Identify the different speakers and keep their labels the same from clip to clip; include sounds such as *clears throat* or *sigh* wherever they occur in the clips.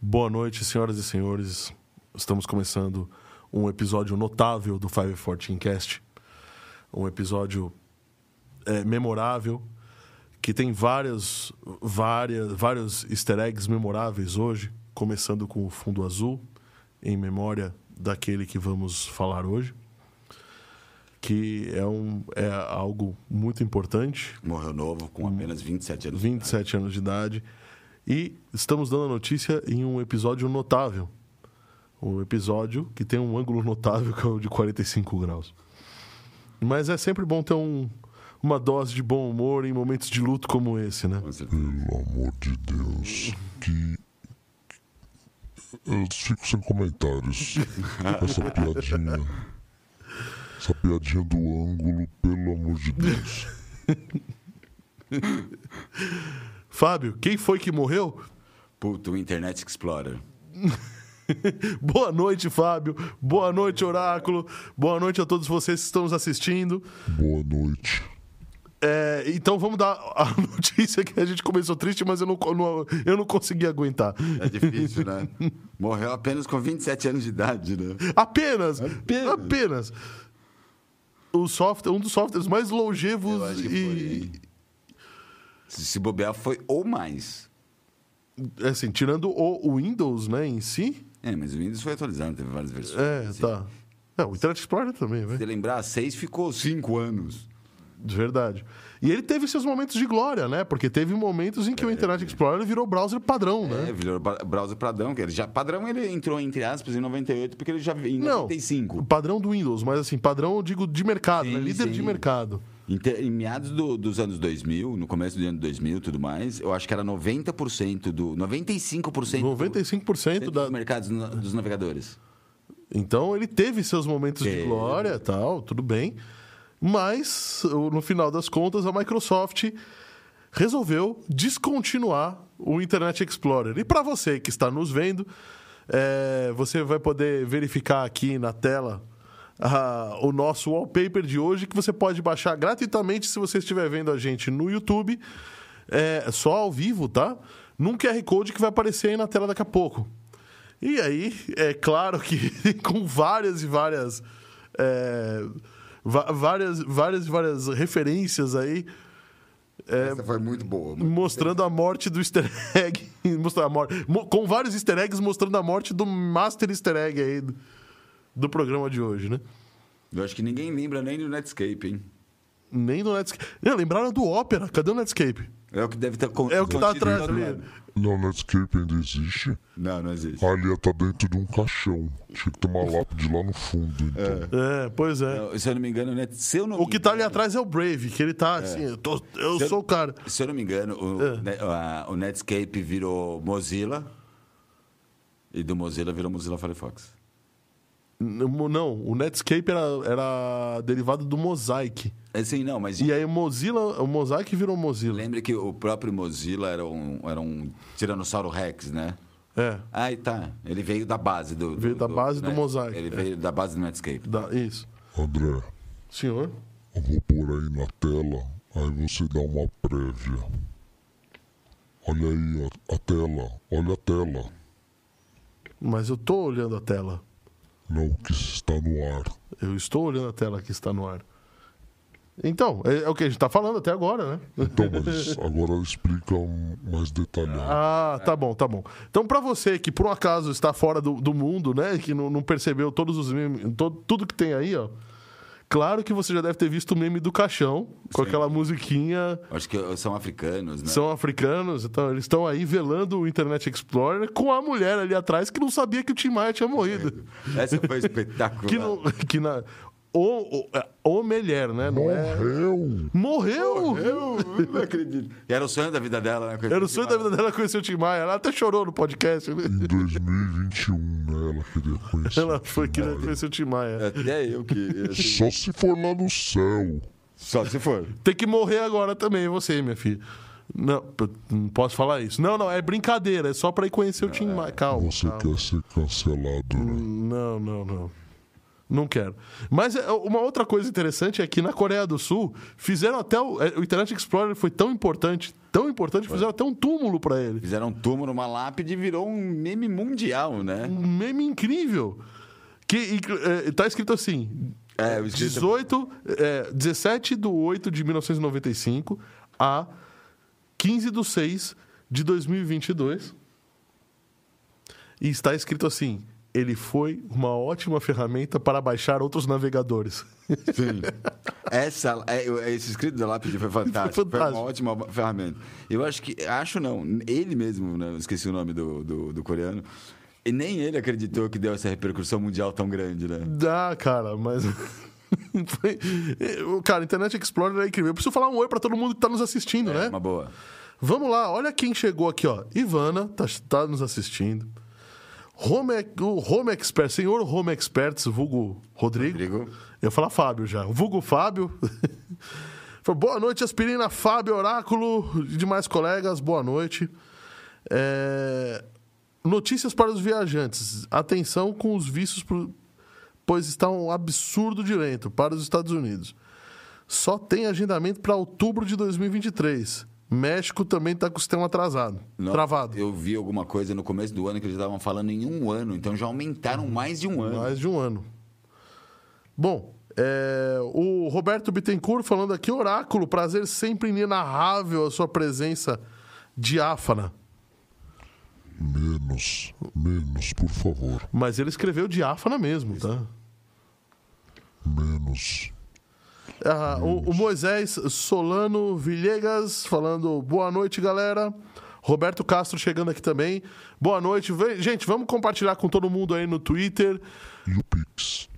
Speaker 1: Boa noite, senhoras e senhores. Estamos começando um episódio notável do 514 Cast. Um episódio é, memorável, que tem várias, várias, vários easter eggs memoráveis hoje, começando com o fundo azul, em memória daquele que vamos falar hoje, que é, um, é algo muito importante,
Speaker 2: Morreu novo, com apenas 27 anos.
Speaker 1: 27 anos de idade. E estamos dando a notícia em um episódio notável. Um episódio que tem um ângulo notável, *laughs* que é o de 45 graus. Mas é sempre bom ter um- uma dose de bom humor em momentos de luto como esse, né?
Speaker 2: Com certeza.
Speaker 3: Pelo amor de Deus, que. Eu fico sem comentários. Essa piadinha. Essa piadinha do ângulo, pelo amor de Deus.
Speaker 1: Fábio, quem foi que morreu? *laughs*
Speaker 2: Puto, o Internet Explorer.
Speaker 1: Boa noite, Fábio. Boa noite, Oráculo. Boa noite a todos vocês que estão nos assistindo.
Speaker 3: Boa noite.
Speaker 1: É, então vamos dar a *laughs* notícia que a gente começou triste, mas eu não, co- não- eu não consegui aguentar.
Speaker 2: É difícil, né? *laughs* Morreu apenas com 27 anos de idade, né?
Speaker 1: Apenas, apenas,
Speaker 2: Apenas.
Speaker 1: O software, um dos softwares mais longevos
Speaker 2: Eu acho que
Speaker 1: e
Speaker 2: Se se bobear, foi ou mais.
Speaker 1: assim, tirando o Windows, né, em si.
Speaker 2: É, mas o Windows foi atualizado, teve várias versões.
Speaker 1: É,
Speaker 2: assim.
Speaker 1: tá. É, o Internet Explorer também,
Speaker 2: Se
Speaker 1: né?
Speaker 2: você lembrar, 6 ficou 5 anos.
Speaker 1: De verdade. E ele teve seus momentos de glória, né? Porque teve momentos em que o Internet Explorer virou browser padrão,
Speaker 2: É,
Speaker 1: né?
Speaker 2: virou bra- browser padrão, que ele já padrão ele entrou entre aspas em 98 porque ele já em
Speaker 1: Não.
Speaker 2: 95.
Speaker 1: Padrão do Windows, mas assim, padrão, eu digo, de mercado,
Speaker 2: Sim,
Speaker 1: né? Líder
Speaker 2: sim.
Speaker 1: de mercado.
Speaker 2: Em, te- em meados do- dos anos 2000, no começo do ano 2000, e tudo mais, eu acho que era 90% do 95% do-
Speaker 1: 95% da.
Speaker 2: dos mercados na- dos navegadores.
Speaker 1: Então ele teve seus momentos de
Speaker 2: Teve.
Speaker 1: glória tal, tudo bem. Mas, o- no final das contas, a Microsoft resolveu descontinuar o Internet Explorer. E para você que está nos vendo, é, você vai poder verificar aqui na tela ah, o nosso wallpaper de hoje, que você pode baixar gratuitamente se você estiver vendo a gente no YouTube, é, só ao vivo, tá? Num QR Code que vai aparecer aí na tela daqui a pouco. E aí, é claro que *laughs* com várias e várias, é, va- várias, várias e várias referências aí
Speaker 2: Essa foi muito boa.
Speaker 1: mostrando a morte do Easter Egg, *laughs* mostrando a morte, mo- com vários Easter eggs mostrando a morte do Master Easter Egg aí do, do programa de hoje, né?
Speaker 2: Eu acho que ninguém lembra nem do Netscape, hein?
Speaker 1: Nem do Netscape. Não, lembraram do Opera? Cadê o Netscape?
Speaker 2: É o que deve estar
Speaker 1: É o que tá atrás ali.
Speaker 3: Não, Netscape ainda existe.
Speaker 2: Não, não existe.
Speaker 3: A Alia tá dentro de um caixão. Tinha que ter uma lápide lá no fundo, então.
Speaker 1: É, pois é.
Speaker 2: Não, se eu não me engano, né? Se eu não
Speaker 1: O
Speaker 2: me
Speaker 1: que tá ali
Speaker 2: engano-
Speaker 1: atrás é o Brave, que ele tá assim, eu, tô- eu
Speaker 2: Se eu-
Speaker 1: sou o cara.
Speaker 2: Se eu não me engano, o,
Speaker 1: É.
Speaker 2: ne- a- o Netscape virou Mozilla. E do Mozilla virou Mozilla Firefox.
Speaker 1: Mo- Não, o Netscape era, era derivado do Mosaic.
Speaker 2: Assim, não, mas
Speaker 1: E aí o Mozilla, o Mosaic virou Mozilla.
Speaker 2: lembre que o próprio Mozilla era um, era um Tiranossauro Rex, né?
Speaker 1: É,
Speaker 2: Ah, e tá. Ele veio da base do. do-
Speaker 1: Veio da base do
Speaker 2: Net-
Speaker 1: Mosaic,
Speaker 2: Ele
Speaker 1: é.
Speaker 2: veio da base do Netscape.
Speaker 1: dá- isso.
Speaker 3: André,
Speaker 1: Senhor?
Speaker 3: eu vou pôr aí na tela, aí você dá uma prévia. Olha aí a, a tela, olha a tela.
Speaker 1: Mas eu tô olhando a tela.
Speaker 3: Não, que está no ar.
Speaker 1: Eu estou olhando a tela que está no ar. Então, é, é o que a gente tá falando até agora,
Speaker 3: *laughs*
Speaker 1: né?
Speaker 3: Então, mas agora explica um- mais detalhado.
Speaker 1: Ah, tá bom, tá bom. Então, pra você que por um acaso está fora do, do mundo, né? Que não, não percebeu todos os memes, to- tudo que tem aí, ó. Claro que você já deve ter visto o meme do caixão, com
Speaker 2: Sim.
Speaker 1: aquela musiquinha
Speaker 2: Acho que são africanos, né?
Speaker 1: São africanos, então eles estão aí velando o Internet Explorer com a mulher ali atrás que não sabia que o Tim Maia tinha morrido.
Speaker 2: Essa
Speaker 1: *laughs*
Speaker 2: foi espetacular.
Speaker 1: que não, *laughs* que na ou, ou, é, ou mulher, né? Não é?
Speaker 3: Morreu!
Speaker 1: Morreu!
Speaker 2: Eu *laughs* não acredito. E era o sonho da vida dela, né?
Speaker 1: Era o sonho da vida dela conhecer o Tim Maia. Ela até chorou no podcast. né?
Speaker 3: Em 2021, né? Ela queria conhecer.
Speaker 1: Ela foi querer conhecer o Tim Maia.
Speaker 2: Até eu que. assim,
Speaker 3: Só se for lá no céu.
Speaker 2: *laughs* Só se for.
Speaker 1: Tem que morrer agora também, você, minha filha. Não, p- não posso falar isso. Não, não, é brincadeira. É só pra ir conhecer o Tim Maia. Calma.
Speaker 3: Você
Speaker 1: calma.
Speaker 3: quer ser cancelado, né?
Speaker 1: Não, não, não. Não quero. Mas é, uma outra coisa interessante é que na Coreia do Sul fizeram até o, é, o Internet Explorer foi tão importante, tão importante, fizeram até um túmulo para ele.
Speaker 2: Fizeram um túmulo, uma lápide e virou um meme mundial, né?
Speaker 1: Um meme incrível. Que inclu- é, tá escrito assim:
Speaker 2: É, o escrito-
Speaker 1: 18, é, 17 de 8 de 1995 a 15 de 6 de 2022. E está escrito assim: ele foi uma ótima ferramenta para baixar outros navegadores. *laughs*
Speaker 2: Sim. Essa, é, eu- esse escrito da lápide foi fantástico.
Speaker 1: Foi
Speaker 2: Foi,
Speaker 1: fantástico.
Speaker 2: uma ótima ferramenta. Eu acho que. Acho não. Ele mesmo, né? eu esqueci o nome do, do, do coreano. E nem ele acreditou que deu essa repercussão mundial tão grande, né?
Speaker 1: Dá, cara, mas. *laughs* Foi- Cara, Internet Explorer é incrível. Eu preciso falar um oi para todo mundo que tá nos assistindo, né?
Speaker 2: Uma boa.
Speaker 1: Vamos lá, olha quem chegou aqui, ó. Ivana tá, tá nos assistindo. Home, o Home Expert, senhor Home Experts, vulgo Rodrigo.
Speaker 2: Rodrigo.
Speaker 1: Eu ia falar Fábio já. Vulgo Fábio. *laughs* Falou, boa noite, aspirina, Fábio, Oráculo e demais colegas, boa noite. É, Notícias para os viajantes. Atenção com os vistos, pro- pois está um absurdo de lento para os Estados Unidos. Só tem agendamento para outubro de 2023. México também está com o sistema atrasado,
Speaker 2: Não,
Speaker 1: travado.
Speaker 2: Eu vi alguma coisa no começo do ano que eles estavam falando em um ano, então já aumentaram mais de um ano.
Speaker 1: Mais de um ano. Bom, é, o Roberto Bittencourt falando aqui, oráculo, prazer sempre inenarrável a sua presença diáfana.
Speaker 3: Menos, menos, por favor.
Speaker 1: Mas ele escreveu diáfana mesmo, tá?
Speaker 3: Menos.
Speaker 1: Ah, o, o Moisés Solano Villegas falando boa noite, galera. Roberto Castro chegando aqui também. Boa noite. Vem- gente, vamos compartilhar com todo mundo aí no Twitter.
Speaker 3: E o Pix?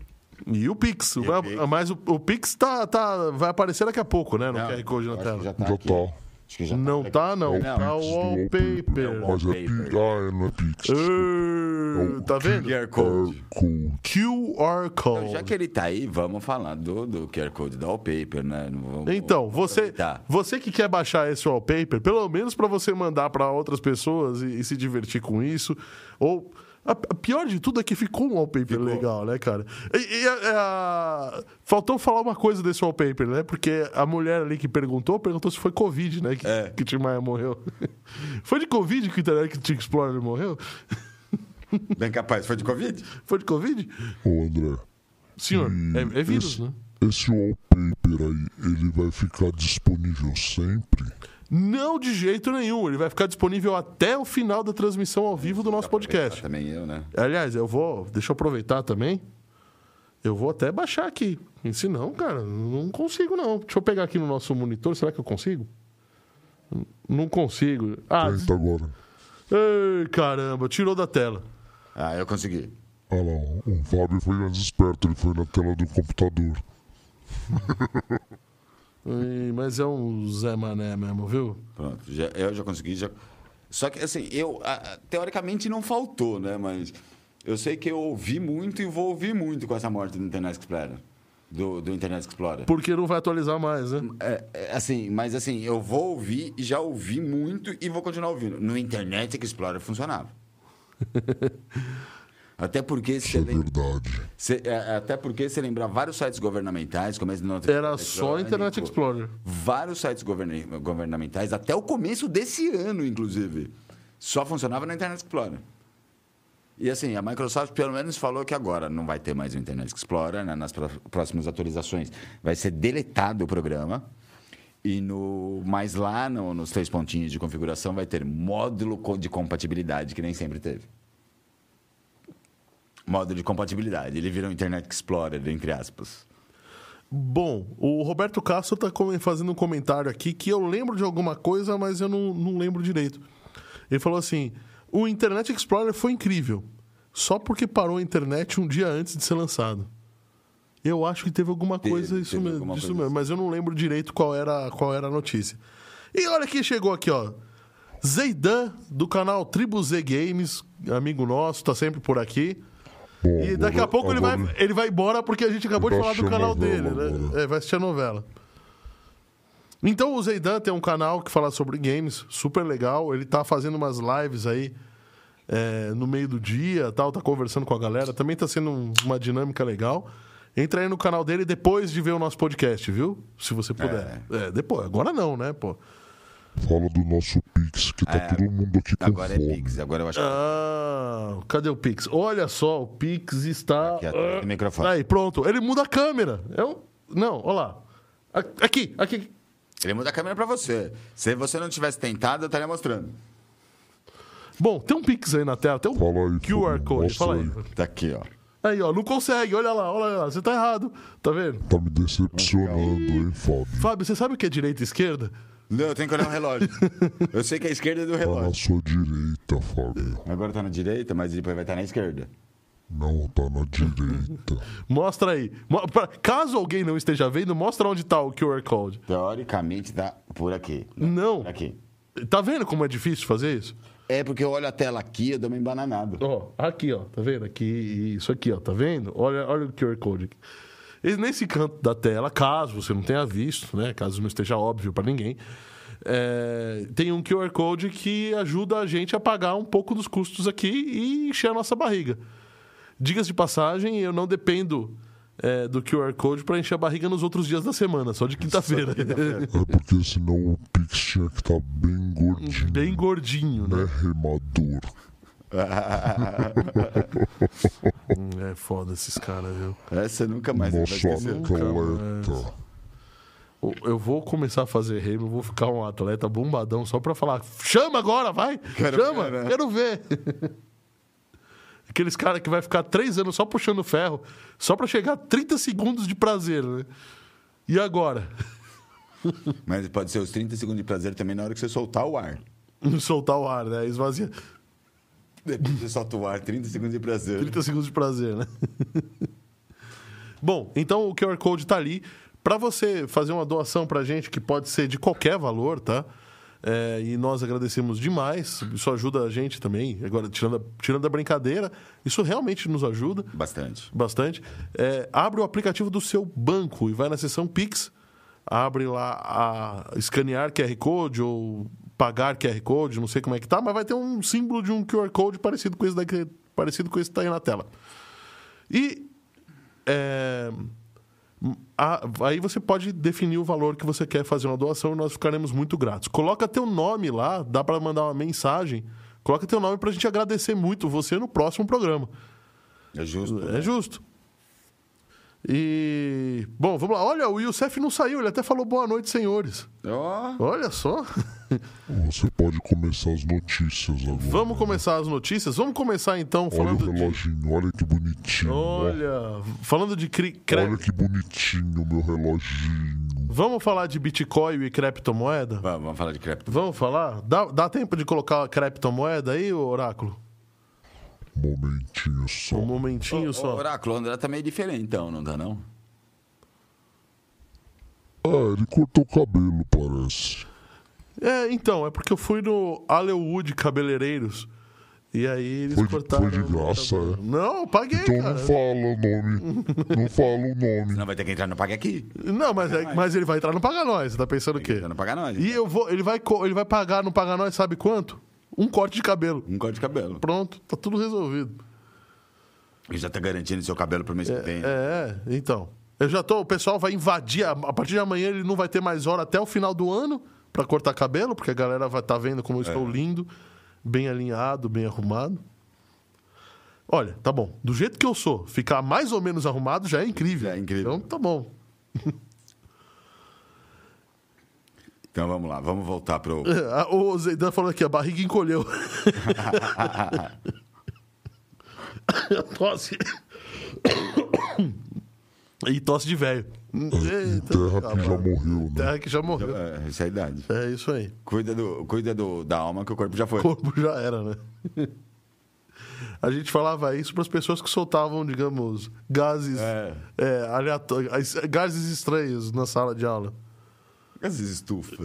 Speaker 1: E o Pix. vai-
Speaker 2: Pix.
Speaker 1: Mas o, o Pix tá, tá, vai aparecer daqui a pouco, né? No
Speaker 2: Não,
Speaker 1: QR Code na
Speaker 2: acho
Speaker 1: tela.
Speaker 2: que já tá.
Speaker 3: Já
Speaker 2: aqui.
Speaker 3: tá.
Speaker 2: Acho que já tá.
Speaker 1: Não tá, não.
Speaker 3: Não.
Speaker 1: Tá
Speaker 3: Pix do
Speaker 1: wallpaper.
Speaker 3: Mas é Pix. Ah, é, não é Pix. desculpa. Hum,
Speaker 1: Ah, Tá vendo?
Speaker 2: QR Code.
Speaker 3: É code.
Speaker 1: QR
Speaker 2: Então, já
Speaker 1: Code.
Speaker 2: que ele tá aí, vamos falar do, do QR Code da Wallpaper, né? Não vamos-
Speaker 1: Então, você,
Speaker 2: aproveitar.
Speaker 1: você que quer baixar esse wallpaper, pelo menos para você mandar para outras pessoas e, e se divertir com isso, ou a, a pior de tudo é que ficou um wallpaper legal, né, cara? E- e a- a- faltou falar uma coisa desse wallpaper, né? Porque a mulher ali que perguntou, perguntou se foi Covid, né? Que,
Speaker 2: É.
Speaker 1: que Tim Maia morreu. *laughs* foi de Covid que o Internet Explorer morreu?
Speaker 2: Bem capaz, foi de Covid?
Speaker 1: Foi de Covid?
Speaker 3: Ô, André.
Speaker 1: Senhor,
Speaker 2: Hum,
Speaker 1: é, é vírus,
Speaker 3: esse,
Speaker 1: né?
Speaker 3: Esse wallpaper aí, ele vai ficar disponível sempre?
Speaker 1: Não de jeito nenhum. Ele vai ficar disponível até o final da transmissão ao vivo do nosso podcast.
Speaker 2: Também eu, né?
Speaker 1: Aliás, eu vou. Deixa eu aproveitar também. Eu vou até baixar aqui. E Se não, cara, não consigo, não. Deixa eu pegar aqui no nosso monitor. Será que eu consigo? N- Não consigo. Ah, des-
Speaker 3: Tenta agora.
Speaker 1: ei, caramba, tirou da tela.
Speaker 2: Ah, eu consegui.
Speaker 3: Olha lá, o Fábio foi mais esperto, ele foi na tela do computador.
Speaker 1: Ih, mas é um Zé Mané mesmo, viu?
Speaker 2: Pronto, já- eu já consegui. Já... Só que, assim, eu. a- a- teoricamente não faltou, né? Mas eu sei que eu ouvi muito e vou ouvir muito com essa morte do Internet Explorer. Do, do Internet Explorer.
Speaker 1: Porque não vai atualizar mais, né?
Speaker 2: É, é, assim, mas assim, eu vou ouvir, já ouvi muito e vou continuar ouvindo. No Internet
Speaker 1: *laughs*
Speaker 2: Explorer funcionava. Até porque
Speaker 3: Isso
Speaker 2: se
Speaker 3: é
Speaker 2: lem-
Speaker 3: verdade.
Speaker 2: se- é, até porque se lembrar vários sites governamentais, começo do Internet
Speaker 1: Era
Speaker 2: né, é
Speaker 1: só Internet
Speaker 2: tipo,
Speaker 1: Explorer.
Speaker 2: vários sites govern- governamentais, até o começo desse ano, inclusive, só funcionava na Internet Explorer. E assim, a Microsoft pelo menos falou que agora não vai ter mais o Internet Explorer né, nas pró- próximas atualizações. Vai ser deletado o programa. E no, mas lá no- nos três pontinhos de configuração vai ter módulo co- de compatibilidade, que nem sempre teve. Módulo de compatibilidade. Ele virou Internet Explorer, entre aspas.
Speaker 1: Bom, o Roberto Castro tá come- fazendo um comentário aqui que eu lembro de alguma coisa, mas eu não, não lembro direito. Ele falou assim: o Internet Explorer foi incrível, só porque parou a internet um dia antes de ser lançado. Eu acho que teve alguma
Speaker 2: Teve,
Speaker 1: coisa isso
Speaker 2: teve
Speaker 1: mesmo,
Speaker 2: alguma
Speaker 1: disso
Speaker 2: coisa
Speaker 1: mesmo,
Speaker 2: assim.
Speaker 1: mas eu não lembro direito qual era, qual era a notícia. E olha quem chegou aqui, ó. Zeidan, do canal Tribu Z Games, amigo nosso, tá sempre por aqui.
Speaker 3: Bom,
Speaker 1: E daqui a
Speaker 3: agora-
Speaker 1: pouco ele vai,
Speaker 3: agora-
Speaker 1: ele vai embora porque a gente acabou de
Speaker 3: Vai
Speaker 1: falar do
Speaker 3: assistir a
Speaker 1: canal dele,
Speaker 3: novela
Speaker 1: né?
Speaker 3: agora.
Speaker 1: É, vai assistir a novela. Então o Zeidan tem um canal que fala sobre games, super legal. Ele tá fazendo umas lives aí é, no meio do dia, tal, tá conversando com a galera. Também tá sendo um- uma dinâmica legal. Entra aí no canal dele depois de ver o nosso podcast, viu? Se você puder. É, depois. Agora não, né, pô?
Speaker 3: Fala do nosso Pix, que tá
Speaker 2: É,
Speaker 3: todo mundo aqui com
Speaker 2: Agora é
Speaker 3: fome.
Speaker 2: Pix, agora eu acho que.
Speaker 1: Ah, cadê o Pix? Olha só, o Pix está.
Speaker 2: Aqui atrás do
Speaker 1: Ah,
Speaker 2: microfone.
Speaker 1: Aí, pronto. Ele muda a câmera. É um... Não, olha lá. A- Aqui, aqui.
Speaker 2: Ele muda a câmera pra você. Se você não tivesse tentado, eu estaria mostrando.
Speaker 1: Bom, tem um Pix aí na tela, tem um
Speaker 3: Fala aí,
Speaker 1: QR
Speaker 3: Fabinho,
Speaker 1: Code.
Speaker 3: mostra
Speaker 1: Fala aí.
Speaker 3: aí.
Speaker 2: Tá aqui, ó.
Speaker 1: Aí, ó, não consegue, olha lá, olha lá, você tá errado, tá vendo?
Speaker 3: Tá me decepcionando, hein, Fábio?
Speaker 1: Fábio, você sabe o que é direita e esquerda?
Speaker 2: Não, eu tenho que olhar o relógio. eu sei que a esquerda é do
Speaker 3: Tá na
Speaker 2: relógio.
Speaker 3: sua direita, Fábio.
Speaker 2: Agora tá na direita, mas depois vai estar na esquerda.
Speaker 3: Não, tá na direita.
Speaker 1: Mostra aí. Mo- pra- Caso alguém não esteja vendo, mostra onde tá o QR Code.
Speaker 2: Teoricamente tá por aqui.
Speaker 1: Não.
Speaker 2: Por aqui.
Speaker 1: Tá vendo como é difícil fazer isso?
Speaker 2: É porque eu olho a tela aqui, eu dou uma
Speaker 1: *laughs*
Speaker 2: embananada.
Speaker 1: Ó, aqui, ó, tá vendo? Aqui, isso aqui, ó, tá vendo? Olha, olha o QR Code aqui. E nesse canto da tela, caso você não tenha visto, né? Caso não esteja óbvio pra ninguém, é, tem um QR Code que ajuda a gente a pagar um pouco dos custos aqui e encher a nossa barriga. Diga-se de passagem, eu não dependo é, do QR Code pra encher a barriga nos outros dias da semana, só de quinta-feira.
Speaker 3: É porque senão o Pix tinha que tá bem gordinho,
Speaker 1: *laughs* Bem gordinho,
Speaker 3: né,
Speaker 1: né?
Speaker 3: remador?
Speaker 1: É foda esses caras, viu?
Speaker 2: Essa nunca mais vai
Speaker 3: Nosso
Speaker 2: esquecer.
Speaker 3: atleta.
Speaker 1: Eu- Eu vou começar a fazer remo, eu vou ficar um atleta bombadão só pra falar. Chama agora, vai!
Speaker 2: Quero
Speaker 1: Chama!
Speaker 2: ver, né?"
Speaker 1: Quero ver! *laughs* Aqueles caras que vai ficar três anos só puxando ferro, só pra chegar a 30 segundos de prazer, né? E agora? *laughs*
Speaker 2: Mas pode ser os 30 segundos de prazer também na hora que você soltar o ar.
Speaker 1: Soltar o ar, né? Esvazia.
Speaker 2: Depois você solta o ar, 30 segundos de prazer.
Speaker 1: 30 segundos de prazer, né? *laughs* Bom, então o QR Code tá ali. Pra você fazer uma doação pra gente, que pode ser de qualquer valor, tá? É, e nós agradecemos demais. Isso ajuda a gente também. Agora, tirando a, tirando a brincadeira, isso realmente nos ajuda
Speaker 2: Bastante.
Speaker 1: bastante. É, abre o aplicativo do seu banco e vai na seção Pix. Abre lá a escanear QR Code ou pagar QR Code, não sei como é que tá, mas vai ter um símbolo de um QR Code parecido com esse daqui, parecido com esse que tá aí na tela. E é, a- aí você pode definir o valor que você quer fazer uma doação e nós ficaremos muito gratos. Coloca teu nome lá, dá para mandar uma mensagem. Coloca teu nome para a gente agradecer muito você no próximo programa.
Speaker 2: É justo.
Speaker 1: É justo. E. Bom, vamos lá. Olha, o Youssef não saiu, ele até falou boa noite, senhores.
Speaker 2: Ó,
Speaker 1: Olha só. *laughs*
Speaker 3: Você pode começar as notícias agora.
Speaker 1: né? Vamos começar as notícias. Vamos começar então
Speaker 3: Olha o
Speaker 1: falando. de-
Speaker 3: reloginho, olha que bonitinho. ó.
Speaker 1: Olha, falando de cri... cre-
Speaker 3: Olha que bonitinho meu reloginho.
Speaker 1: Vamos falar de Bitcoin e criptomoeda?
Speaker 2: vamos, vamos falar de cripto.
Speaker 1: Vamos falar? Dá, dá tempo de colocar a criptomoeda aí, ô Oráculo?
Speaker 3: Momentinho só.
Speaker 1: Um momentinho
Speaker 2: Ô,
Speaker 1: só.
Speaker 2: Oráculo, o André tá meio diferente, então, não tá, não?
Speaker 3: Ah, ele cortou o cabelo, parece.
Speaker 1: É, então, é porque eu fui no Alewood Cabeleireiros. E aí eles
Speaker 3: Foi de-
Speaker 1: cortaram.
Speaker 3: foi de graça, é?
Speaker 1: Não, eu paguei,
Speaker 3: Então
Speaker 1: cara.
Speaker 3: não fala o
Speaker 1: *laughs*
Speaker 3: nome. Não fala o nome.
Speaker 2: Senão vai ter que entrar no Paga Aqui.
Speaker 1: Não, mas, é- mas ele vai entrar no Paga Nós, você tá pensando o quê?
Speaker 2: Entrar no Paga Nós.
Speaker 1: E eu vou, ele, vai, co- ele vai pagar no Paga Nós, sabe quanto? Um corte de cabelo.
Speaker 2: Um corte de cabelo.
Speaker 1: Pronto, tá tudo resolvido.
Speaker 2: E já tá garantindo seu cabelo pro mês que vem.
Speaker 1: É, é, então. Eu já tô, o pessoal vai invadir. A, a partir de amanhã ele não vai ter mais hora até o final do ano pra cortar cabelo, porque a galera vai estar vendo como eu
Speaker 2: É.
Speaker 1: estou lindo, bem alinhado, bem arrumado. Olha, tá bom. Do jeito que eu sou, ficar mais ou menos arrumado já é incrível.
Speaker 2: Já é incrível.
Speaker 1: Então tá bom.
Speaker 2: Então vamos lá, vamos voltar pro.
Speaker 1: Ah, O Zeidan falando aqui, a barriga encolheu. tosse. e tosse de velho. Eita,
Speaker 3: Terra que já
Speaker 1: caralho.
Speaker 3: morreu, né?
Speaker 1: Terra que já morreu.
Speaker 2: É, essa é a idade.
Speaker 1: É isso aí.
Speaker 2: Cuida, do, cuida do, da alma que o corpo já foi.
Speaker 1: O corpo já era, né? A gente falava isso para as pessoas que soltavam, digamos, gases
Speaker 2: É.
Speaker 1: aleatórios, gases estranhos na sala de aula. *laughs*
Speaker 2: Essas estufas.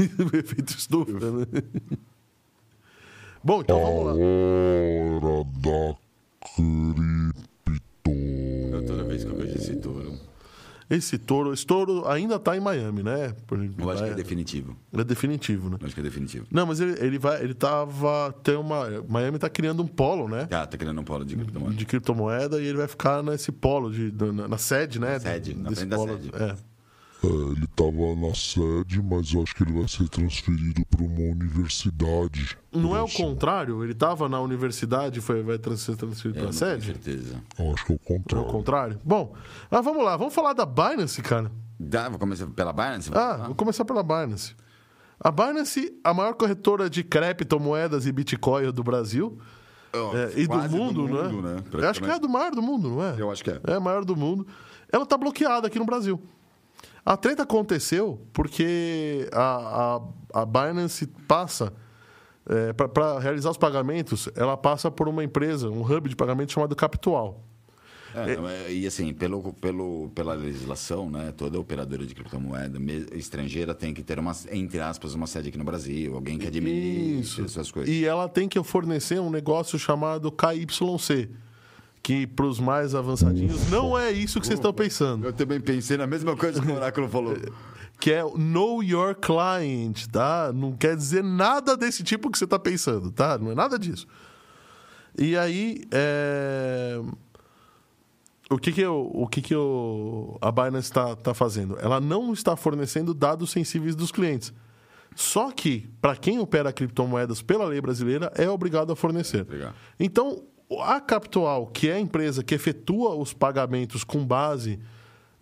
Speaker 1: Efeito estufa, né? Bom,
Speaker 3: A
Speaker 1: então vamos lá.
Speaker 3: hora da cripto.
Speaker 2: Eu, toda vez que eu vejo esse touro.
Speaker 1: Esse touro, esse touro ainda está em Miami, né? Por-
Speaker 2: Eu acho que é
Speaker 1: é-
Speaker 2: definitivo.
Speaker 1: é definitivo, né?
Speaker 2: Eu acho que é definitivo.
Speaker 1: Não, mas ele, ele vai, ele tava, tem uma, Miami tá criando um polo, né?
Speaker 2: Ah, tá querendo um polo de criptomoeda.
Speaker 1: De criptomoeda e ele vai ficar nesse polo de, da- na, na sede, né?
Speaker 2: Sede, na
Speaker 1: Desse
Speaker 2: frente da
Speaker 1: polo.
Speaker 2: sede.
Speaker 1: É.
Speaker 3: É, ele estava na sede, mas eu acho que ele vai ser transferido para uma universidade.
Speaker 1: Não é o
Speaker 3: próxima.
Speaker 1: contrário? Ele estava na universidade e foi vai trans- ser transferido
Speaker 2: Eu
Speaker 1: para
Speaker 2: É, não
Speaker 1: a
Speaker 2: tenho
Speaker 1: sede?
Speaker 2: certeza.
Speaker 3: Eu acho que é o
Speaker 1: É o
Speaker 3: contrário.
Speaker 1: contrário? Bom, mas vamos lá, vamos falar da Binance, cara.
Speaker 2: Dá, vou começar pela Binance?
Speaker 1: Ah, vou começar pela Binance. A Binance, a maior corretora de criptomoedas e Bitcoin do Brasil
Speaker 2: Ó,
Speaker 1: é, e do
Speaker 2: quase
Speaker 1: mundo, né? Eu acho que é a do maior do mundo, não é?
Speaker 2: Eu acho que é.
Speaker 1: É a maior do mundo. Ela tá bloqueada aqui no Brasil. A treta aconteceu porque a, a, a Binance passa, para realizar os pagamentos, ela passa por uma empresa, um hub de pagamento chamado Capital.
Speaker 2: É, não, é, e assim, pelo, pelo, pela legislação, né, toda operadora de criptomoeda me- estrangeira tem que ter, uma, entre aspas, uma sede aqui no Brasil, alguém que administre essas coisas.
Speaker 1: E ela tem que fornecer um negócio chamado KYC, que para os mais avançadinhos não é isso que vocês estão pensando,
Speaker 2: Eu também pensei na mesma coisa que o Oráculo falou.
Speaker 1: que é o Know Your Client, tá? Não quer dizer nada desse tipo que você está pensando, tá? Não é nada disso. E aí, é, o que que, eu, o que, que eu, a Binance está tá fazendo? Ela não está fornecendo dados sensíveis dos clientes. Só que, para quem opera criptomoedas pela lei brasileira, é obrigado a fornecer.
Speaker 2: Obrigado.
Speaker 1: Então, a Capital, que é a empresa que efetua os pagamentos com base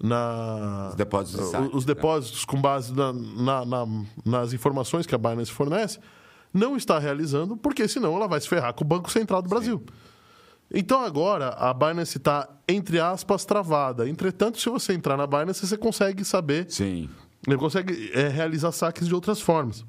Speaker 1: na...
Speaker 2: Os depósitos de saque,
Speaker 1: Os
Speaker 2: né?
Speaker 1: depósitos com base na- na- na- nas informações que a Binance fornece, não está realizando, porque senão ela vai se ferrar com o Banco Central do Brasil. Então agora a Binance está, entre aspas, travada. Entretanto, se você entrar na Binance, você consegue saber,
Speaker 2: Sim.
Speaker 1: você consegue é, realizar saques de outras formas.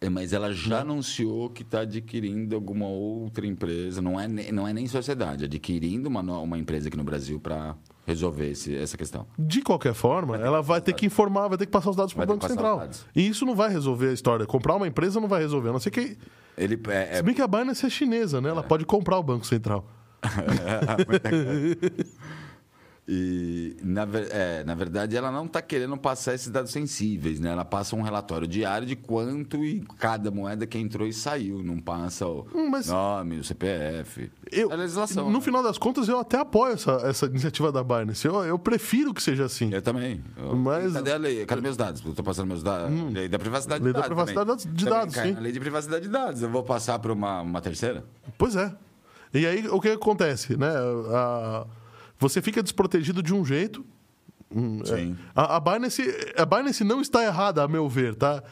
Speaker 2: É, mas ela já anunciou que está adquirindo alguma outra empresa, não é, ne- não é nem sociedade, adquirindo uma, no- uma empresa aqui no Brasil para resolver esse, essa questão.
Speaker 1: De qualquer forma, ela vai ter que informar, vai ter que passar os dados para
Speaker 2: Vai
Speaker 1: o
Speaker 2: ter que
Speaker 1: Banco
Speaker 2: passar os
Speaker 1: Central.
Speaker 2: dados.
Speaker 1: E isso não vai resolver a história. Comprar uma empresa não vai resolver. A não ser que.
Speaker 2: Ele é, é-
Speaker 1: Se bem que a Binance é chinesa, né? Ela pode comprar o Banco Central.
Speaker 2: E, na, ver- é, na verdade, ela não está querendo passar esses dados sensíveis, né? Ela passa um relatório diário de quanto e cada moeda que entrou e saiu. Não passa o
Speaker 1: Hum, mas-
Speaker 2: nome, o CPF.
Speaker 1: Eu,
Speaker 2: é a legislação.
Speaker 1: no
Speaker 2: né?
Speaker 1: final das contas, eu até apoio essa, essa iniciativa da Binance. Eu, eu prefiro que seja assim.
Speaker 2: Eu também. Eu-
Speaker 1: Mas- Hum.
Speaker 2: Cadê a lei? Cadê meus dados? Eu tô passando meus dados. Lei da privacidade
Speaker 1: Lei
Speaker 2: de
Speaker 1: da
Speaker 2: dados.
Speaker 1: privacidade
Speaker 2: também.
Speaker 1: de
Speaker 2: Também
Speaker 1: dados,
Speaker 2: cai
Speaker 1: sim.
Speaker 2: na Lei de privacidade de dados. Eu vou passar para uma, uma terceira?
Speaker 1: Pois é. E aí, o que acontece, né? A- você fica desprotegido de um jeito. Hum,
Speaker 2: Sim.
Speaker 1: é. A, a Binance, a Binance não está errada, a meu ver, tá?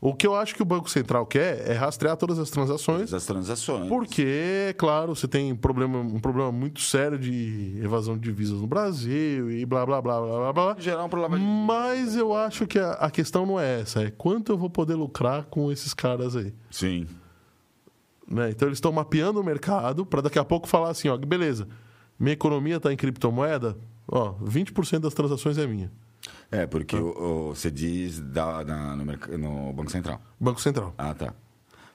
Speaker 1: O que eu acho que o Banco Central quer é rastrear todas as transações,
Speaker 2: Das transações.
Speaker 1: porque, é claro, você tem problema, um problema muito sério de evasão de divisas no Brasil e blá, blá, blá, blá, blá, blá.
Speaker 2: Em geral, para lavagem.
Speaker 1: Mas eu acho que a, a questão não é essa, é quanto eu vou poder lucrar com esses caras aí.
Speaker 2: Sim.
Speaker 1: né? Então eles estão mapeando o mercado para daqui a pouco falar assim, ó, beleza, minha economia está em criptomoeda, ó, 20% das transações é minha.
Speaker 2: É,
Speaker 1: Ah.
Speaker 2: porque o- o- você diz da- na- no merc- no Banco Central.
Speaker 1: Banco Central.
Speaker 2: Ah, tá.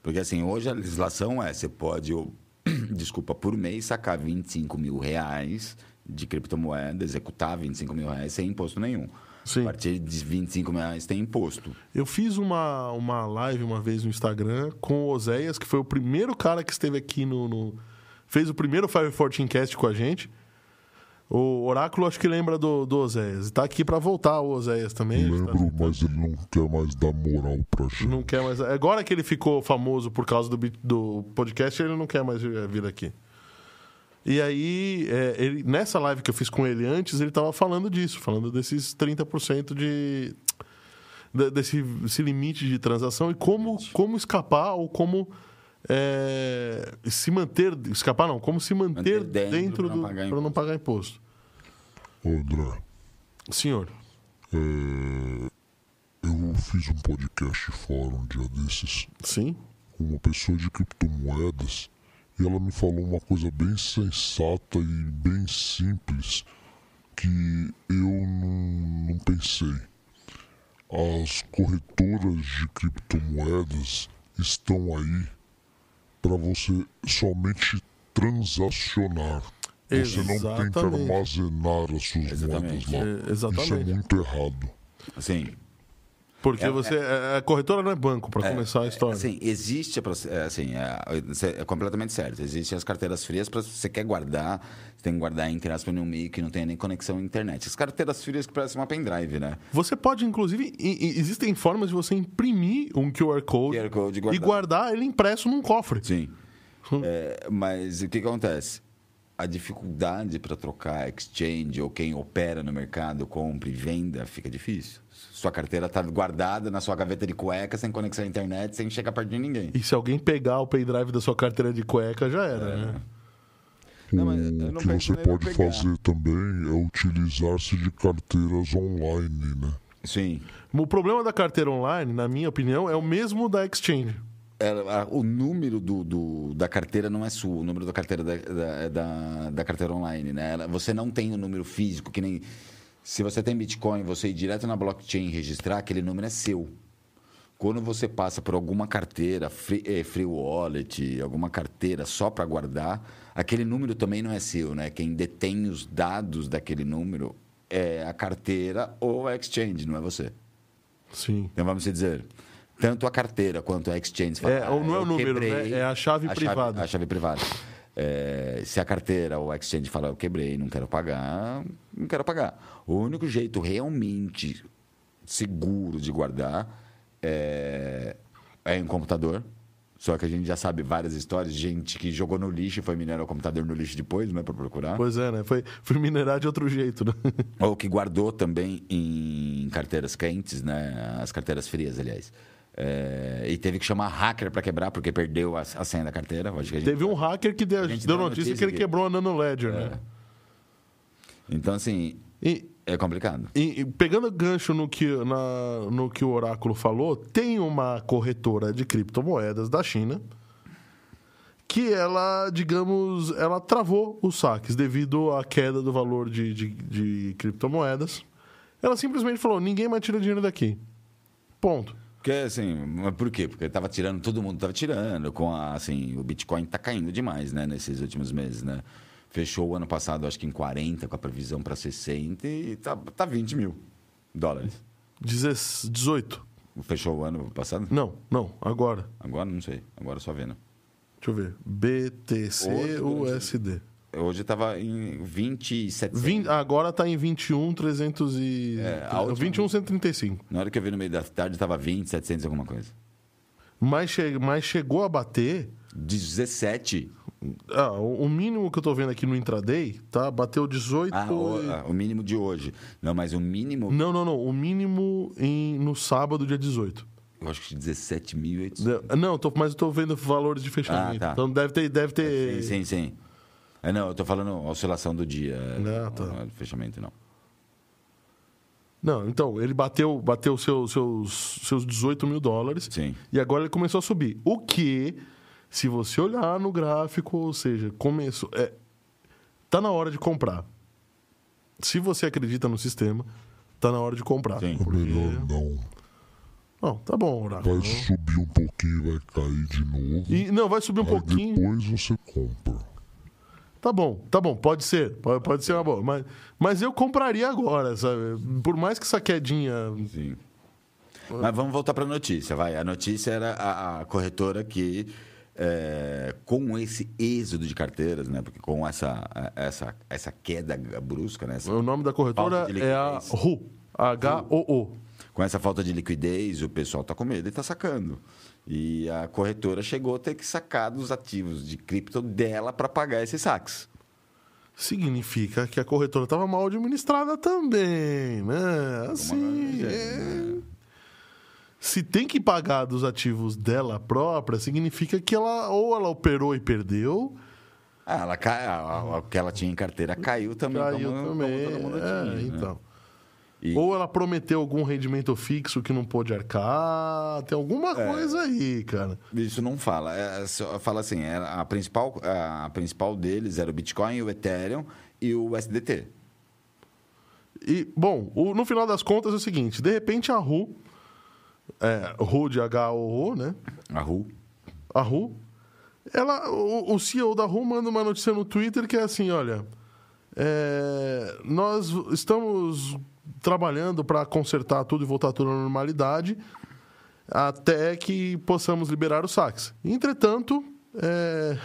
Speaker 2: Porque assim, hoje a legislação é, você pode, o- *clears throat* desculpa, por mês sacar 25 mil reais de criptomoeda, executar 25 mil reais sem imposto nenhum.
Speaker 1: Sim.
Speaker 2: A partir de 25 mil reais tem imposto.
Speaker 1: Eu fiz uma, uma live uma vez no Instagram com o Oséias, que foi o primeiro cara que esteve aqui no. no- fez o primeiro Fire 14 Cast com a gente. O Oráculo acho que lembra do, do Oséias. E tá aqui para voltar o Oséias também. Ele tá-
Speaker 3: Lembro, mas ele não quer mais dar moral pra gente.
Speaker 1: Não quer mais. Agora que ele ficou famoso por causa do, bit- do podcast, ele não quer mais vir vir aqui. E aí, é, ele, nessa live que eu fiz com ele antes, ele estava falando disso, falando desses 30% de. de- desse esse limite de transação e como, como escapar ou como. é, se manter. Escapar não, como se manter,
Speaker 2: Manter
Speaker 1: dentro,
Speaker 2: dentro pra
Speaker 1: do
Speaker 2: não pagar
Speaker 1: para não pagar imposto.
Speaker 3: Ô, André,
Speaker 1: Senhor.
Speaker 3: é, eu fiz um podcast fora um dia desses
Speaker 1: Sim?
Speaker 3: com uma pessoa de criptomoedas e ela me falou uma coisa bem sensata e bem simples que eu não, não pensei. As corretoras de criptomoedas estão aí para você somente transacionar. Você não tem
Speaker 1: Exatamente.
Speaker 3: que armazenar as suas
Speaker 2: Exatamente.
Speaker 3: moedas lá.
Speaker 1: É, exatamente.
Speaker 3: Isso é muito errado.
Speaker 2: Assim,
Speaker 1: Porque
Speaker 2: É,
Speaker 1: você. é, a corretora não é banco, para
Speaker 2: É,
Speaker 1: começar a história.
Speaker 2: Assim, existe, a proce- é, assim, é, é completamente certo. Existem as carteiras frias para você quer guardar, você tem que guardar entre aspas num meio que não tenha nem conexão à internet. As carteiras frias que parecem uma pendrive, né?
Speaker 1: Você pode, inclusive, i- i- existem formas de você imprimir um QR Code,
Speaker 2: QR code
Speaker 1: e
Speaker 2: guardado.
Speaker 1: guardar ele impresso num cofre.
Speaker 2: Sim. É, mas o que que acontece? A dificuldade para trocar exchange ou quem opera no mercado, compra e venda, fica difícil. Sua carteira está guardada na sua gaveta de cueca, sem conexão à internet, sem chegar perto de ninguém.
Speaker 1: E se alguém pegar o pendrive da sua carteira de cueca, já
Speaker 2: É.
Speaker 1: era, né?
Speaker 2: Não, mas eu
Speaker 3: o
Speaker 2: não
Speaker 3: que
Speaker 2: penso
Speaker 3: você
Speaker 2: nem no
Speaker 3: pode
Speaker 2: pegar.
Speaker 3: fazer também é utilizar-se de carteiras online, né?
Speaker 2: Sim.
Speaker 1: O problema da carteira online, na minha opinião, é o mesmo da Exchange.
Speaker 2: ela- É, a- o número do, do- da carteira não é sua, o número da carteira da, da, da- da carteira online, né? Ela- você não tem o número físico, que nem. Se você tem Bitcoin, você ir direto na blockchain e registrar, aquele número é seu. Quando você passa por alguma carteira, free, eh, free wallet, alguma carteira só para guardar, aquele número também não é seu, né? Quem detém os dados daquele número é a carteira ou a exchange, não é você.
Speaker 1: Sim.
Speaker 2: Então vamos dizer, tanto a carteira quanto a exchange. você
Speaker 1: É, ou não é o
Speaker 2: eu
Speaker 1: número, né? É a chave privada.
Speaker 2: a chave privada. É, se a carteira ou a exchange falar eu quebrei, não quero pagar, não quero pagar. O único jeito realmente seguro de guardar é, é em computador. Só que a gente já sabe várias histórias de gente que jogou no lixo e foi minerar o computador no lixo depois, não é para procurar.
Speaker 1: Pois é, né? Foi, fui minerar de outro jeito, né?
Speaker 2: Ou que guardou também em carteiras quentes, né? As carteiras frias, aliás. É, e teve que chamar hacker para quebrar, porque perdeu a, a senha da carteira. Acho que a gente-
Speaker 1: Teve um hacker que deu,
Speaker 2: A gente
Speaker 1: deu
Speaker 2: deu a
Speaker 1: notícia
Speaker 2: notícia
Speaker 1: que ele
Speaker 2: que- É.
Speaker 1: quebrou a Nano Ledger, né?
Speaker 2: Então, assim,
Speaker 1: E,
Speaker 2: é complicado.
Speaker 1: E, e pegando gancho no que, na- no que o Oráculo falou, tem uma corretora de criptomoedas da China que ela, digamos, ela travou os saques devido à queda do valor de, de- de criptomoedas. Ela simplesmente falou: ninguém mais tira dinheiro daqui. Ponto.
Speaker 2: Porque, assim, mas por quê? Porque tava tirando, todo mundo tava tirando. Com a, assim, o Bitcoin tá caindo demais, né? Nesses últimos meses, né? Fechou o ano passado, acho que em 40, com a previsão para 60, e tá, tá 20 mil dólares.
Speaker 1: Dezes- 18.
Speaker 2: Fechou o ano passado?
Speaker 1: Não, não, agora.
Speaker 2: Agora não sei. Agora só vendo.
Speaker 1: Deixa eu ver. BTC
Speaker 2: Outro grande.
Speaker 1: USD.
Speaker 2: Hoje estava em 27.
Speaker 1: Vin- agora está em 21,300 e.
Speaker 2: É, a última-
Speaker 1: 21,135.
Speaker 2: Na hora que eu vi no meio da tarde, estava 20, 700 alguma coisa.
Speaker 1: Mas, che- mas chegou a bater.
Speaker 2: 17.
Speaker 1: Ah, o o mínimo que eu tô vendo aqui no intraday, tá? Bateu 18.
Speaker 2: Ah, o,
Speaker 1: e-
Speaker 2: ah, o mínimo de hoje. Não, mas o mínimo,
Speaker 1: Não, não, não. O mínimo em, no sábado, dia 18.
Speaker 2: eu acho que 17.800.
Speaker 1: De- Não, tô, mas eu tô vendo valores de fechamento.
Speaker 2: Ah, tá.
Speaker 1: Então deve ter. Deve ter...
Speaker 2: Sim, sim, sim. É, não, eu tô falando a oscilação do dia.
Speaker 1: Ah, tá.
Speaker 2: Não é do Fechamento, não.
Speaker 1: Não, então, ele bateu, bateu seu, seus, seus 18 mil dólares.
Speaker 2: Sim.
Speaker 1: E agora ele começou a subir. O que, se você olhar no gráfico, ou seja, começou. É, tá na hora de comprar. Se você acredita no sistema, tá na hora de comprar.
Speaker 2: Sim.
Speaker 3: É melhor não.
Speaker 1: Não, tá bom,
Speaker 3: Vai
Speaker 1: Oráculo.
Speaker 3: subir um pouquinho, vai cair de novo.
Speaker 1: E, não, vai subir um
Speaker 3: aí
Speaker 1: pouquinho.
Speaker 3: depois você compra.
Speaker 1: Tá bom, tá bom, pode ser. Pode, pode ser uma boa. Mas, mas eu compraria agora, sabe? Por mais que essa quedinha.
Speaker 2: Sim. Mas vamos voltar para a notícia, vai. A notícia era a, a corretora que, é, com esse êxodo de carteiras, né? Porque com essa, a- essa, essa queda brusca, né? essa-
Speaker 1: O nome da corretora
Speaker 2: Falta de
Speaker 1: é a
Speaker 2: liquidez.
Speaker 1: RU. H-O-O.
Speaker 2: com essa falta de liquidez, o pessoal está com medo e está sacando. E a corretora chegou a ter que sacar dos ativos de cripto dela para pagar esses saques.
Speaker 1: Significa que a corretora estava mal administrada também, né? Assim. é. Se tem que pagar dos ativos dela própria, significa que ela ou ela operou e perdeu,
Speaker 2: Ah, ela cai, a- a- o que ela tinha em carteira caiu também. tá
Speaker 1: caiu
Speaker 2: como- como
Speaker 1: também.
Speaker 2: todo mundo
Speaker 1: é,
Speaker 2: tinha, né?
Speaker 1: então.
Speaker 2: E-
Speaker 1: Ou ela prometeu algum rendimento fixo que não pôde arcar. Tem alguma
Speaker 2: É.
Speaker 1: coisa aí, cara.
Speaker 2: Isso não fala. É, só fala assim, era a principal, a principal deles era o Bitcoin, o Ethereum e o SDT.
Speaker 1: E, bom, o- no final das contas é o seguinte: de repente a Ru, é, Ru de H-O-O, né?
Speaker 2: A RU.
Speaker 1: A Ru, ela, o, o CEO da Ru manda uma notícia no Twitter que é assim: olha, É, nós estamos trabalhando para consertar tudo e voltar tudo à normalidade até que possamos liberar o sax. Entretanto, é,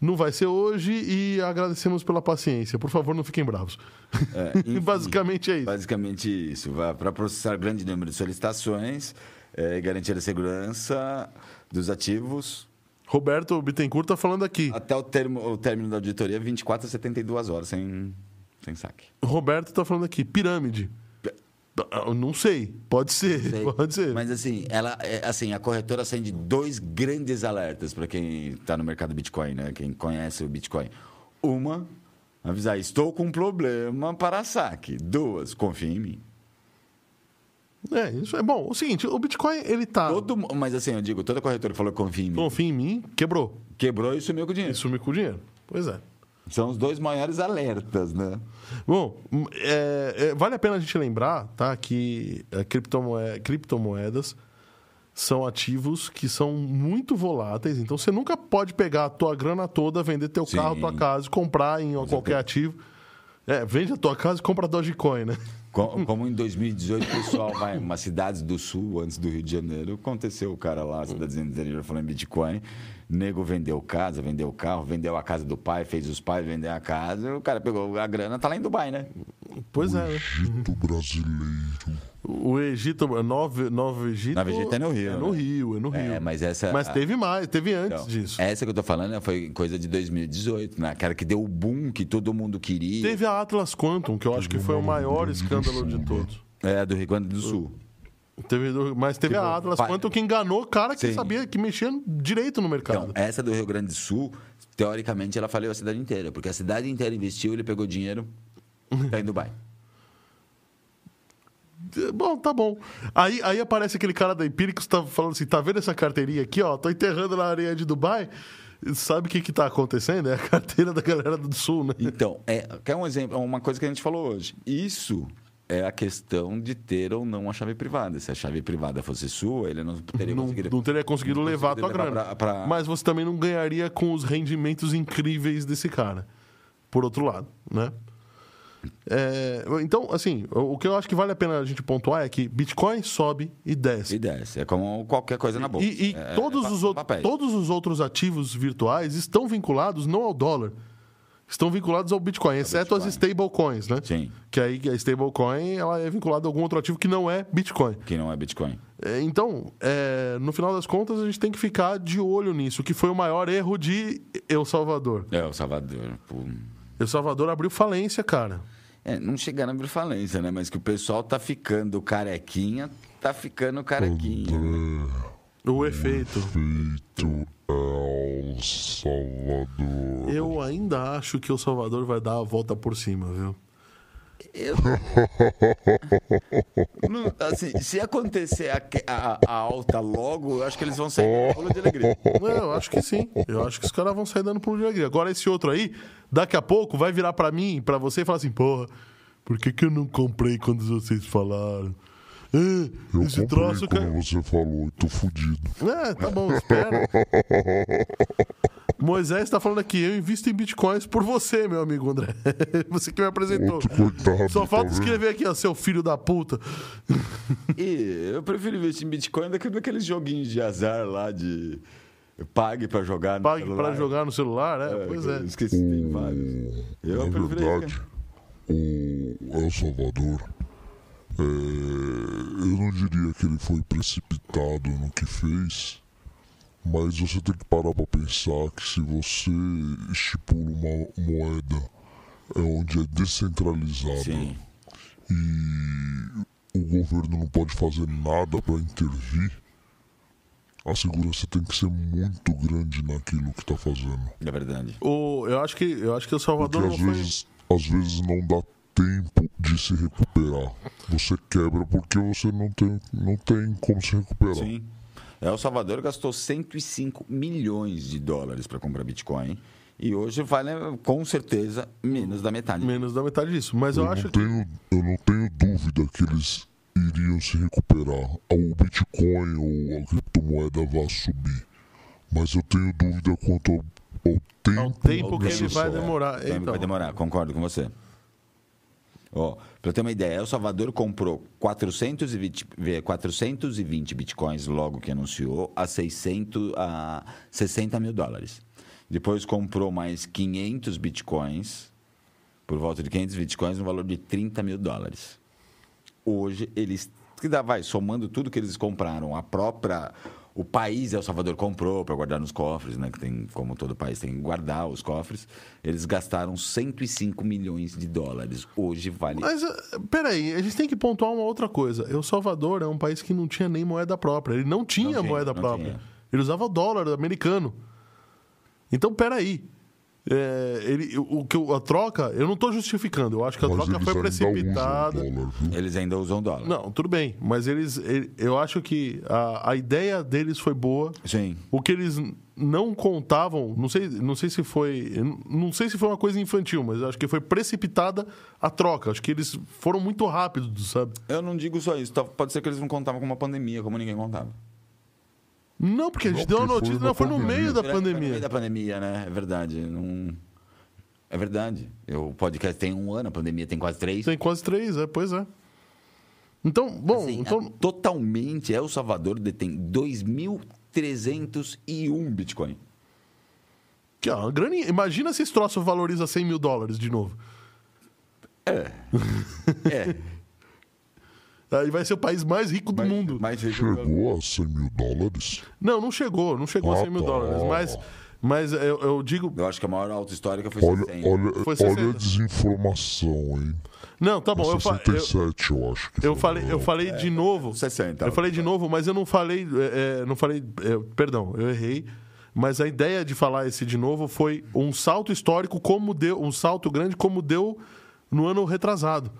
Speaker 1: não vai ser hoje e agradecemos pela paciência. Por favor, não fiquem bravos. *laughs*
Speaker 2: É, enfim,
Speaker 1: Basicamente é isso.
Speaker 2: Basicamente isso. Para processar grande número de solicitações é, e garantir a segurança dos ativos,
Speaker 1: Roberto Bittencourt está falando aqui.
Speaker 2: até o, termo, o término da auditoria, 24 a 72 horas sem, sem saque.
Speaker 1: Roberto está falando aqui, pirâmide. Eu Não sei, pode ser,
Speaker 2: Sei.
Speaker 1: pode ser.
Speaker 2: Mas assim, ela, é, assim, a corretora acende dois grandes alertas para quem está no mercado Bitcoin, né? Quem conhece o Bitcoin. Uma, avisar, estou com um problema para saque. Duas, confia em mim.
Speaker 1: É, isso é bom. O seguinte, o Bitcoin, ele tá.
Speaker 2: Todo, mu- mas assim, eu digo, toda corretora que falou confia em mim,
Speaker 1: Confia em mim, quebrou.
Speaker 2: quebrou e sumiu com
Speaker 1: E
Speaker 2: o dinheiro.
Speaker 1: sumiu com o dinheiro. Pois é.
Speaker 2: São os dois maiores alertas, né?
Speaker 1: Bom, hum, é, é, vale a pena a gente lembrar, tá? Que é, criptomoe- criptomoedas são ativos que são muito voláteis. Então, você nunca pode pegar a tua grana toda, vender teu
Speaker 2: Sim.
Speaker 1: carro, tua casa, comprar em qualquer ativo. É, vende a tua casa e compra Dogecoin, né?
Speaker 2: Co- Como em 2018, o pessoal vai em umas cidades do sul, antes do Rio de Janeiro, aconteceu o cara lá, cidadezinha do interior, falando em Bitcoin. Nego vendeu casa, vendeu carro, vendeu a casa do pai, fez os pais vender a casa. O cara pegou a grana, tá lá em Dubai, né?
Speaker 1: Pois é. né?
Speaker 3: Egito
Speaker 2: Uhum.
Speaker 3: brasileiro.
Speaker 1: O Egito, Nova, Nova Egito.
Speaker 2: Nova Egito é no Rio,
Speaker 1: É no
Speaker 2: né?
Speaker 1: Rio, é no Rio.
Speaker 2: É, mas essa-
Speaker 1: Mas teve mais, teve antes
Speaker 2: Então,
Speaker 1: disso.
Speaker 2: Essa que eu tô falando né, foi coisa de 2018, né? Aquela que deu o boom que todo mundo queria.
Speaker 1: Teve a Atlas Quantum, que eu acho que foi o maior escândalo de todos.
Speaker 2: É, do Rio Grande do Sul.
Speaker 1: Teve, do- mas teve a Atlas
Speaker 2: vai-
Speaker 1: Quantum que enganou o cara que
Speaker 2: Sim.
Speaker 1: sabia que mexia direito no mercado.
Speaker 2: Então, essa do Rio Grande do Sul, teoricamente, ela falhou a cidade inteira, porque a cidade inteira investiu, ele pegou dinheiro, tá em Dubai. Então, é.
Speaker 1: Bom, tá bom. Aí, aí aparece aquele cara da Empíricos tá falando assim: tá vendo essa carteirinha aqui, ó? Tô enterrando na areia de Dubai. Sabe o que que tá acontecendo? É a *laughs* carteira da galera do Sul, né?
Speaker 2: *laughs* Então, é, quer um exemplo? Uma coisa que a gente falou hoje. Isso é a questão de ter ou não a chave privada. Se a chave privada fosse sua, ele não teria
Speaker 1: Não,
Speaker 2: conseguido.
Speaker 1: não teria conseguido
Speaker 2: não
Speaker 1: levar a tua
Speaker 2: conseguido levar
Speaker 1: grana.
Speaker 2: pra- pra-
Speaker 1: Mas você também não ganharia com os rendimentos incríveis desse cara. Por outro lado, né? É, então, assim, o o que eu acho que vale a pena a gente pontuar é que Bitcoin sobe e desce.
Speaker 2: E desce. É como qualquer coisa na bolsa.
Speaker 1: E, e
Speaker 2: É-
Speaker 1: todos,
Speaker 2: é
Speaker 1: os
Speaker 2: pa-
Speaker 1: outros,
Speaker 2: papéis.
Speaker 1: todos os outros ativos virtuais estão vinculados não ao dólar, estão vinculados ao Bitcoin, exceto as stablecoins, né?
Speaker 2: Sim.
Speaker 1: Que aí a stablecoin ela é vinculada a algum outro ativo que não é Bitcoin.
Speaker 2: Que não é Bitcoin.
Speaker 1: É, Então, é, no final das contas, a gente tem que ficar de olho nisso, que foi o maior erro de El Salvador.
Speaker 2: É, o Salvador. pô.
Speaker 1: El Salvador abriu falência, cara.
Speaker 2: É, não chegaram a abrir falência, né? Mas que o pessoal tá ficando carequinha, tá ficando carequinha. né?
Speaker 3: André
Speaker 1: O efeito.
Speaker 3: feito El é Salvador.
Speaker 1: Eu ainda acho que o Salvador vai dar a volta por cima, viu? *laughs*
Speaker 2: Eu- Não, assim, se acontecer a, que- a- a alta logo, eu acho que eles vão sair com pulo de alegria.
Speaker 1: Não, eu acho que sim. Eu acho que os caras vão sair dando pulo de alegria. Agora, esse outro aí, daqui a pouco, vai virar pra mim, pra você e falar assim: porra, por que, que eu não comprei quando vocês falaram? Ah,
Speaker 3: Eu
Speaker 1: esse
Speaker 3: comprei
Speaker 1: troço.
Speaker 3: quando
Speaker 1: caiu."
Speaker 3: você falou, eu tô fudido.
Speaker 1: É, tá bom, espera. *laughs* Moisés tá falando aqui, eu invisto em bitcoins por você, meu amigo André. *laughs* Você que me apresentou.
Speaker 3: Outro coitado.
Speaker 1: Só falta
Speaker 3: Oh, tá vendo?
Speaker 1: escrever aqui, ó, seu filho da puta.
Speaker 2: E eu prefiro investir em Bitcoin do que naqueles joguinhos de azar lá de pague pra jogar. no
Speaker 1: Pague
Speaker 2: celular.
Speaker 1: pra jogar no celular, né?
Speaker 2: É,
Speaker 1: Pois é.
Speaker 2: eu Esqueci, tem vários. Eu
Speaker 3: Na
Speaker 2: prefiro
Speaker 3: é verdade, Tá o El Salvador, é, eu não diria que ele foi precipitado no que fez, mas você tem que parar para pensar que se você estipula uma moeda é, onde é descentralizada
Speaker 2: Sim.
Speaker 3: e o governo não pode fazer nada para intervir, a segurança tem que ser muito grande naquilo que está fazendo.
Speaker 2: É verdade.
Speaker 1: O, eu, acho que, eu acho que o
Speaker 3: Porque
Speaker 1: Salvador não
Speaker 3: às
Speaker 1: foi.
Speaker 3: vezes, às vezes não dá tempo de se recuperar. Você quebra porque você não tem, não tem como se recuperar.
Speaker 2: Sim. El Salvador gastou 105 milhões de dólares para comprar Bitcoin. E hoje vale, com certeza, menos da metade.
Speaker 1: Menos da metade disso. Mas
Speaker 3: Eu,
Speaker 1: eu
Speaker 3: não
Speaker 1: acho que.
Speaker 3: tenho, eu não tenho dúvida que eles iriam se recuperar. O Bitcoin ou a criptomoeda vai subir. Mas eu tenho dúvida quanto ao Ao tempo,
Speaker 1: Há um tempo que ele
Speaker 2: Deixa
Speaker 1: vai
Speaker 2: eu-
Speaker 1: demorar.
Speaker 2: É. Vai-
Speaker 1: Então,
Speaker 2: Vai demorar, concordo com você. Ó, pra eu ter uma ideia, El Salvador comprou 420, vê, 420 bitcoins logo que anunciou a, 600, a 60 mil dólares. Depois comprou mais 500 bitcoins, por volta de 500 bitcoins, no valor de 30 mil dólares. Hoje, eles. Que dá, vai, somando tudo que eles compraram, a própria. O país El Salvador comprou para guardar nos cofres, né? Que tem, como todo país tem que guardar os cofres. Eles gastaram 105 milhões de dólares. Hoje vale.
Speaker 1: Mas, eh, peraí, a gente tem que pontuar uma outra coisa. El Salvador é um país que não tinha nem moeda própria. Ele não tinha
Speaker 2: Não tinha,
Speaker 1: moeda
Speaker 2: não
Speaker 1: própria.
Speaker 2: tinha.
Speaker 1: Ele usava o dólar americano. Então, peraí. Eh, ele, o, que eu- a troca, eu não estou justificando. Eu acho que a
Speaker 3: mas
Speaker 1: troca
Speaker 3: eles
Speaker 1: foi
Speaker 3: ainda
Speaker 1: precipitada.
Speaker 3: usam dólar, viu?
Speaker 2: Eles ainda usam dólar.
Speaker 1: Não, tudo bem. Mas eles. ele- eu acho que a, a ideia deles foi boa.
Speaker 2: Sim.
Speaker 1: O que eles n- não contavam, não sei, não sei se foi. eu n- Não sei se foi uma coisa infantil, mas acho que foi precipitada a troca. Acho que eles foram muito rápidos, sabe?
Speaker 2: Eu não digo só isso. Tá- Pode ser que eles não contavam com uma pandemia, como ninguém contava.
Speaker 1: Não, porque a gente
Speaker 3: Não,
Speaker 1: deu uma
Speaker 3: porque foi
Speaker 1: notícia.
Speaker 3: uma
Speaker 1: Não, foi no
Speaker 3: pandemia.
Speaker 1: meio da
Speaker 2: Foi no meio
Speaker 1: pandemia.
Speaker 2: da pandemia, né? É verdade. Não... É verdade. Eu- O podcast tem um ano, a pandemia tem quase três.
Speaker 1: Tem quase três, é, pois é. Então, bom,
Speaker 2: Assim,
Speaker 1: então.
Speaker 2: a- totalmente El Salvador detém 2.301 Bitcoin.
Speaker 1: Que, ó, a graninha, imagina se esse troço valoriza 100 mil dólares de novo.
Speaker 2: *laughs* É,
Speaker 1: Aí vai ser o país mais rico do mundo.
Speaker 2: mais
Speaker 3: Chegou a 100 mil dólares?
Speaker 1: Não, não chegou, não chegou a 100 mil
Speaker 3: Opa.
Speaker 1: dólares. Mas, mas eu, eu digo.
Speaker 2: Eu acho que a maior alta histórica foi
Speaker 3: Olha,
Speaker 2: 60.
Speaker 3: olha,
Speaker 1: Foi
Speaker 3: olha
Speaker 1: 60.
Speaker 3: a desinformação, hein?
Speaker 1: Não, tá bom, eu, fa- eu,
Speaker 3: 67, eu, acho. que
Speaker 1: eu
Speaker 3: foi.
Speaker 1: falei, eu falei de novo.
Speaker 2: 60.
Speaker 1: Eu falei de novo, mas eu não falei. é, é, não falei. é, perdão, eu errei. Mas a ideia de falar esse de novo foi um salto histórico, como deu. Um salto grande, como deu no ano retrasado.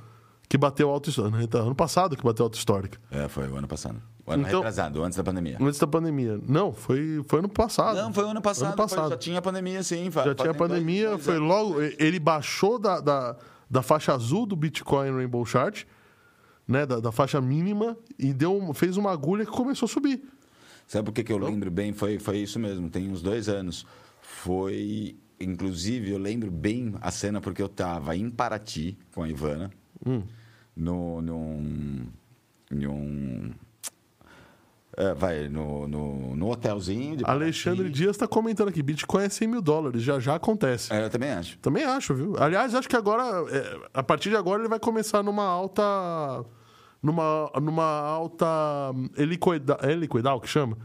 Speaker 1: Que bateu alto histórico. Ano passado que bateu alto histórico.
Speaker 2: É, foi o ano passado. O ano
Speaker 1: Então-
Speaker 2: retrasado, antes da pandemia.
Speaker 1: Antes da pandemia. Não, foi, foi ano passado.
Speaker 2: Não, foi o ano passado.
Speaker 1: Ano
Speaker 2: foi-
Speaker 1: passado.
Speaker 2: já tinha pandemia, sim.
Speaker 1: Já tinha a pandemia, foi logo. e- Ele baixou da, da, da faixa azul do Bitcoin Rainbow Chart, né? Da, da faixa mínima, e deu, um- fez uma agulha que começou a subir.
Speaker 2: Sabe por que, que eu lembro bem? Foi, foi isso mesmo, tem uns dois anos. Foi. Inclusive, eu lembro bem a cena porque eu estava em Paraty com a Ivana, no, num. num é, vai, no, no, no hotelzinho. de
Speaker 1: Alexandre
Speaker 2: Paraty.
Speaker 1: Dias está comentando aqui: Bitcoin é 100 mil dólares, já já acontece.
Speaker 2: É, eu também acho.
Speaker 1: Também acho, viu? Aliás, acho que agora, é, a partir de agora, ele vai começar numa alta. Numa, numa alta. Helicoidal, é helicoidal que chama?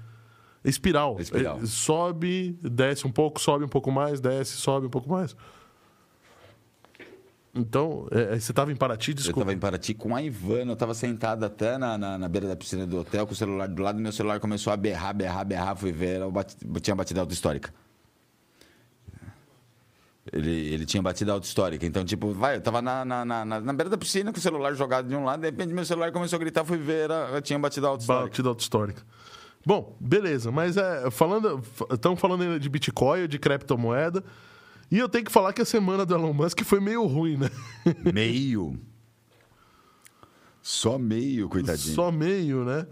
Speaker 1: Espiral.
Speaker 2: Espiral.
Speaker 1: Ele sobe, desce um pouco, sobe um pouco mais, desce, sobe um pouco mais. Então, é, é, você estava em Paraty,
Speaker 2: Eu
Speaker 1: desculpa.
Speaker 2: estava em Paraty com a Ivana, eu estava sentado até na, na, na beira da piscina do hotel com o celular do lado, meu celular começou a berrar, berrar, berrar, fui ver, era o bati- tinha batido alto histórica. Ele, ele tinha batido alto histórica, então, tipo, vai, eu tava na, na, na, na- na beira da piscina com o celular jogado de um lado, de repente meu celular começou a gritar, fui ver, era, eu tinha batido alto histórica.
Speaker 1: Batida auto-histórica. Bom, beleza, mas é, falando, estamos falando ainda de Bitcoin, de criptomoeda, e eu tenho que falar que a semana do Elon Musk foi meio ruim, né?
Speaker 2: Meio. Só meio, coitadinho.
Speaker 1: Só meio, né?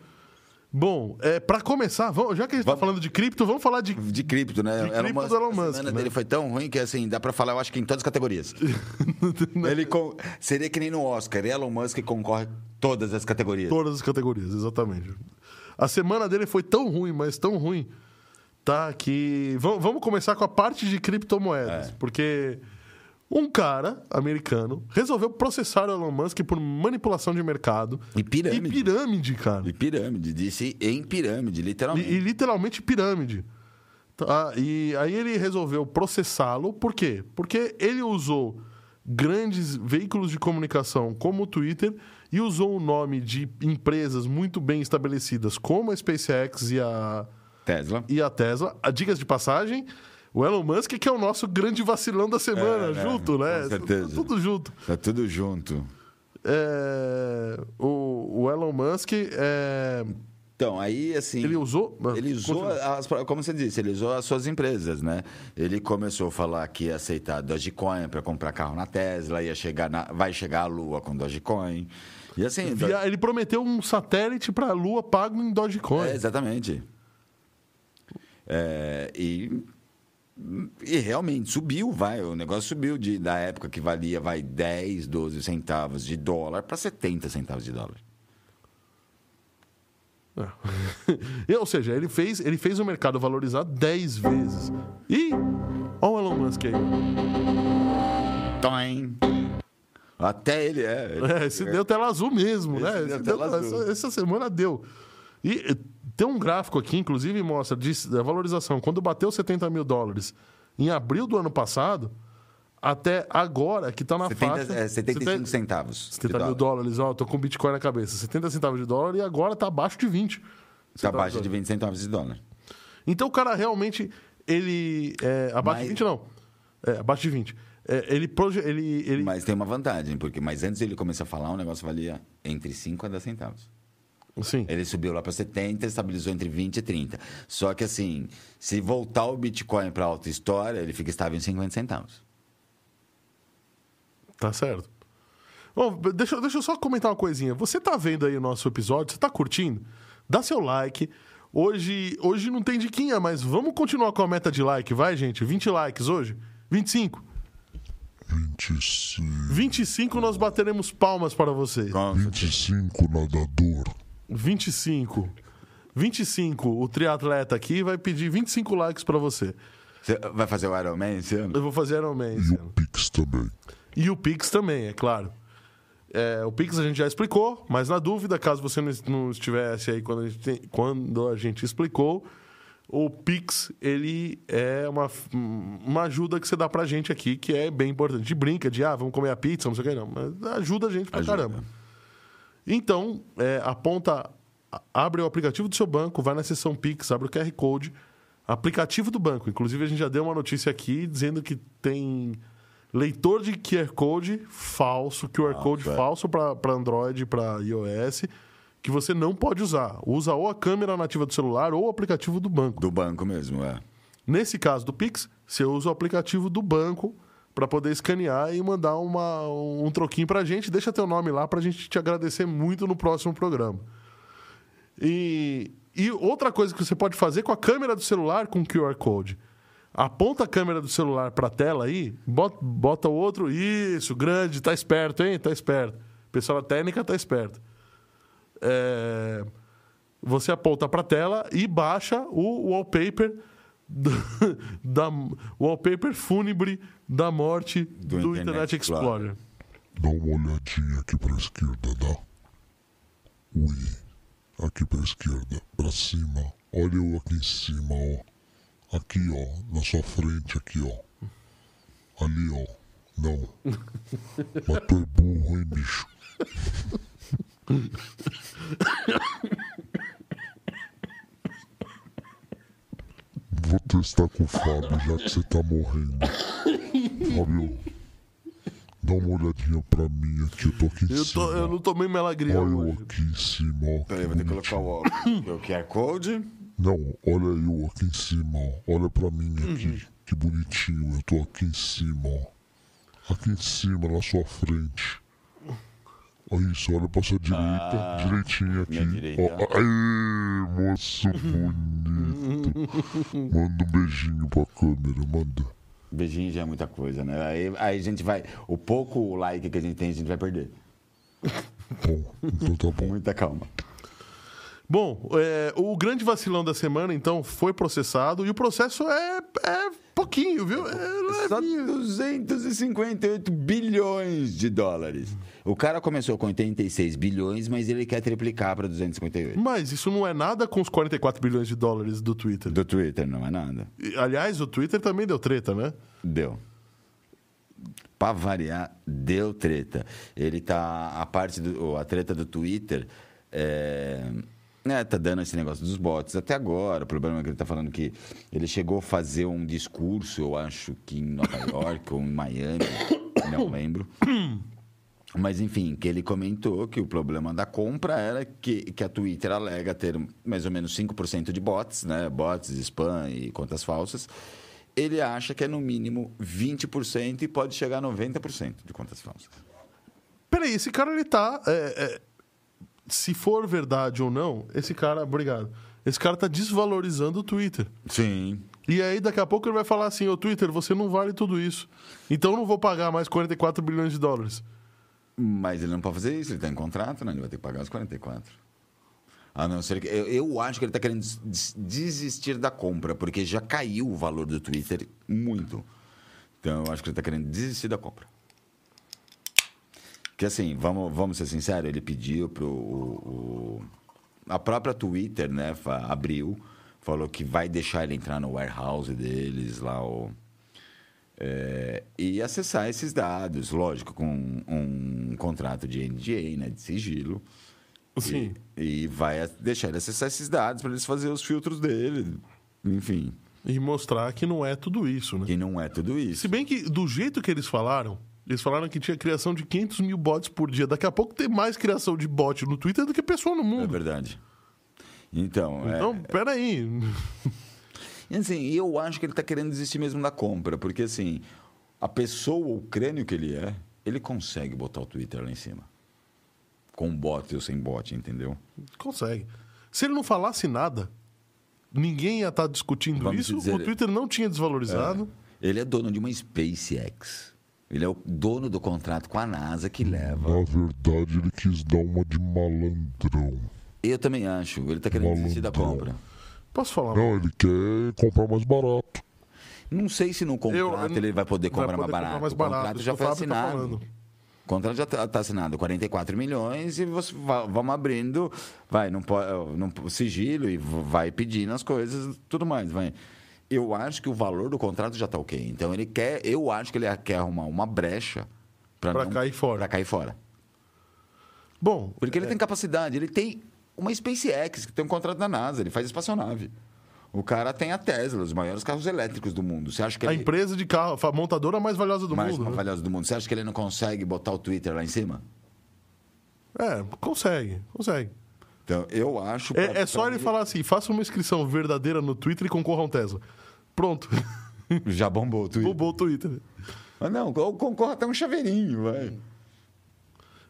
Speaker 1: Bom, é, para começar, vamos, já que a gente tá
Speaker 2: Vamos-
Speaker 1: falando de cripto, vamos falar de.
Speaker 2: De cripto, né?
Speaker 1: De cripto do Elon
Speaker 2: A
Speaker 1: Musk,
Speaker 2: semana
Speaker 1: né?
Speaker 2: dele foi tão ruim que, assim, dá pra falar, eu acho que em todas
Speaker 1: *laughs*
Speaker 2: as categorias. Ele con- Seria que nem no Oscar. Elon Musk concorre todas as categorias.
Speaker 1: Todas as categorias, exatamente. A semana dele foi tão ruim, mas tão ruim, tá? Que. Vam- Vamos começar com a parte de
Speaker 2: É.
Speaker 1: criptomoedas, porque um cara americano resolveu processar o Elon Musk por manipulação de mercado
Speaker 2: E pirâmide.
Speaker 1: e pirâmide, cara.
Speaker 2: De pirâmide, disse em pirâmide, literalmente.
Speaker 1: E, e literalmente pirâmide. Tá? E aí ele resolveu processá-lo, por quê? Porque ele usou grandes veículos de comunicação como o Twitter e usou o nome de empresas muito bem estabelecidas como a SpaceX e a,
Speaker 2: Tesla.
Speaker 1: e a Tesla. A dicas de passagem, o Elon Musk, que é o nosso grande vacilão da semana,
Speaker 2: É, né?
Speaker 1: junto,
Speaker 2: Com
Speaker 1: né?
Speaker 2: certeza.
Speaker 1: Tudo junto
Speaker 2: Tá tudo junto.
Speaker 1: é, o, o Elon Musk é,
Speaker 2: Então, aí, assim...
Speaker 1: ele usou ah,
Speaker 2: Ele usou, as, como você disse, ele usou as suas empresas, né? Ele começou a falar que ia aceitar Dogecoin para comprar carro na Tesla, ia chegar na, vai chegar à Lua com Dogecoin. E assim,
Speaker 1: Via- ele prometeu um satélite para a Lua pago em Dogecoin.
Speaker 2: É, exatamente. É, e E realmente subiu, vai. O negócio subiu de, da época que valia vai 10, 12 centavos de dólar para 70 centavos de dólar.
Speaker 1: É. *laughs* Ou seja, ele fez, ele fez o mercado valorizar 10 vezes. E olha o Elon Musk aí.
Speaker 2: Toim. Até ele é. ele-
Speaker 1: *laughs* É, se deu tela azul mesmo,
Speaker 2: Esse
Speaker 1: né?
Speaker 2: deu
Speaker 1: Esse
Speaker 2: tela
Speaker 1: deu-
Speaker 2: azul.
Speaker 1: Essa, essa semana deu. E eh, tem um gráfico aqui, inclusive, mostra de- da valorização. Quando bateu 70 mil dólares em abril do ano passado, até agora, que está na
Speaker 2: 70,
Speaker 1: faixa...
Speaker 2: é, 75
Speaker 1: 70
Speaker 2: centavos. de
Speaker 1: 70 mil
Speaker 2: dólar.
Speaker 1: dólares, ó, tô com Bitcoin na cabeça. 70 centavos de dólar e agora tá abaixo de 20.
Speaker 2: Tá
Speaker 1: centavos
Speaker 2: abaixo de
Speaker 1: dólar.
Speaker 2: 20 centavos de dólar.
Speaker 1: Então o cara realmente, ele... é, abaixo de
Speaker 2: Mas-
Speaker 1: 20 não. É, abaixo de 20. É, ele, proje- ele, ele
Speaker 2: Mas tem uma vantagem, porque mas antes ele começar a falar, o negócio valia entre 5 a 10 centavos.
Speaker 1: Sim.
Speaker 2: Ele subiu lá para 70, estabilizou entre 20 e 30. Só que assim, se voltar o Bitcoin para alta história, ele fica estável em 50 centavos.
Speaker 1: Tá certo. Bom, deixa, eu- deixa eu só comentar uma coisinha. Você tá vendo aí o nosso episódio? Você tá curtindo? Dá seu like. Hoje, hoje não tem diquinha, mas vamos continuar com a meta de like, vai, gente? 20 likes hoje? 25?
Speaker 3: 25,
Speaker 1: 25 nós bateremos palmas para você.
Speaker 2: Com
Speaker 3: 25 nadador.
Speaker 1: 25. 25. O triatleta aqui vai pedir 25 likes para você.
Speaker 2: Você vai fazer o Iron Man esse ano?
Speaker 1: Eu vou fazer Ironman. esse
Speaker 3: E
Speaker 1: ano.
Speaker 3: o Pix também.
Speaker 1: E o Pix também, é claro. É, o Pix a gente já explicou, mas na dúvida, caso você não, não estivesse aí quando a gente, tem- quando a gente explicou, o Pix ele é uma, uma ajuda que você dá pra gente aqui, que é bem importante. De brinca, de ah, vamos comer a pizza, não sei o que, não. Mas ajuda a gente pra
Speaker 2: Ajuda.
Speaker 1: caramba. Então, é, aponta, a- abre o aplicativo do seu banco, vai na seção Pix, abre o QR Code, aplicativo do banco. Inclusive, a gente já deu uma notícia aqui dizendo que tem leitor de QR Code falso, QR Code
Speaker 2: é.
Speaker 1: falso para Android e para iOS, que você não pode usar. Usa ou a câmera nativa do celular ou o aplicativo do banco.
Speaker 2: Do banco mesmo, é.
Speaker 1: Nesse caso do Pix, você usa o aplicativo do banco para poder escanear e mandar uma- um troquinho para a gente. Deixa teu nome lá para a gente te agradecer muito no próximo programa. E, e outra coisa que você pode fazer com a câmera do celular com QR Code. Aponta a câmera do celular para a tela aí, bota, bota o outro. Isso, grande, tá esperto, hein? Tá esperto. O pessoal da técnica tá esperto. É, você aponta para a tela e baixa o wallpaper do- *laughs* da wallpaper fúnebre da morte do, Internet,
Speaker 2: Internet
Speaker 1: Explorer.
Speaker 2: Explorer.
Speaker 3: Dá uma olhadinha aqui pra esquerda, dá? Ui. Aqui pra esquerda, pra cima. Olha eu aqui em cima, ó. Aqui, ó. Na sua frente, aqui, ó. Ali, ó. Não. Mas tu é burro, hein, bicho? Vou testar com o Fábio, já que você tá morrendo. Fábio, dá uma olhadinha pra mim aqui, eu tô aqui em
Speaker 1: Eu,
Speaker 3: cima.
Speaker 1: tô- eu não tomei melagria
Speaker 3: Olha eu
Speaker 1: hoje.
Speaker 3: aqui em cima, ó.
Speaker 2: Peraí, vou ter que colocar o óculos. O QR Code.
Speaker 3: Não, olha eu aqui em cima, ó. Olha pra mim aqui.
Speaker 2: Uhum.
Speaker 3: Que bonitinho, eu tô aqui em cima, ó. Aqui em cima, na sua frente. Olha isso, olha pra sua direita, direitinho aqui.
Speaker 2: Ah, minha direita.
Speaker 3: Ó, aê, moço bonito. Manda um beijinho pra câmera, manda.
Speaker 2: Beijinho já é muita coisa, né? Aí, aí a gente vai. O pouco like que a gente tem, a gente vai perder.
Speaker 3: Bom, então tá
Speaker 2: Com
Speaker 3: bom.
Speaker 2: muita calma.
Speaker 1: Bom, é, o grande vacilão da semana, então, foi processado e o processo é, é pouquinho, viu? É
Speaker 2: Só
Speaker 1: levinho.
Speaker 2: 258 bilhões de dólares. O cara começou com 86 bilhões, mas ele quer triplicar para 258.
Speaker 1: Mas isso não é nada com os 44 bilhões de dólares do Twitter.
Speaker 2: Do Twitter não é nada.
Speaker 1: E, Aliás, o Twitter também deu treta, né?
Speaker 2: Deu. Pra variar, deu treta. Ele tá. A parte do. ou A treta do Twitter. É, né, tá dando esse negócio dos bots até agora. O problema é que ele tá falando que ele chegou a fazer um discurso, eu acho que em Nova York ou em Miami, não lembro. Mas enfim, que ele comentou que o problema da compra era que, que a Twitter alega ter mais ou menos 5% de bots, né? Bots, spam e contas falsas. Ele acha que é no mínimo 20% e pode chegar a 90% de contas falsas.
Speaker 1: Peraí, esse cara ele tá. é, é, se for verdade ou não, esse cara. Obrigado. Esse cara tá desvalorizando o Twitter.
Speaker 2: Sim.
Speaker 1: E aí, daqui a pouco, ele vai falar assim: Ô Twitter, você não vale tudo isso. Então eu não vou pagar mais 44 bilhões de dólares.
Speaker 2: Mas ele não pode fazer isso, ele está em contrato, né? Ele vai ter que pagar os 44. A não ser que. Eu, eu acho que ele está querendo des- desistir da compra, porque já caiu o valor do Twitter muito. Então eu acho que ele está querendo desistir da compra. Que assim, vamos, vamos ser sinceros, ele pediu pro. o- o- a própria Twitter, né, fa- abriu, falou que vai deixar ele entrar no warehouse deles lá, o. É, e acessar esses dados, lógico, com um contrato de NDA, né, de sigilo.
Speaker 1: Sim.
Speaker 2: E, e vai a- deixar ele acessar esses dados para eles fazerem os filtros dele. Enfim,
Speaker 1: E mostrar que não é tudo isso, né?
Speaker 2: que não é tudo
Speaker 1: Se
Speaker 2: isso.
Speaker 1: bem que, do jeito que eles falaram, eles falaram que tinha criação de 500 mil bots por dia. Daqui a pouco tem mais criação de bot no Twitter do que pessoa no
Speaker 2: É
Speaker 1: mundo.
Speaker 2: verdade. Então, é-
Speaker 1: então, peraí. *laughs*
Speaker 2: E, assim, eu acho que ele está querendo desistir mesmo da compra, porque assim, a pessoa, o crânio que ele é, ele consegue botar o Twitter lá em cima. Com bot ou sem bot, entendeu?
Speaker 1: Consegue. Se ele não falasse nada, ninguém ia estar discutindo
Speaker 2: Vamos
Speaker 1: isso.
Speaker 2: dizer-
Speaker 1: O Twitter não tinha desvalorizado.
Speaker 2: Ele é dono de uma SpaceX. Ele é o dono do contrato com a NASA que leva.
Speaker 3: Na verdade, ele quis dar uma de malandrão.
Speaker 2: Eu também acho. Ele está querendo desistir da compra.
Speaker 1: Posso falar?
Speaker 3: Não, ele quer comprar mais barato.
Speaker 2: Não sei se no contrato
Speaker 1: Eu-
Speaker 2: ele vai poder
Speaker 1: vai
Speaker 2: comprar
Speaker 1: poder
Speaker 2: mais
Speaker 1: comprar
Speaker 2: barato.
Speaker 1: mais
Speaker 2: o
Speaker 1: barato,
Speaker 2: contrato
Speaker 1: isso
Speaker 2: já
Speaker 1: que o
Speaker 2: foi
Speaker 1: Fábio tá
Speaker 2: assinado.
Speaker 1: falando.
Speaker 2: o contrato já está assinado, 44 milhões, e você va- vamos abrindo, vai, não pode, não, po- sigilo e v- vai pedindo as coisas tudo mais. Vai. Eu acho que o valor do contrato já está ok. Então ele quer, eu acho que ele quer arrumar uma brecha
Speaker 1: Pra cair fora.
Speaker 2: Para cair fora.
Speaker 1: Bom,
Speaker 2: Porque ele tem capacidade, ele tem uma SpaceX, que tem um contrato da NASA, ele faz espaçonave. O cara tem a Tesla, os maiores carros elétricos do mundo. Você acha que
Speaker 1: a
Speaker 2: ele...
Speaker 1: empresa de carro, a montadora mais valiosa do
Speaker 2: mais
Speaker 1: mundo. né?
Speaker 2: valiosa do mundo. Você acha que ele não consegue botar o Twitter lá em cima?
Speaker 1: É, consegue, consegue.
Speaker 2: Então, eu acho.
Speaker 1: É,
Speaker 2: pra-
Speaker 1: é só
Speaker 2: pra
Speaker 1: ele falar assim: faça uma inscrição verdadeira no Twitter e concorra a um Tesla. Pronto.
Speaker 2: *laughs*
Speaker 1: *laughs*
Speaker 2: Já bombou o Twitter.
Speaker 1: Roubou o Twitter.
Speaker 2: Mas não, co- concorre até um chaveirinho, vai.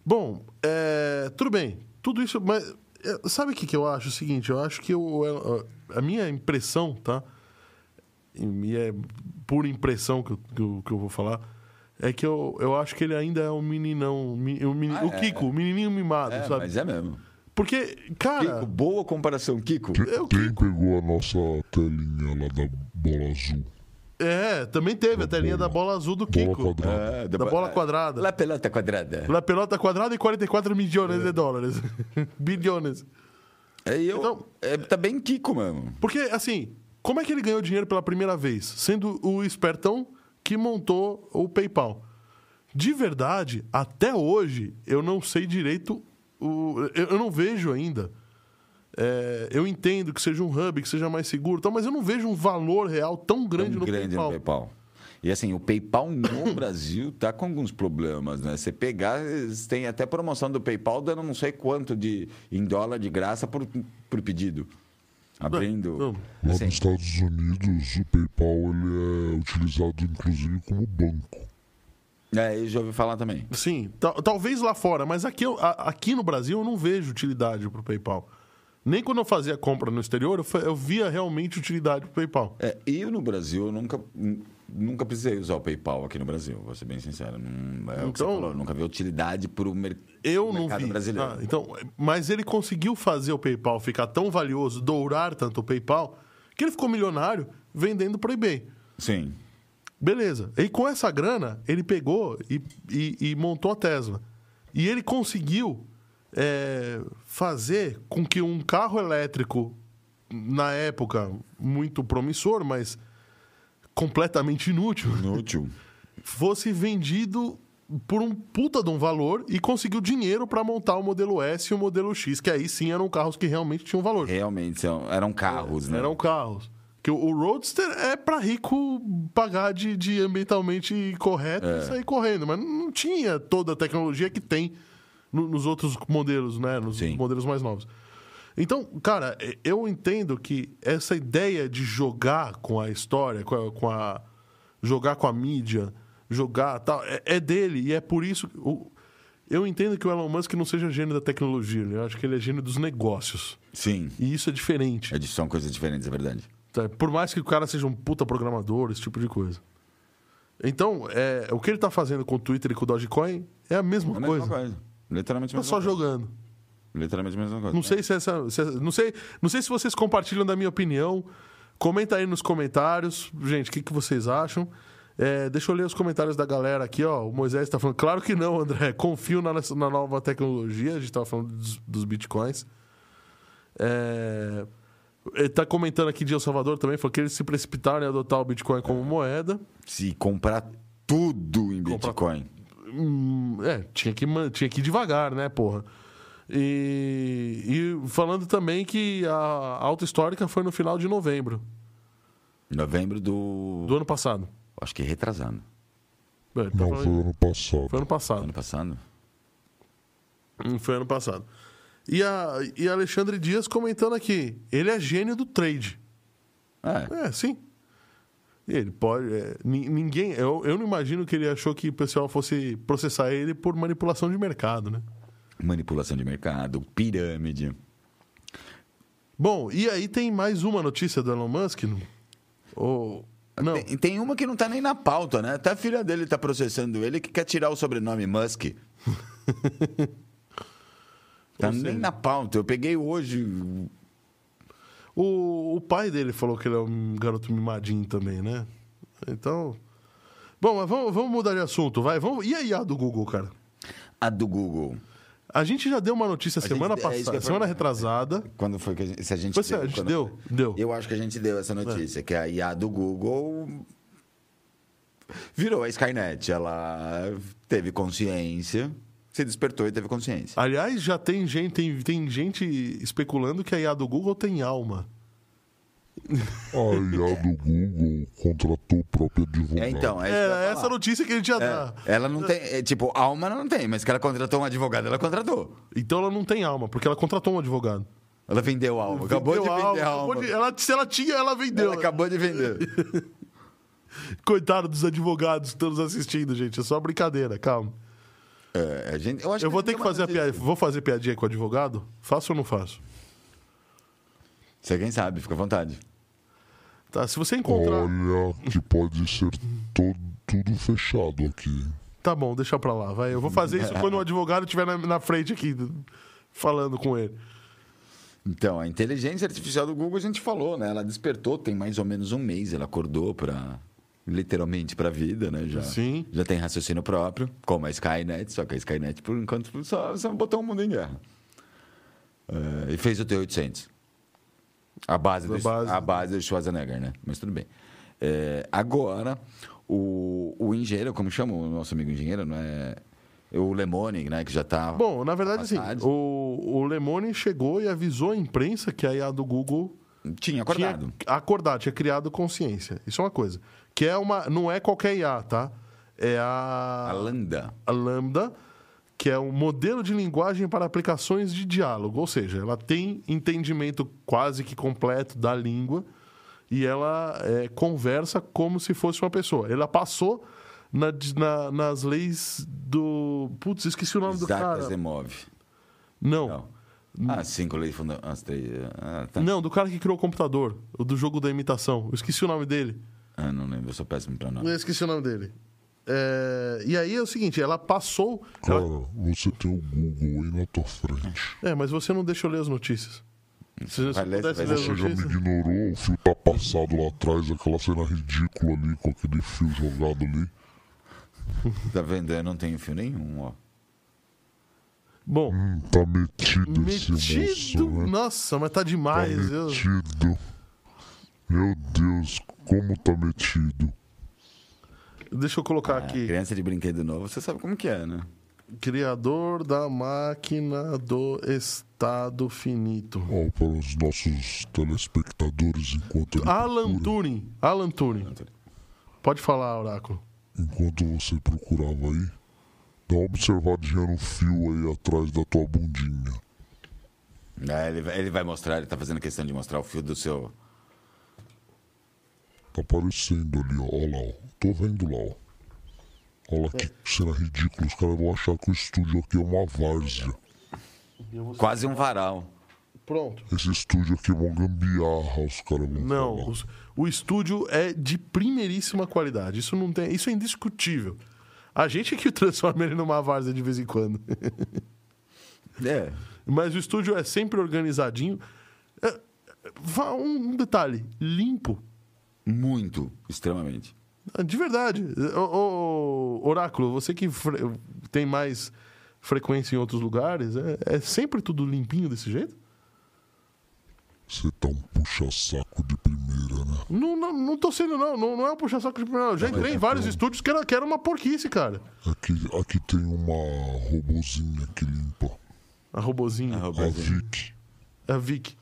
Speaker 1: Bom, é, tudo bem. Tudo isso, mas é, sabe o que, que eu acho? O seguinte, eu acho que eu, é, a, a minha impressão, tá? E é pura impressão que eu, que eu, que eu vou falar. É que eu, eu acho que ele ainda é um meninão. mi- Um meni-
Speaker 2: Ah,
Speaker 1: o
Speaker 2: é.
Speaker 1: Kiko, o menininho mimado,
Speaker 2: É,
Speaker 1: sabe?
Speaker 2: mas é mesmo.
Speaker 1: Porque, cara.
Speaker 2: Kiko, boa comparação, Kiko.
Speaker 1: É o
Speaker 3: Quem
Speaker 1: Kiko.
Speaker 3: pegou a nossa telinha lá da bola azul?
Speaker 1: É, também teve a telinha da bola azul do
Speaker 3: Bola
Speaker 1: Kiko.
Speaker 3: quadrada.
Speaker 2: É,
Speaker 1: Da bola quadrada.
Speaker 2: Lá pelota quadrada.
Speaker 1: La pelota quadrada e 44 milhões de dólares. *laughs* Bilhões.
Speaker 2: É, eu,
Speaker 1: Então-
Speaker 2: é, tá bem Kiko mesmo.
Speaker 1: Porque, assim, como é que ele ganhou dinheiro pela primeira vez? Sendo o espertão que montou o PayPal. De verdade, até hoje, eu não sei direito. O, eu, eu não vejo ainda. É, eu entendo que seja um hub, que seja mais seguro, e tal, mas eu não vejo um valor real tão grande,
Speaker 2: Tão
Speaker 1: no,
Speaker 2: grande
Speaker 1: PayPal.
Speaker 2: no PayPal. E assim, o PayPal no *coughs* Brasil tá com alguns problemas, né? Você pegar, eles têm até promoção do PayPal dando não sei quanto de, em dólar de graça por, por pedido. Abrindo.
Speaker 3: Lá
Speaker 2: Assim,
Speaker 3: nos Estados Unidos, o PayPal ele é utilizado inclusive como banco.
Speaker 2: é, eu já ouvi falar também.
Speaker 1: Sim, tal- talvez lá fora, mas aqui, eu- a- aqui no Brasil eu não vejo utilidade pro PayPal. Nem quando eu fazia compra no exterior, eu, fa- eu via realmente utilidade pro PayPal.
Speaker 2: É, eu no Brasil eu nunca, nu- nunca precisei usar o PayPal aqui no Brasil, vou ser bem sincero. Não, é o que você
Speaker 1: Então-
Speaker 2: falou, nunca vi utilidade para o
Speaker 1: Eu não
Speaker 2: mercado
Speaker 1: vi.
Speaker 2: brasileiro.
Speaker 1: Ah, então, mas ele conseguiu fazer o PayPal ficar tão valioso, dourar tanto o PayPal, que ele ficou milionário vendendo pro eBay.
Speaker 2: Sim.
Speaker 1: Beleza. E com essa grana, ele pegou e, e- e montou a Tesla. E ele conseguiu é, fazer com que um carro elétrico, na época, muito promissor, mas completamente inútil,
Speaker 2: Inútil.
Speaker 1: fosse vendido por um puta de um valor e conseguiu dinheiro para montar o modelo S e o modelo X, que aí sim eram carros que realmente tinham valor.
Speaker 2: Realmente, são, eram carros, né?
Speaker 1: É, Eram carros. Que o- o Roadster é pra rico pagar de, de ambientalmente correto
Speaker 2: É.
Speaker 1: e sair correndo, mas não tinha toda a tecnologia que tem no- nos outros modelos, né? Nos
Speaker 2: Sim.
Speaker 1: modelos mais novos. Então, cara, e- eu entendo que essa ideia de jogar com a história, com a, com a- jogar com a mídia, jogar tal, é, é dele e é por isso. que o- eu entendo que o Elon Musk não seja gênio da tecnologia, né? eu acho que ele é gênio dos negócios
Speaker 2: Sim.
Speaker 1: e isso é diferente.
Speaker 2: É de- São coisas diferentes, é verdade.
Speaker 1: Então, Tá, Por mais que o cara seja um puta programador, esse tipo de coisa. Então, é, o que ele tá fazendo com o Twitter e com o Dogecoin é a mesma
Speaker 2: É a mesma
Speaker 1: coisa.
Speaker 2: coisa. Literalmente a
Speaker 1: Tá
Speaker 2: mesma
Speaker 1: só
Speaker 2: coisa.
Speaker 1: jogando.
Speaker 2: Literalmente a mesma coisa.
Speaker 1: Não sei se essa. se essa- não, sei, não sei se vocês compartilham da minha opinião. Comenta aí nos comentários, gente, o que, que vocês acham. É, deixa eu ler os comentários da galera aqui, ó. O Moisés tá falando, claro que não, André. Confio na, na nova tecnologia. A gente tava falando dos, dos bitcoins. É, ele tá comentando aqui de El Salvador também, falou que eles se precipitaram em adotar o Bitcoin como moeda.
Speaker 2: Se comprar tudo em Bitcoin.
Speaker 1: Hum, é, tinha que, man- tinha que ir devagar, né, porra? E, e falando também que a alta histórica foi no final de novembro
Speaker 2: Em Novembro do...
Speaker 1: do ano passado.
Speaker 2: Acho que retrasando.
Speaker 1: É, tá
Speaker 3: Não,
Speaker 1: falando-
Speaker 3: foi ano passado.
Speaker 1: foi ano passado.
Speaker 2: Ano passado.
Speaker 1: Hum, Foi ano passado. E, a, e Alexandre Dias comentando aqui, ele é gênio do trade.
Speaker 2: É.
Speaker 1: É, sim. E Ele pode. é, ni- ninguém. Eu, eu não imagino que ele achou que o pessoal fosse processar ele por manipulação de mercado, né?
Speaker 2: Manipulação de mercado, pirâmide.
Speaker 1: Bom, e aí tem mais uma notícia do Elon Musk? não? Ou. Não.
Speaker 2: Tem, tem uma que não tá nem na pauta, né? Até a filha dele tá processando ele que quer tirar o sobrenome
Speaker 1: *laughs*
Speaker 2: Musk. tá
Speaker 1: Ou seja-
Speaker 2: nem na pauta. Eu peguei hoje.
Speaker 1: O, o pai dele falou que ele é um garoto mimadinho também, né? Então. Bom, mas vamos, vamos mudar de assunto, vai. Vamos... E a IA do Google, cara?
Speaker 2: A do Google.
Speaker 1: A gente já deu uma notícia semana
Speaker 2: gente- é isso que eu
Speaker 1: passada,
Speaker 2: ia
Speaker 1: semana
Speaker 2: falar.
Speaker 1: retrasada.
Speaker 2: Quando foi que a gente. Se a gente
Speaker 1: Pois é, a gente
Speaker 2: quando-
Speaker 1: deu, deu. É.
Speaker 2: Eu acho que a gente deu essa notícia, que a IA do Google virou a Skynet. Ela teve consciência, se despertou e teve consciência.
Speaker 1: Aliás, já tem gente, tem, tem gente especulando que a IA do Google tem alma.
Speaker 3: A IA do Google contratou o próprio advogado.
Speaker 2: É, então, é, isso que eu ia
Speaker 1: É,
Speaker 2: falar.
Speaker 1: essa notícia que a gente já dá.
Speaker 2: É, ela não tem. é, tipo, alma ela não tem, mas que ela contratou um advogado, ela contratou.
Speaker 1: Então ela não tem alma, porque ela contratou um advogado.
Speaker 2: Ela vendeu a alma. Acabou
Speaker 1: Vendeu
Speaker 2: de vender a
Speaker 1: acabou
Speaker 2: alma.
Speaker 1: de- ela, se ela tinha, ela vendeu.
Speaker 2: Ela acabou de vender.
Speaker 1: Coitado dos advogados que estão nos assistindo, gente. É só brincadeira, calma.
Speaker 2: É, a gente, eu acho
Speaker 1: Eu vou
Speaker 2: tem
Speaker 1: ter que
Speaker 2: uma
Speaker 1: fazer a
Speaker 2: notícia.
Speaker 1: piada. Vou fazer piadinha com o advogado? Faço ou não faço?
Speaker 2: Você quem sabe, fica à vontade.
Speaker 1: Tá, se você encontrar.
Speaker 3: Olha, que pode ser todo, tudo fechado aqui.
Speaker 1: Tá bom, deixa pra lá, vai. Eu vou fazer isso quando o advogado estiver na, na frente aqui, falando com ele.
Speaker 2: Então, a inteligência artificial do Google a gente falou, né? Ela despertou tem mais ou menos um mês. Ela acordou pra. Literalmente pra vida, né? Já,
Speaker 1: Sim.
Speaker 2: já tem raciocínio próprio, como a Skynet, só que a Skynet, por enquanto, só, só botou o mundo em guerra. É, e fez o T-800. A base,
Speaker 1: A
Speaker 2: do,
Speaker 1: base.
Speaker 2: a base do Schwarzenegger, né? Mas tudo bem. É, agora, o, o engenheiro, como chama o nosso amigo engenheiro, não é? O Lemone, né? Que já tá.
Speaker 1: Bom, na verdade, assim,
Speaker 2: Passagem.
Speaker 1: o, o Lemone chegou e avisou a imprensa que a IA do Google
Speaker 2: tinha acordado.
Speaker 1: tinha acordado, tinha criado consciência. Isso é uma coisa. Que é uma. Não é qualquer IA, tá? É a.
Speaker 2: A Landa.
Speaker 1: a Lambda, que é um modelo de linguagem para aplicações de diálogo, ou seja, ela tem entendimento quase que completo da língua e ela eh, conversa como se fosse uma pessoa. Ela passou na di- na- nas leis do. Putz, esqueci o nome do
Speaker 2: Isaac
Speaker 1: cara.
Speaker 2: Asimov.
Speaker 1: Não.
Speaker 2: Não. Ah, cinco leis fundamentais. As três. Ah, tá.
Speaker 1: Não, do cara que criou o computador, o do jogo da imitação. Eu esqueci o nome dele.
Speaker 2: Ah, não lembro, eu sou péssimo pra nome.
Speaker 1: Eu esqueci o nome dele. Eh, e aí é o seguinte, ela passou.
Speaker 3: Cara,
Speaker 1: ela-
Speaker 3: você tem o Google aí na tua frente.
Speaker 1: É, mas você não deixa eu ler as notícias. Se você
Speaker 2: Vai ler,
Speaker 1: pudesse
Speaker 2: vai
Speaker 1: ler
Speaker 2: ler.
Speaker 1: as
Speaker 3: Você já me
Speaker 1: notícias.
Speaker 3: ignorou, o fio tá passado lá atrás, aquela cena ridícula ali, com aquele fio jogado ali.
Speaker 2: Tá vendo? Eu não tenho fio nenhum, ó.
Speaker 1: Bom,
Speaker 3: Hum, tá metido, esse
Speaker 1: metido.
Speaker 3: moço, né?
Speaker 1: Nossa, mas tá
Speaker 3: Tá
Speaker 1: demais. eu-
Speaker 3: metido. Meu Deus, como tá metido.
Speaker 1: Deixa eu colocar
Speaker 2: Ah,
Speaker 1: aqui.
Speaker 2: criança de brinquedo novo, você sabe como que é, né?
Speaker 1: Criador da máquina do estado finito.
Speaker 3: Ó, para os nossos telespectadores, enquanto, ele
Speaker 1: Alan
Speaker 3: procura-
Speaker 1: Turing. Alan Turing. Pode falar, Oráculo.
Speaker 3: enquanto você procurava aí, dá uma observadinha no fio aí atrás da tua bundinha.
Speaker 2: Ah, ele, vai- ele vai mostrar, ele tá fazendo questão de mostrar o fio do seu.
Speaker 3: Tá aparecendo ali, ó. Ó lá, ó. Tô vendo lá, ó. Olha lá que cena ridícula. Os caras vão achar que o estúdio aqui é uma várzea.
Speaker 2: Quase um varal.
Speaker 1: Pronto.
Speaker 3: Esse estúdio aqui é uma gambiarra, os caras vão
Speaker 1: Não,
Speaker 3: falar.
Speaker 1: os- o estúdio é de primeiríssima qualidade. Isso não tem, isso é indiscutível. A gente é que *laughs* transforma ele numa várzea de vez em quando.
Speaker 2: É.
Speaker 1: Mas o estúdio é sempre organizadinho. É, vá- Um detalhe, limpo. Ah,
Speaker 2: Muito, extremamente.
Speaker 1: De verdade. Ô, ô, Oráculo, você que fre- tem mais frequência em outros lugares, é, é sempre tudo limpinho desse jeito?
Speaker 3: Você tá um puxa-saco de primeira, né?
Speaker 1: Não, não, não tô sendo, não. Não, não é um puxa-saco de primeira. Eu já entrei em vários estúdios que era, que era uma porquice, cara.
Speaker 3: Aqui, aqui tem uma robozinha que limpa.
Speaker 1: A robozinha,
Speaker 2: Ah,
Speaker 3: A
Speaker 2: Roberto.
Speaker 3: Vic.
Speaker 1: a Vic.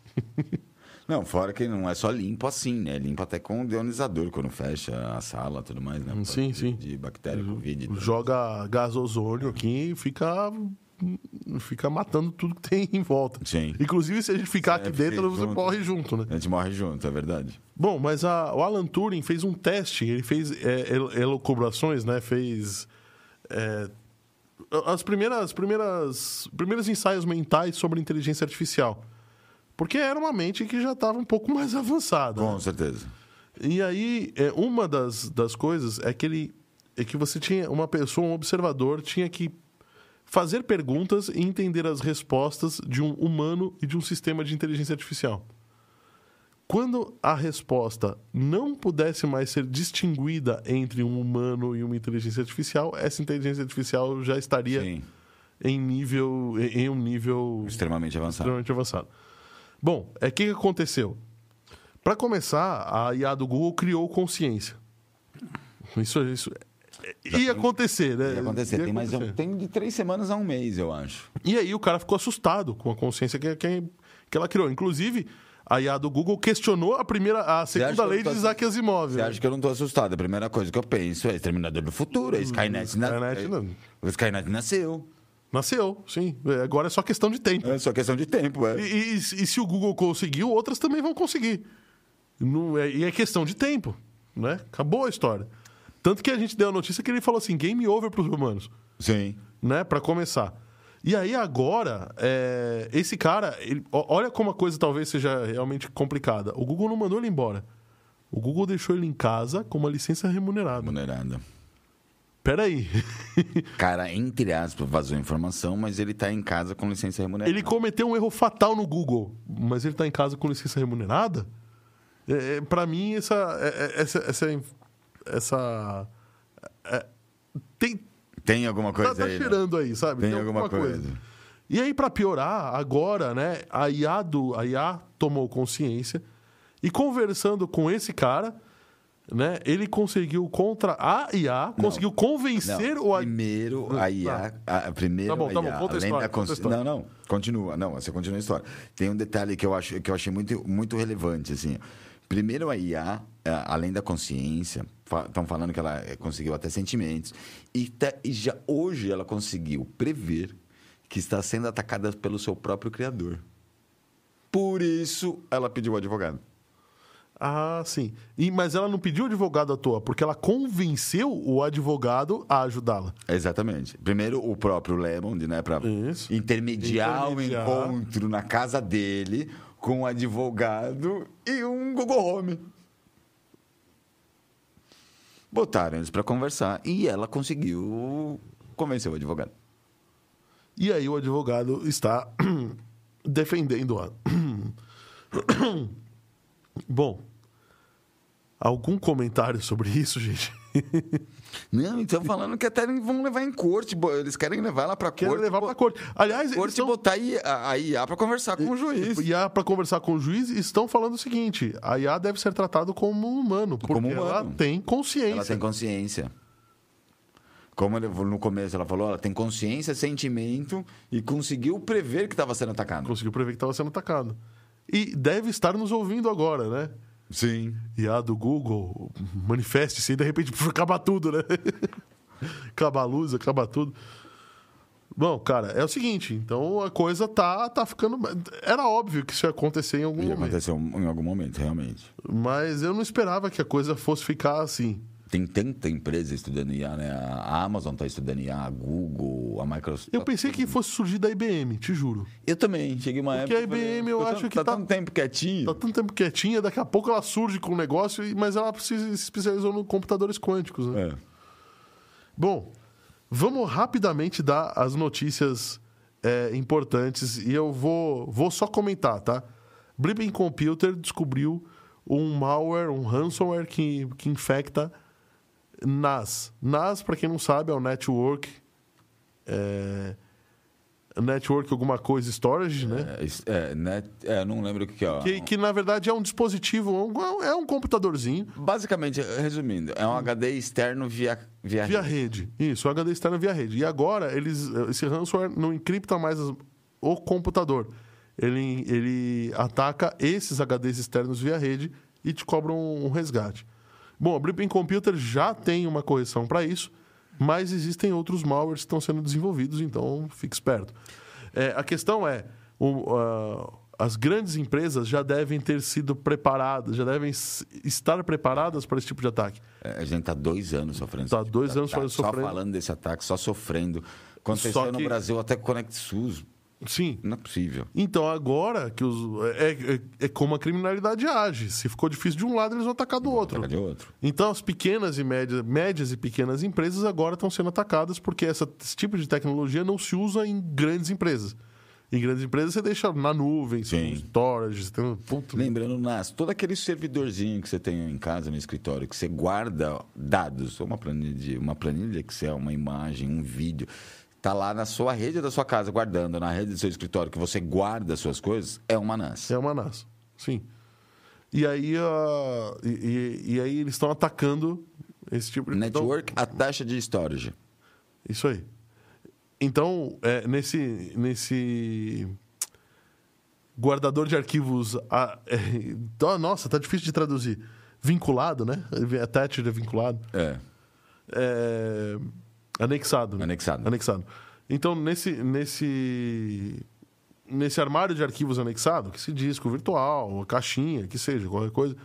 Speaker 2: Não, fora que não é só limpo assim, né? Limpo até com o deionizador quando fecha a sala e tudo mais, né? Por
Speaker 1: Sim,
Speaker 2: causa de,
Speaker 1: sim. Uhum.
Speaker 2: De bactéria,
Speaker 1: *laughs*
Speaker 2: Covid. e tal.
Speaker 1: Joga gás ozônio aqui e fica, hum, fica matando tudo que tem em volta.
Speaker 2: Sim.
Speaker 1: Inclusive, se a gente ficar aqui
Speaker 2: É, fiquei
Speaker 1: dentro, você
Speaker 2: junto.
Speaker 1: morre junto, né?
Speaker 2: A gente morre junto, é verdade.
Speaker 1: Bom, mas a- o Alan Turing fez um teste, ele fez é, el- elucubrações, né? Fez é, as primeiras, primeiras, primeiros ensaios mentais sobre inteligência artificial. Porque era uma mente que já estava um pouco mais *laughs* avançada. né?
Speaker 2: Com certeza.
Speaker 1: E aí, é, uma das, das coisas é que ele é que você tinha uma pessoa, um observador, tinha que fazer perguntas e entender as respostas de um humano e de um sistema de inteligência artificial. Quando a resposta não pudesse mais ser distinguida entre um humano e uma inteligência artificial, essa inteligência artificial já estaria
Speaker 2: Sim.
Speaker 1: em nível em em um nível
Speaker 2: Extremamente avançado.
Speaker 1: extremamente avançado. Bom, é o que que aconteceu? Para começar, a IA do Google criou consciência. Isso, isso é, ia acontecer, né?
Speaker 2: Ia acontecer. Tem mais um,
Speaker 1: acontecer.
Speaker 2: tem de três semanas a um mês, eu acho.
Speaker 1: E aí o cara ficou assustado com a consciência que, que, que ela criou. Inclusive, a IA do Google questionou a primeira, a
Speaker 2: acha que
Speaker 1: segunda
Speaker 2: eu
Speaker 1: lei de
Speaker 2: tô-
Speaker 1: Isaac Asimov.
Speaker 2: Você
Speaker 1: né?
Speaker 2: acha que eu não tô assustado? A primeira coisa que eu penso é Exterminador do Futuro, é Skynet. na- é,
Speaker 1: Skynet não.
Speaker 2: O Skynet nasceu.
Speaker 1: Nasceu, sim. É, Agora é só questão de tempo.
Speaker 2: É só questão de tempo,
Speaker 1: E,
Speaker 2: é.
Speaker 1: e- e se o Google conseguiu, outras também vão conseguir. Não é- e é questão de tempo, né? Acabou a história. Tanto que a gente deu a notícia que ele falou assim, game over para os humanos,
Speaker 2: Sim.
Speaker 1: né? Para começar. E aí agora, é, esse cara, ele- ó- olha como a coisa talvez seja realmente complicada. O Google não mandou ele embora. O Google deixou ele em casa com uma licença remunerada.
Speaker 2: Remunerada.
Speaker 1: Peraí. *laughs*
Speaker 2: Cara, entre aspas, vazou informação, mas ele tá em casa com licença remunerada.
Speaker 1: Ele cometeu um erro fatal no Google, mas ele está em casa com licença remunerada? É, para mim, essa. é- é- essa. essa, essa- é- tem,
Speaker 2: Tem alguma
Speaker 1: tá,
Speaker 2: coisa
Speaker 1: tá
Speaker 2: aí? né?
Speaker 1: cheirando aí, sabe?
Speaker 2: Tem alguma coisa.
Speaker 1: E aí, para piorar, agora, né, a IA, do, a IA tomou consciência e conversando com esse cara, né, ele conseguiu contra a IA, conseguiu
Speaker 2: Não,
Speaker 1: convencer o. a- Ah,
Speaker 2: Primeiro a IA. A, a- primeiro
Speaker 1: Tá bom, tá
Speaker 2: a
Speaker 1: bom,
Speaker 2: IA.
Speaker 1: conta a
Speaker 2: além
Speaker 1: história,
Speaker 2: da
Speaker 1: conta a história.
Speaker 2: Não, não. Continua. Não, você continua a história. Tem um detalhe que eu, acho, que eu achei muito, muito relevante, assim. Primeiro a IA, eh, além da consciência, estão falando que ela eh, conseguiu até sentimentos. E, tá- e já hoje ela conseguiu prever que está sendo atacada pelo seu próprio criador. Por isso ela pediu o advogado.
Speaker 1: Ah, sim. E- mas ela não pediu advogado à toa, porque ela convenceu o advogado a ajudá-la.
Speaker 2: Exatamente. Primeiro o próprio Lemond, né, para
Speaker 1: Isso.
Speaker 2: intermediar, o
Speaker 1: Intermediar.
Speaker 2: encontro na casa dele com um advogado e um Google Home. Botaram eles para conversar e ela conseguiu convencer o advogado.
Speaker 1: E aí o advogado está *clears throat* defendendo-a. *clears throat* Bom, algum comentário sobre isso, gente? *laughs*
Speaker 2: Não, então falando que até vão levar em corte, bo- eles querem levar ela para corte.
Speaker 1: Quero levar
Speaker 2: bo-
Speaker 1: pra corte. Aliás, eles
Speaker 2: corte e
Speaker 1: estão,
Speaker 2: botar a I- a a IA para conversar com o juiz.
Speaker 1: e a para conversar com o juiz estão falando o seguinte: a IA deve ser tratada como um humano, porque
Speaker 2: Como humano.
Speaker 1: ela tem consciência.
Speaker 2: Ela tem consciência. Como ele- no começo ela falou, ela tem consciência, sentimento e conseguiu prever que estava sendo atacado.
Speaker 1: Conseguiu prever que estava sendo atacado. E deve estar nos ouvindo agora, né?
Speaker 2: Sim.
Speaker 1: IA do Google, manifeste-se e de repente *laughs* puf, acaba tudo, né? acaba a luz, acaba tudo. Bom, cara, é o seguinte, então a coisa tá, tá ficando. Era óbvio que isso ia acontecer em algum
Speaker 2: E um,
Speaker 1: momento.
Speaker 2: aconteceu em algum momento, realmente.
Speaker 1: Mas eu não esperava que a coisa fosse ficar assim.
Speaker 2: Tem tanta empresa estudando IA, né? A Amazon está estudando IA, a Google, a Microsoft.
Speaker 1: Eu pensei que fosse surgir da IBM, te juro.
Speaker 2: Eu também, cheguei uma
Speaker 1: Porque
Speaker 2: época.
Speaker 1: a IBM eu
Speaker 2: tá-
Speaker 1: acho que
Speaker 2: tá,
Speaker 1: tá-
Speaker 2: tanto tempo quietinho.
Speaker 1: Tá tanto tempo quietinha, daqui a pouco ela surge com um negócio, e- mas ela se se especializou em computadores quânticos, né?
Speaker 2: É.
Speaker 1: Bom, vamos rapidamente dar as notícias é, importantes e eu vou, vou só comentar, tá? Blipping Computer descobriu um malware, um ransomware que, que infecta NAS. NAS, para quem não sabe, é o Network. é, network alguma coisa storage, né?
Speaker 2: É, isso- é, né? É, não lembro o que, que é. ó.
Speaker 1: Que, que na verdade é um dispositivo, um- é um computadorzinho
Speaker 2: Basicamente, resumindo, é um HD externo via, via,
Speaker 1: Via
Speaker 2: rede.
Speaker 1: rede. Isso, o HD externo via rede. E agora, eles, esse ransomware não encripta mais as- o computador. Ele, ele ataca esses HDs externos via rede e te cobra um, um resgate. Bom, a Blipping Computer já tem uma correção para isso, mas existem outros malwares que estão sendo desenvolvidos, então fique esperto. É, a questão é, o- a- as grandes empresas já devem ter sido preparadas, já devem s- estar preparadas para esse tipo de ataque.
Speaker 2: É, A gente tá dois anos sofrendo.
Speaker 1: Tá
Speaker 2: esse tipo
Speaker 1: dois
Speaker 2: de
Speaker 1: anos
Speaker 2: ataque,
Speaker 1: só sofrendo.
Speaker 2: Só falando desse ataque, só sofrendo. Aconteceu
Speaker 1: Só
Speaker 2: no
Speaker 1: que-
Speaker 2: Brasil até com o Connect SUS.
Speaker 1: Sim,
Speaker 2: Não é possível.
Speaker 1: Então, agora que os. É, é- é como a criminalidade age. Se ficou difícil de um lado, eles vão atacar do outro.
Speaker 2: Cadê é outro?
Speaker 1: Então, as pequenas e médias, médias e pequenas empresas agora estão sendo atacadas porque essa- esse tipo de tecnologia não se usa em grandes empresas. Em grandes empresas, você deixa na nuvem, você tem
Speaker 2: Sim.
Speaker 1: storage, você tem um puto-
Speaker 2: Lembrando, Nas, todo aquele servidorzinho que você tem em casa, no escritório, que você guarda dados, ou uma planilha, de- uma planilha de Excel, uma imagem, um vídeo, tá lá na sua rede da sua casa, guardando, na rede do seu escritório, que você guarda as suas coisas, é uma Nas.
Speaker 1: É uma NAS. Sim. E aí, a- e, e- e aí eles estão atacando esse tipo de então-
Speaker 2: Network, a taxa de storage.
Speaker 1: Isso aí. Então, é, nesse, nesse guardador de arquivos. a- é, ó, nossa, tá difícil de traduzir. Vinculado, né? Attached é vinculado.
Speaker 2: É.
Speaker 1: É, anexado. né?
Speaker 2: Anexado.
Speaker 1: Anexado. Então, nesse, nesse, nesse armário de arquivos anexado, que se disco virtual, a caixinha, que seja, qualquer coisa,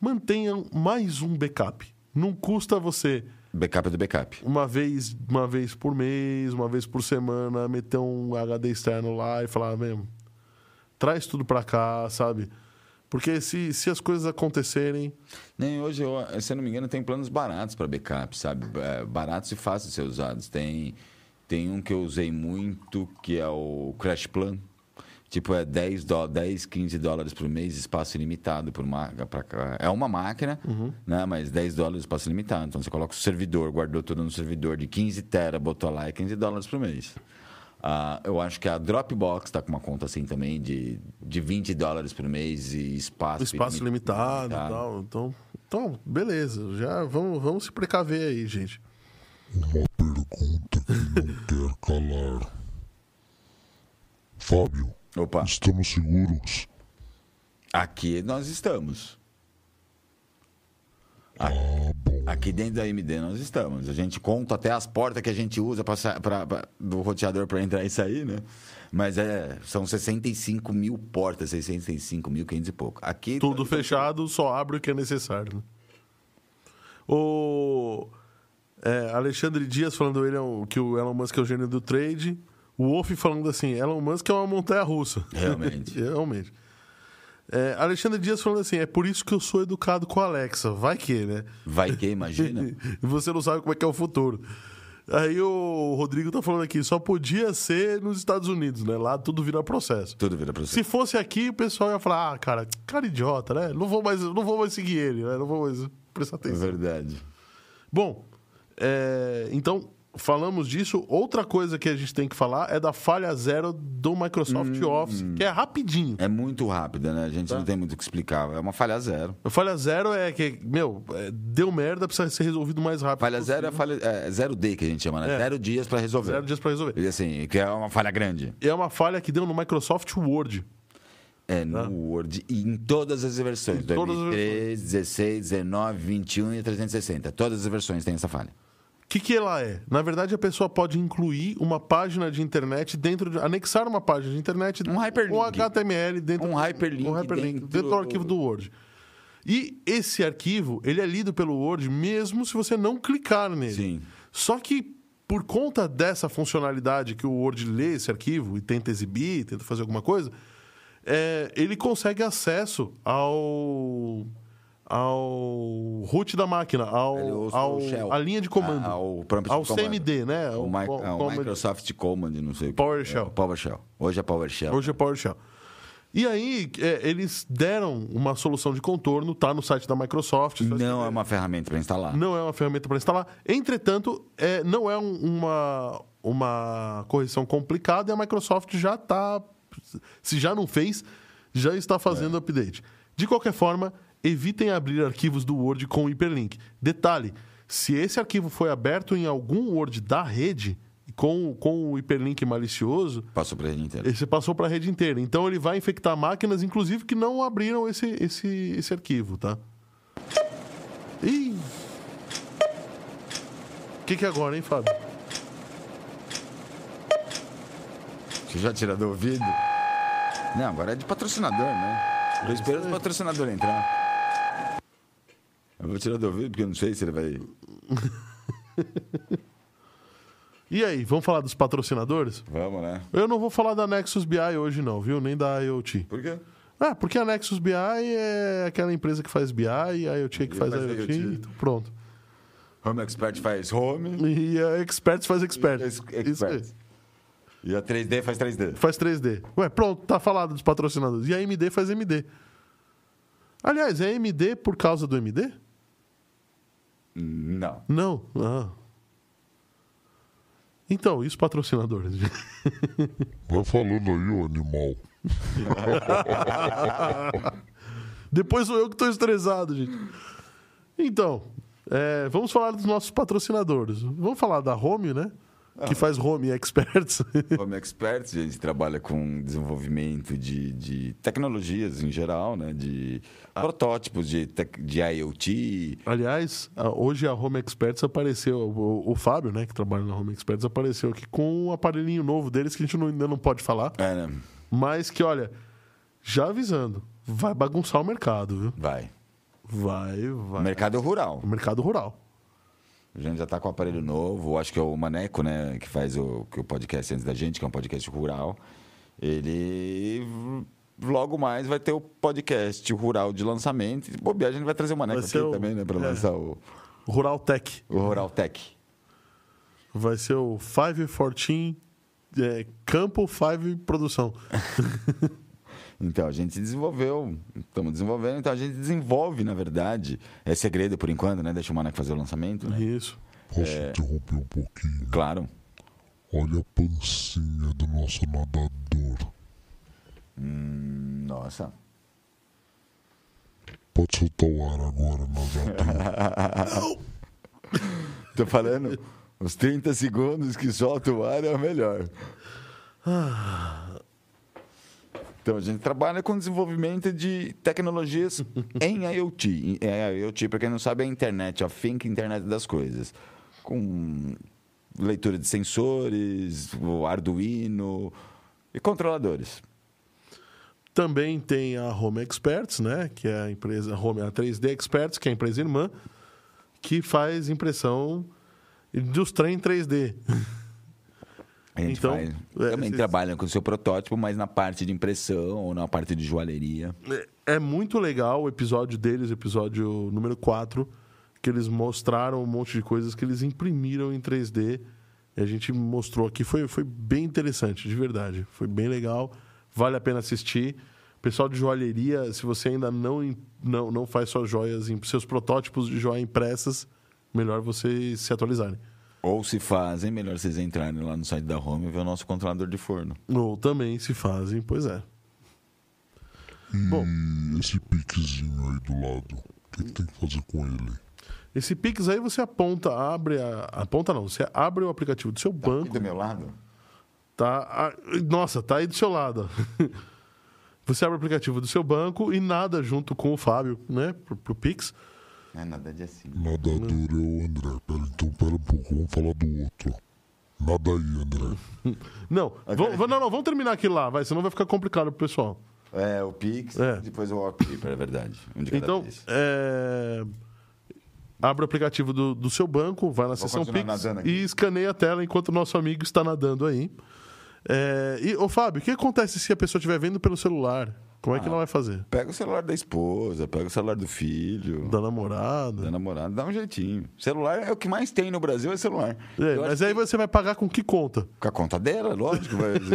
Speaker 1: mantenham mais um backup. Não custa você
Speaker 2: Backup do backup.
Speaker 1: uma vez, uma vez por mês, uma vez por semana, meter um HD externo lá e falar mesmo, traz tudo pra cá, sabe? Porque se, se as coisas acontecerem,
Speaker 2: Nem hoje, eu, eh, se eu não me engano, tem planos baratos para backup, sabe? É, Baratos e fáceis de ser usados. Tem, tem um que eu usei muito, que é o Crash Plan. Tipo, é 10, dó, 10 15 dólares por mês, espaço ilimitado. Por ma pra, cá. é uma máquina,
Speaker 1: Uhum.
Speaker 2: né? mas 10 dólares, espaço ilimitado. Então, você coloca o servidor, guardou tudo no servidor de 15 tera, botou lá, é 15 dólares por mês. Ah, eu acho que a Dropbox está com uma conta assim também, de, de 20 dólares por mês e espaço,
Speaker 1: espaço
Speaker 2: ilimi-
Speaker 1: limitado e tal. Então, então beleza, já vamos, vamos se precaver aí, gente.
Speaker 3: Uma pergunta que não quer calar. Fábio,
Speaker 2: Opa.
Speaker 3: estamos seguros?
Speaker 2: Aqui nós estamos.
Speaker 3: Ah, bom.
Speaker 2: Aqui dentro da AMD nós estamos. A gente conta até as portas que a gente usa pra, sa- pra, pra- do roteador para entrar e sair, né? Mas é, são 65 mil portas, 65 mil, 500 e pouco. Aqui.
Speaker 1: Tudo fechado, só abre o que é necessário. né? O é, Alexandre Dias falando ele é o- que o Elon Musk é o gênio do trade. O Wolf falando assim, Elon Musk é uma montanha russa.
Speaker 2: Realmente.
Speaker 1: *laughs* Realmente. É, Alexandre Dias falando assim, é por isso que eu sou educado com a Alexa. Vai que, né?
Speaker 2: Vai que,
Speaker 1: *laughs*
Speaker 2: imagina.
Speaker 1: Você não sabe como é que é o futuro. Aí o Rodrigo tá falando aqui, só podia ser nos Estados Unidos, né? Lá tudo vira processo.
Speaker 2: Tudo vira pra você.
Speaker 1: Se fosse aqui, o pessoal ia falar, ah, cara, cara idiota, né? Não vou mais, não vou mais seguir ele, né? Não vou mais prestar
Speaker 2: É
Speaker 1: atenção.
Speaker 2: verdade.
Speaker 1: Bom, é, então, falamos disso. Outra coisa que a gente tem que falar é da falha zero do Microsoft
Speaker 2: Hum.
Speaker 1: Office, que é rapidinho.
Speaker 2: É muito rápida, né? A gente
Speaker 1: Tá.
Speaker 2: não tem muito o que explicar. É uma falha zero.
Speaker 1: A falha zero é que, meu, é, deu merda, precisa ser resolvido o mais rápido.
Speaker 2: Falha zero é, falha, é zero D que a gente chama, né?
Speaker 1: É.
Speaker 2: Zero dias para resolver.
Speaker 1: Zero dias pra resolver.
Speaker 2: E assim, que é uma falha grande.
Speaker 1: É uma falha que deu no Microsoft Word.
Speaker 2: É, no Word e em todas as versões.
Speaker 1: Tá. todas as
Speaker 2: 2003, 16, 19, 21 e 360. Todas as versões têm essa falha.
Speaker 1: O que, que ela é? Na verdade, a pessoa pode incluir uma página de internet dentro de. anexar uma página de internet.
Speaker 2: Um hyperlink.
Speaker 1: Um HTML dentro
Speaker 2: Um hyperlink
Speaker 1: um hyperlink
Speaker 2: dentro
Speaker 1: dentro do
Speaker 2: do-
Speaker 1: arquivo do Word. E esse arquivo, ele é lido pelo Word mesmo se você não clicar nele.
Speaker 2: Sim.
Speaker 1: Só que por conta dessa funcionalidade que o Word lê esse arquivo e tenta exibir, tenta fazer alguma coisa, é, ele consegue acesso ao ao root da máquina, ao,
Speaker 2: Ele usa o
Speaker 1: ao-
Speaker 2: shell.
Speaker 1: a linha de comando,
Speaker 2: Ah, ao prompt de
Speaker 1: ao
Speaker 2: comando.
Speaker 1: CMD, né?
Speaker 2: O, Mi-
Speaker 1: co-
Speaker 2: ah, o
Speaker 1: comando-
Speaker 2: Microsoft Command, não sei o que.
Speaker 1: PowerShell.
Speaker 2: É, PowerShell. Hoje é PowerShell.
Speaker 1: Hoje é PowerShell. E aí, é, eles deram uma solução de contorno, tá no site da Microsoft. tá só
Speaker 2: Não é uma ferramenta para instalar.
Speaker 1: Não é uma ferramenta para instalar. Entretanto, é, não é um- uma, uma correção complicada e a Microsoft já está. Se já não fez, já está fazendo update. De qualquer forma, evitem abrir arquivos do Word com hiperlink. Detalhe: se esse arquivo foi aberto em algum Word da rede, com, com o hiperlink malicioso,
Speaker 2: Passou para a rede inteira.
Speaker 1: você passou para a rede inteira. Então ele vai infectar máquinas, inclusive, que não abriram esse, esse, esse arquivo, tá? Ih! O que, que é agora, hein, Fábio?
Speaker 2: Você já tira do ouvido? Não, agora é de patrocinador, né? Eu espero
Speaker 1: é.
Speaker 2: o patrocinador entrar. Eu vou tirar do ouvido porque eu não sei se ele vai.
Speaker 1: E aí, vamos falar dos patrocinadores?
Speaker 2: Vamos, né?
Speaker 1: Eu não vou falar da Nexus BI hoje, não, viu? Nem da IoT.
Speaker 2: Por quê?
Speaker 1: Ah, porque a Nexus BI é aquela empresa que faz BI e a IoT é que
Speaker 2: E
Speaker 1: faz
Speaker 2: faz
Speaker 1: IoT.
Speaker 2: IoT.
Speaker 1: Então, pronto.
Speaker 2: Home Expert faz home.
Speaker 1: E a Experts faz Experts.
Speaker 2: Expert.
Speaker 1: Isso aí.
Speaker 2: E a 3D faz 3D.
Speaker 1: faz 3D. Ué, pronto, tá falado dos patrocinadores. E a AMD faz MD. Aliás, é AMD por causa do MD?
Speaker 2: Não.
Speaker 1: Não. Ah. Então, e os patrocinadores?
Speaker 3: Vai falando aí, ô animal.
Speaker 1: *laughs* Depois sou eu que tô estressado, gente. Então, é, vamos falar dos nossos patrocinadores. Vamos falar da Home, né? Que faz Home Experts. *laughs*
Speaker 2: Home Expert, gente, trabalha com desenvolvimento de, de tecnologias em geral, né? De
Speaker 1: Ah.
Speaker 2: protótipos de, tec- de IoT.
Speaker 1: Aliás, a- hoje a Home Experts apareceu, o, o Fábio, né, que trabalha na Home Experts, apareceu aqui com um aparelhinho novo deles que a gente não- ainda não pode falar.
Speaker 2: É, né?
Speaker 1: Mas que, olha, já avisando, vai bagunçar o mercado, viu?
Speaker 2: Vai.
Speaker 1: Vai, vai.
Speaker 2: Mercado rural.
Speaker 1: O mercado rural.
Speaker 2: A gente já está com o aparelho novo, acho que é o Maneco, né, que faz o, que o podcast antes da gente, que é um podcast rural. Ele v- logo mais vai ter o podcast rural de lançamento. E, Bobear, a gente vai trazer o Maneco
Speaker 1: Vai
Speaker 2: aqui
Speaker 1: ser o-
Speaker 2: também, né, para
Speaker 1: é.
Speaker 2: lançar o,
Speaker 1: Rural Tech.
Speaker 2: o Rural Tech.
Speaker 1: Vai ser o 514 é, Campo 5 Produção.
Speaker 2: Então, a gente desenvolveu, estamos desenvolvendo, então a gente desenvolve, na verdade. É segredo por enquanto, né? Deixa o Maneco fazer o lançamento, né?
Speaker 1: Isso.
Speaker 3: Posso interromper um
Speaker 1: Uhum.
Speaker 3: pouquinho?
Speaker 2: Claro.
Speaker 3: Olha a pancinha do nosso nadador.
Speaker 2: Hum, Nossa.
Speaker 3: Pode soltar o ar agora, nadador.
Speaker 2: *laughs* Tô falando, os 30 segundos que solta o ar é o melhor. Então, a gente trabalha com desenvolvimento de
Speaker 1: *laughs*
Speaker 2: tecnologias em IoT. É, IoT, para quem não sabe, é a Internet of Think, Internet das Coisas. Com leitura de sensores, o Arduino e controladores.
Speaker 1: Também tem a Home Experts, né? Que é a empresa Home a 3D Experts, que é a empresa irmã, que faz impressão dos trem 3D.
Speaker 2: A gente
Speaker 1: Então,
Speaker 2: faz-
Speaker 1: é,
Speaker 2: também
Speaker 1: esses-
Speaker 2: trabalha com o seu protótipo, mas na parte de impressão ou na parte de joalheria.
Speaker 1: É é muito legal o episódio deles, episódio número 4, que eles mostraram um monte de coisas que eles imprimiram em 3D. E a gente mostrou aqui, foi, foi bem interessante, de verdade. Foi bem legal, vale a pena assistir. Pessoal de joalheria, se você ainda não, im- não, não faz suas joias, em- seus protótipos de joia impressas, melhor vocês se atualizarem.
Speaker 2: Ou se fazem, melhor vocês entrarem lá no site da Home e ver o nosso controlador de forno.
Speaker 1: Ou também se fazem, pois é. Bom.
Speaker 3: E esse piquezinho aí do lado, o que, que tem que fazer com ele?
Speaker 1: Esse Pix aí você aponta, abre a. Aponta não, você abre o aplicativo do seu banco.
Speaker 2: meu lado?
Speaker 1: Tá, ah, nossa, tá aí do seu lado. *laughs* Você abre o aplicativo do seu banco e nada junto com o Fábio, né? Pro, pro Pix.
Speaker 2: É nada de assim.
Speaker 1: Hum.
Speaker 3: Nadador é o André. Pera, então pera um pouco, vamos falar do outro. Nada aí, André.
Speaker 1: Hum, Não, vamos, não, não, vamos terminar aqui lá, vai, senão vai ficar complicado pro pessoal.
Speaker 2: É, o Pix,
Speaker 1: É.
Speaker 2: depois o Wallpaper, é verdade. Um de cada
Speaker 1: Então,
Speaker 2: vez.
Speaker 1: é, abre o aplicativo do, do seu banco, vai na seção
Speaker 2: continuar
Speaker 1: Pix
Speaker 2: nadando aqui.
Speaker 1: e escaneia a tela enquanto o nosso amigo está nadando aí. É, e, ô Fábio, o que acontece se a pessoa estiver vendo pelo celular? Como
Speaker 2: Ah.
Speaker 1: é que ela vai fazer?
Speaker 2: Pega o celular da esposa, pega o celular do filho,
Speaker 1: Da namorada? É,
Speaker 2: da namorada, dá um jeitinho. Celular é o que mais tem no Brasil, é celular.
Speaker 1: É,
Speaker 2: Eu
Speaker 1: mas
Speaker 2: acho
Speaker 1: aí você vai pagar com que conta?
Speaker 2: que Com a conta dela, lógico. Vai...
Speaker 1: *laughs*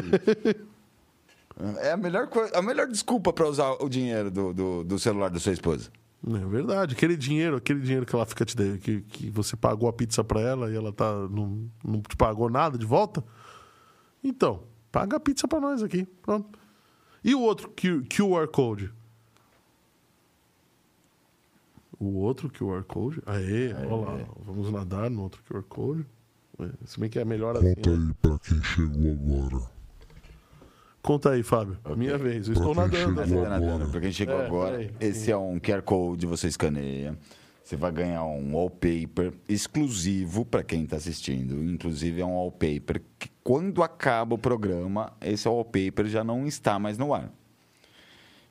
Speaker 2: é a melhor, coisa, a melhor desculpa para usar o dinheiro do, do, do celular da sua esposa.
Speaker 1: É verdade, aquele dinheiro, aquele dinheiro que ela fica te dando, que, que você pagou a pizza pra ela e ela tá, não, não te pagou nada de volta. Então, paga a pizza pra nós aqui. Pronto. E o outro Q- QR Code? O outro QR Code? Aê, olha lá. Vamos nadar no outro QR Code. É, Se bem que é melhor assim.
Speaker 3: Conta
Speaker 1: né?
Speaker 3: aí pra quem chegou agora.
Speaker 1: Conta aí, Fábio. Minha vez. Eu estou
Speaker 3: Pra quem
Speaker 1: nadando.
Speaker 3: chegou
Speaker 2: Tá nadando, Pra quem chegou
Speaker 1: É,
Speaker 2: agora,
Speaker 1: peraí.
Speaker 2: esse é um QR Code, você escaneia. Você vai ganhar um wallpaper exclusivo para quem está assistindo. Inclusive, é um wallpaper que, quando acaba o programa, esse wallpaper já não está mais no ar.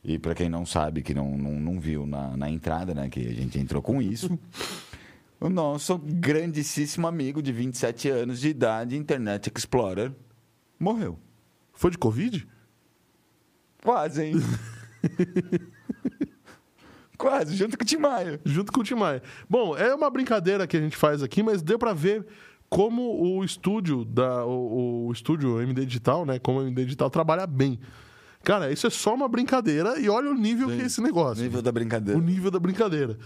Speaker 2: E para quem não sabe, que não, não, não viu na, na entrada, né, que a gente entrou com isso, *laughs* o nosso grandíssimo amigo de 27 anos de idade, Internet Explorer, morreu.
Speaker 1: Foi de Covid?
Speaker 2: Quase, *laughs* hein? Quase, junto com o Tim Maia.
Speaker 1: junto com o Tim Maia. Bom, é uma brincadeira que a gente faz aqui, mas deu pra ver como o estúdio da o, o estúdio MD Digital, né, como o MD Digital trabalha bem. Cara, isso é só uma brincadeira e olha o nível que é esse negócio.
Speaker 2: Nível da brincadeira.
Speaker 1: O nível da brincadeira.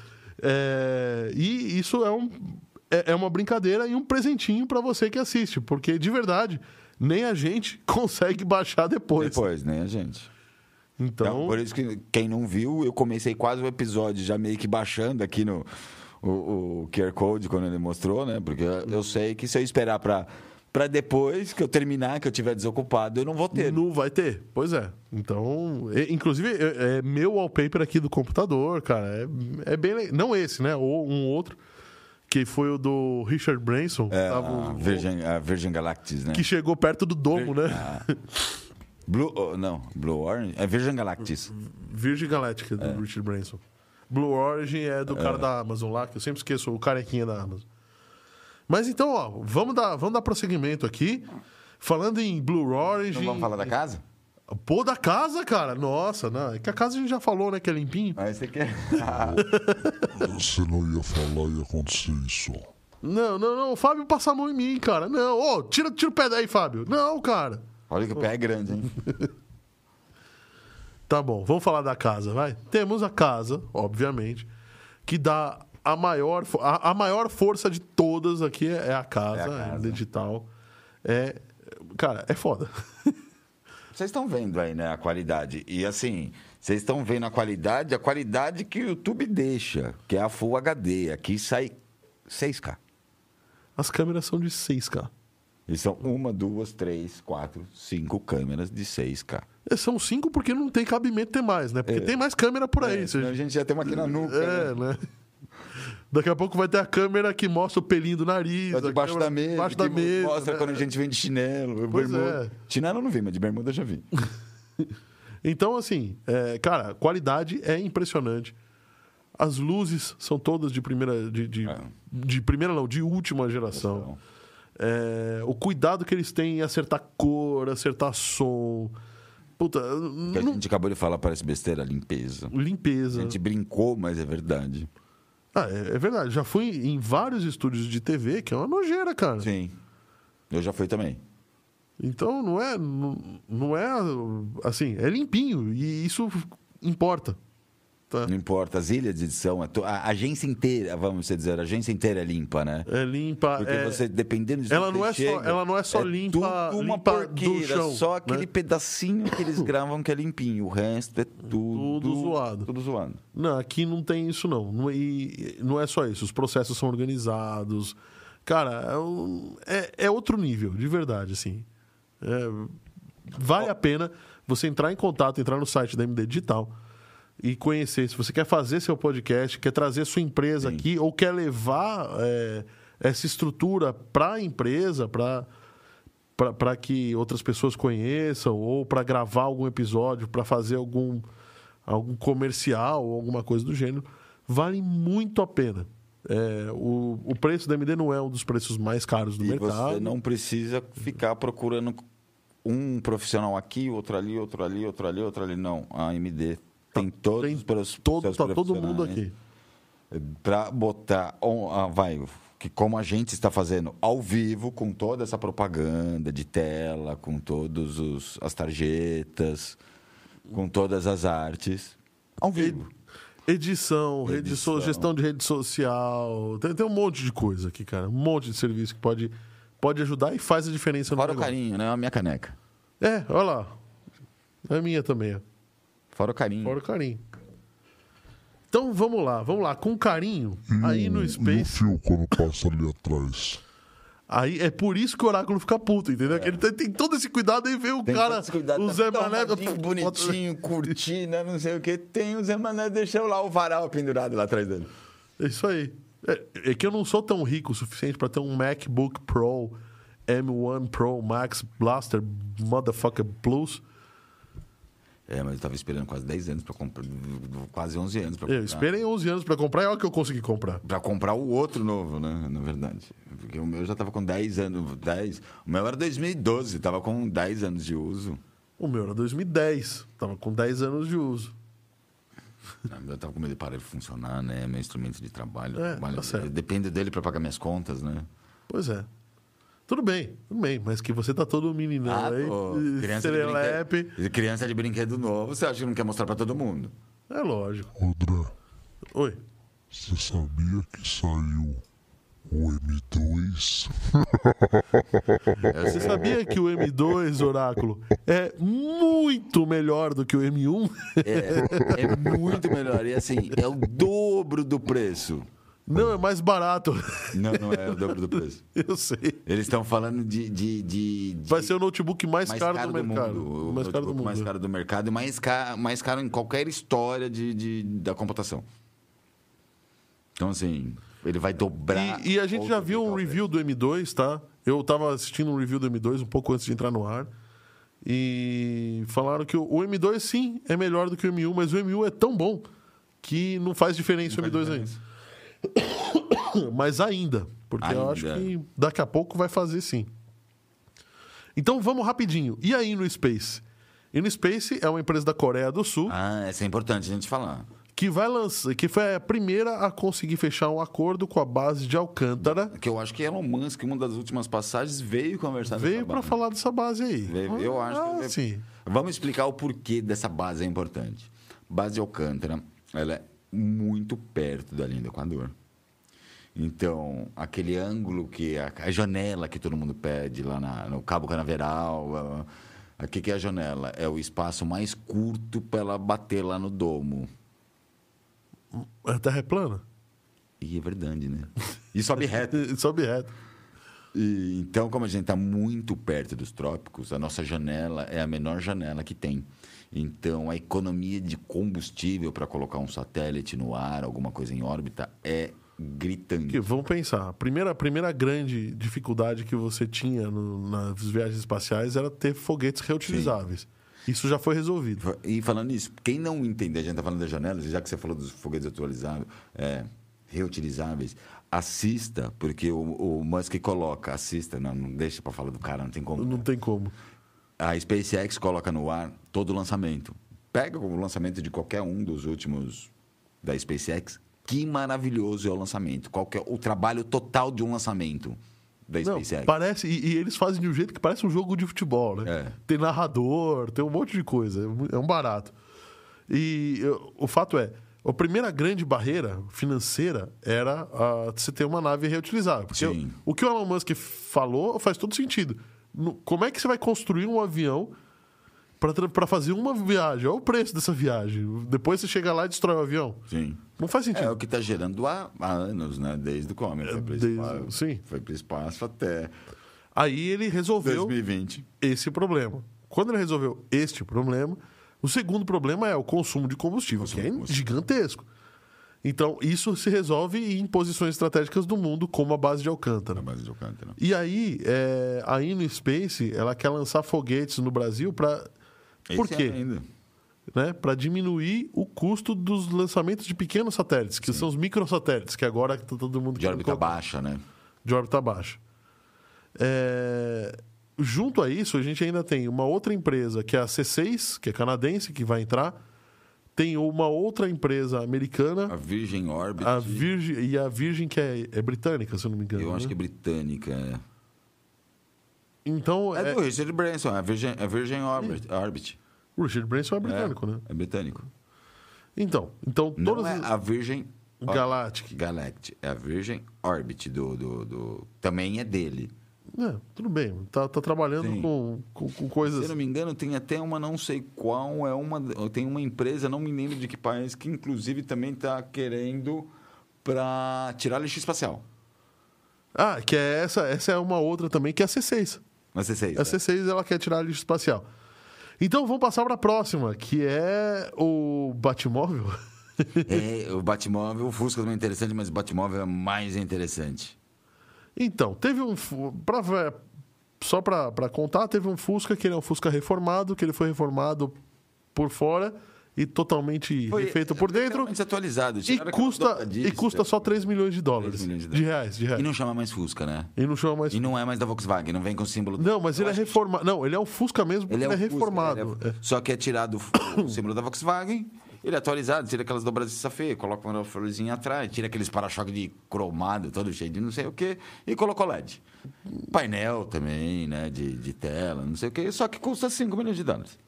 Speaker 1: É, e isso é, um, é, é uma brincadeira e um presentinho pra você que assiste, porque de verdade nem a gente *laughs* consegue baixar depois.
Speaker 2: Depois, né, gente? Então,
Speaker 1: Então,
Speaker 2: por isso que quem não viu, eu comecei quase o episódio já meio que baixando aqui no o, o QR Code quando ele mostrou, né? Porque eu, eu sei que se eu esperar pra, pra depois que eu terminar, que eu tiver desocupado, eu não vou ter.
Speaker 1: Não vai ter. Pois é. Então, e- inclusive, é, é meu wallpaper aqui do computador, cara. É, é bem. le- Não esse, né? Ou um outro, que foi o do Richard Branson,
Speaker 2: É,
Speaker 1: tava
Speaker 2: a,
Speaker 1: o-
Speaker 2: Virgin, a Virgin Galactis, né?
Speaker 1: que chegou perto do domo, né?
Speaker 2: Ah. Blue, oh, não, Blue Orange? É Virgin Galactis.
Speaker 1: *laughs* Virgin Galactica,
Speaker 2: É.
Speaker 1: do Richard Branson. Blue Origin é do cara da Amazon lá, que eu sempre esqueço, o carequinha da Amazon. Mas então, ó, vamos dar, vamos dar prosseguimento aqui. Falando em Blue Origin.
Speaker 2: Não Então vamos falar da casa?
Speaker 1: Pô, da casa, cara. Nossa, não. É que a casa a gente já falou, né? Que é limpinho.
Speaker 2: Aí você quer. *laughs*
Speaker 3: Você não ia falar e ia acontecer isso, ó.
Speaker 1: Não, não, não. O Fábio passa a mão em mim, cara. Não. Ô, tira, tira o pé daí, Fábio. Não, cara.
Speaker 2: Olha que o pé é grande, hein?
Speaker 1: Tá bom, vamos falar da casa, vai. Temos a casa, obviamente, que dá a maior, fo- a, a maior força de todas aqui é é a casa,
Speaker 2: É a casa.
Speaker 1: é digital. É, cara, é foda. *laughs*
Speaker 2: Vocês estão vendo aí, né, a qualidade. E assim, vocês estão vendo a qualidade, a qualidade que o YouTube deixa, que é a Full HD. Aqui sai 6K.
Speaker 1: As câmeras são de 6K.
Speaker 2: E são uma, duas, três, quatro, cinco câmeras de 6K.
Speaker 1: É, São cinco porque não tem cabimento ter mais, né? Porque
Speaker 2: É.
Speaker 1: tem mais câmera por aí.
Speaker 2: É,
Speaker 1: você-
Speaker 2: senão a gente já tem uma aqui na nuca. né?
Speaker 1: É, né? Daqui a pouco vai ter a câmera que mostra o pelinho do nariz.
Speaker 2: Tá
Speaker 1: a
Speaker 2: debaixo
Speaker 1: câmera
Speaker 2: da mesa.
Speaker 1: é Debaixo
Speaker 2: que
Speaker 1: da mesa.
Speaker 2: Mostra
Speaker 1: né?
Speaker 2: quando a gente vem de chinelo,
Speaker 1: Pois
Speaker 2: bermuda.
Speaker 1: é. Uhum.
Speaker 2: Chinelo eu não vi, mas de bermuda eu já vi.
Speaker 1: Então, assim, é, cara, a qualidade é impressionante. As luzes são todas de primeira. De, de,
Speaker 2: É.
Speaker 1: de primeira, não, de última geração.
Speaker 2: Então,
Speaker 1: É, o cuidado que eles têm em acertar cor, acertar som. Puta,
Speaker 2: o que a
Speaker 1: não-
Speaker 2: gente acabou de falar, parece besteira, limpeza. A
Speaker 1: limpeza.
Speaker 2: É gente brincou, mas é verdade.
Speaker 1: Ah, é, é verdade. Já fui em vários estúdios de TV, que é uma nojeira, cara.
Speaker 2: Sim. Eu já fui também.
Speaker 1: Então não é, não, não é assim, é limpinho e isso importa. Tá?
Speaker 2: Não importa, as ilhas de edição, a, to- a agência inteira, vamos dizer, a agência inteira é limpa, né?
Speaker 1: É limpa.
Speaker 2: Porque
Speaker 1: é-
Speaker 2: você, dependendo de
Speaker 1: ela
Speaker 2: onde
Speaker 1: não
Speaker 2: você
Speaker 1: é só-
Speaker 2: chega,
Speaker 1: ela não é só limpa-
Speaker 2: tudo uma
Speaker 1: limpa do
Speaker 2: porqueira,
Speaker 1: chão,
Speaker 2: só
Speaker 1: né?
Speaker 2: aquele pedacinho
Speaker 1: *laughs*
Speaker 2: que eles gravam que é limpinho, o resto é tudo...
Speaker 1: Tudo zoado.
Speaker 2: Tudo zoado.
Speaker 1: Não, aqui não tem isso, não. Não, e- e não é só isso. Os processos são organizados. Cara, é, um- é- é outro nível, de verdade, assim. É, vale a pena você entrar em contato, entrar no site da MD Digital e conhecer. Se você quer fazer seu podcast, quer trazer sua empresa aqui ou quer levar é, essa estrutura para a empresa, para para que outras pessoas conheçam ou para gravar algum episódio, para fazer algum, algum comercial ou alguma coisa do gênero, vale muito a pena. É, o, o preço da MD não é um dos preços mais caros do
Speaker 2: E
Speaker 1: mercado.
Speaker 2: você não precisa ficar procurando um profissional aqui, outro ali, outro ali, outro ali, outro ali. Não, a AMD tem todos
Speaker 1: Tá, tem
Speaker 2: os né? pros-
Speaker 1: Todo,
Speaker 2: seus
Speaker 1: tá todo mundo aqui.
Speaker 2: Para botar, on- ah, vai, que como a gente está fazendo ao vivo, com toda essa propaganda de tela, com todas as tarjetas, com todas as artes, ao vivo.
Speaker 1: Edição, rede so-
Speaker 2: Edição.
Speaker 1: gestão de rede social. Tem, tem um monte de coisa aqui, cara. Um monte de serviço que pode, pode ajudar e faz a diferença no
Speaker 2: Fora o
Speaker 1: negócio.
Speaker 2: carinho, né? A minha caneca.
Speaker 1: É, olha lá. É minha também, ó.
Speaker 2: Fora o carinho.
Speaker 1: Fora o carinho. Então vamos lá, vamos lá. Com carinho,
Speaker 3: E
Speaker 1: aí
Speaker 3: o-
Speaker 2: Hum,
Speaker 1: no
Speaker 3: E o
Speaker 1: Space.
Speaker 3: fio quando passa ali atrás.
Speaker 1: Aí é por isso que o Oráculo fica puto, entendeu? Que Ele tem, tem todo esse cuidado e vê o
Speaker 2: É. Tem
Speaker 1: cara.
Speaker 2: todo esse cuidado,
Speaker 1: o
Speaker 2: tá
Speaker 1: Zé
Speaker 2: tudo
Speaker 1: Mané.
Speaker 2: arrumadinho,
Speaker 1: *laughs*
Speaker 2: bonitinho, curtindo, não sei o que. Tem o Zé Mané deixou lá o varal pendurado lá atrás dele.
Speaker 1: É isso aí. É, é que eu não sou tão rico o suficiente pra ter um MacBook Pro M1 Pro Max Blaster Motherfucker Plus.
Speaker 2: É, mas eu tava esperando quase 10 anos pra comprar, quase 11 anos pra comprar.
Speaker 1: É, Eu esperei 11 anos pra comprar e olha o que eu consegui comprar.
Speaker 2: Pra comprar o outro novo, né? Na verdade. Porque o meu já tava com 10 anos, 10. O meu era 2012, tava com 10 anos de uso.
Speaker 1: O meu era 2010, tava com 10 anos de uso.
Speaker 2: Ah, Eu tava com medo de parar de funcionar, né? Meu instrumento de trabalho.
Speaker 1: É,
Speaker 2: trabalho
Speaker 1: tá certo.
Speaker 2: eu dependo dele pra pagar minhas contas, né?
Speaker 1: Pois é. Tudo bem, tudo bem, mas que você tá todo meninão aí,
Speaker 2: Ah, pô,
Speaker 1: e é serelepe.
Speaker 2: brinquedo, criança de brinquedo novo, você acha que não quer mostrar pra todo mundo?
Speaker 1: É lógico.
Speaker 3: Ô, André,
Speaker 1: Oi.
Speaker 3: você sabia que saiu o M2?
Speaker 1: Você sabia que o M2, Oráculo, é muito melhor do que o M1?
Speaker 2: É, é muito melhor. E assim, é o dobro do preço.
Speaker 1: *laughs* Não, é mais barato. *laughs*
Speaker 2: Não, não é o dobro do preço.
Speaker 1: Eu sei.
Speaker 2: Eles estão falando de. de, de, de
Speaker 1: Vai ser o notebook mais, caro, do, mercado.
Speaker 2: mundo. O
Speaker 1: mais caro do
Speaker 2: notebook
Speaker 1: mundo. é.
Speaker 2: mais caro do mercado e mais caro, mais caro em qualquer história de, de- da computação. Então, assim, ele vai dobrar.
Speaker 1: E, e a gente já
Speaker 2: outro né?
Speaker 1: viu um
Speaker 2: total
Speaker 1: review do M2, tá? Eu tava assistindo um review do M2 um pouco antes de entrar no ar. E falaram que o, o M2 sim é melhor do que o M1, mas o M1 é tão bom que não faz diferença o M2 ainda. *coughs* Mas ainda, porque eu
Speaker 2: Ainda.
Speaker 1: acho que daqui a pouco vai fazer sim. Então vamos rapidinho. E aí no Space? InSpace é uma empresa da Coreia do Sul
Speaker 2: Ah, essa é importante a gente falar.
Speaker 1: que vai lançar, que foi a primeira a conseguir fechar um acordo com a base de Alcântara.
Speaker 2: Que eu acho que Elon Musk, uma das últimas passagens, veio conversar dessa
Speaker 1: Veio pra
Speaker 2: base.
Speaker 1: falar dessa base aí.
Speaker 2: Veio- Né? Eu acho
Speaker 1: ah,
Speaker 2: que.
Speaker 1: sim.
Speaker 2: Vamos explicar o porquê dessa base é importante. Base de Alcântara, ela é muito perto da linha do Equador. Então, aquele ângulo que é a, a janela que todo mundo pede lá na- no Cabo Canaveral, ah, aqui que é a janela é o espaço mais curto para ela bater lá no domo.
Speaker 1: A Terra é plana?
Speaker 2: E é verdade, né? E sobe reto.
Speaker 1: Sobe reto.
Speaker 2: E, então, como a gente está muito perto dos trópicos, a nossa janela é a menor janela que tem. Então, a economia de combustível para colocar um satélite no ar, alguma coisa em órbita, é
Speaker 1: Que,
Speaker 2: gritante.
Speaker 1: vamos pensar. A primeira, a primeira grande dificuldade que você tinha no- nas viagens espaciais era ter foguetes reutilizáveis. Isso já foi resolvido.
Speaker 2: E falando nisso, quem não entende, a gente está falando das janelas, já que você falou dos foguetes atualizáveis, é, reutilizáveis, assista, porque o, o Musk coloca, assista, não, não deixa para falar do cara, não tem como.
Speaker 1: Não tem como.
Speaker 2: a SpaceX coloca no ar todo o lançamento. Pega o lançamento de qualquer um dos últimos da SpaceX. Que maravilhoso é o lançamento. Qual que é o trabalho total de um lançamento da
Speaker 1: Não,
Speaker 2: SpaceX?
Speaker 1: parece, e, e eles fazem de um jeito que parece um jogo de futebol, né?
Speaker 2: É.
Speaker 1: Tem narrador, tem um monte de coisa. é mu- É um barato. E eu- o fato é, a primeira grande barreira financeira era ah, você ter uma nave reutilizável. Porque
Speaker 2: Sim.
Speaker 1: o, o que o Elon Musk falou faz todo sentido. No- como é que você vai construir um avião para fazer uma viagem? Olha o preço dessa viagem. Depois você chega lá e destrói o avião.
Speaker 2: Sim.
Speaker 1: Não faz
Speaker 2: É
Speaker 1: sentido.
Speaker 2: o que está gerando há, há anos, né? Desde o começo. Foi para
Speaker 1: É, desde-
Speaker 2: espaço,
Speaker 1: sim.
Speaker 2: Foi para espaço até
Speaker 1: Aí ele resolveu...
Speaker 2: 2020.
Speaker 1: esse problema. Quando ele resolveu este problema, o segundo problema é o consumo de combustível,
Speaker 2: Consumo
Speaker 1: que é
Speaker 2: de combustível.
Speaker 1: gigantesco. Então, isso se resolve em posições estratégicas do mundo, como a base de Alcântara.
Speaker 2: na base de Alcântara.
Speaker 1: E aí, é, a InnoSpace, ela quer lançar foguetes no Brasil para... Por
Speaker 2: Esse é
Speaker 1: quê?
Speaker 2: ano ainda.
Speaker 1: né, para diminuir o custo dos lançamentos de pequenos satélites, que são os microsatélites, que agora tá todo mundo
Speaker 2: De
Speaker 1: querendo
Speaker 2: órbita
Speaker 1: colocar-
Speaker 2: baixa, né?
Speaker 1: de órbita baixa. É, Junto a isso, a gente ainda tem uma outra empresa, que é a C6, que é canadense, que vai entrar. Tem uma outra empresa americana,
Speaker 2: A Virgin Orbit.
Speaker 1: a Virgin, e a Virgin, que é, é britânica, se eu não me engano.
Speaker 2: Eu acho que
Speaker 1: né?
Speaker 2: é britânica. é.
Speaker 1: Então,
Speaker 2: É,
Speaker 1: é,
Speaker 2: do Richard Branson, a Virgin, a Virgin Orbit. Orbit.
Speaker 1: o Richard Branson é britânico,
Speaker 2: é,
Speaker 1: né?
Speaker 2: É britânico.
Speaker 1: Então, então
Speaker 2: Não
Speaker 1: todas
Speaker 2: é
Speaker 1: as...
Speaker 2: a Virgin Or-
Speaker 1: Galactic.
Speaker 2: Galactic. É a Virgin Orbit do, do, do- Também é dele.
Speaker 1: É, tudo bem, tá, tá trabalhando
Speaker 2: Sim.
Speaker 1: com, com, com
Speaker 2: Se eu
Speaker 1: coisas...
Speaker 2: não me engano, tem até uma, não sei qual, é uma. Tem uma empresa, não me lembro de que país, que inclusive também está querendo para tirar lixo espacial.
Speaker 1: Ah, que é essa, essa é uma outra também, que é a C6.
Speaker 2: Na C6.
Speaker 1: A C6 ela quer tirar lixo espacial. Então vamos passar para a próxima, que é o Batmóvel. *laughs*
Speaker 2: É, o Batmóvel, o Fusca também é interessante, mas o Batmóvel é mais interessante.
Speaker 1: então, teve um. fu- pra ver- só para contar, teve um Fusca que ele é um Fusca reformado, que ele foi reformado por fora e totalmente
Speaker 2: é
Speaker 1: refeito por dentro.
Speaker 2: Desatualizado.
Speaker 1: E custa, e custa só 3 milhões de dólares.
Speaker 2: 3 milhões de
Speaker 1: de, reais, de reais.
Speaker 2: E não chama mais Fusca, né?
Speaker 1: E não chama mais.
Speaker 2: E não é mais da Volkswagen, não vem com o símbolo.
Speaker 1: Não, mas ele é reformado. Não, ele é um Fusca mesmo, porque ele é,
Speaker 2: um Fusca,
Speaker 1: reformado.
Speaker 2: ele é- Só que é tirado o o símbolo da Volkswagen, ele é atualizado, tira aquelas dobras tá feia, coloca uma florzinha atrás, tira aqueles para-choque de cromado, todo cheio de não sei o quê, e colocou LED. Painel também, né? De, de tela, não sei o quê, só que custa 5 milhões de dólares.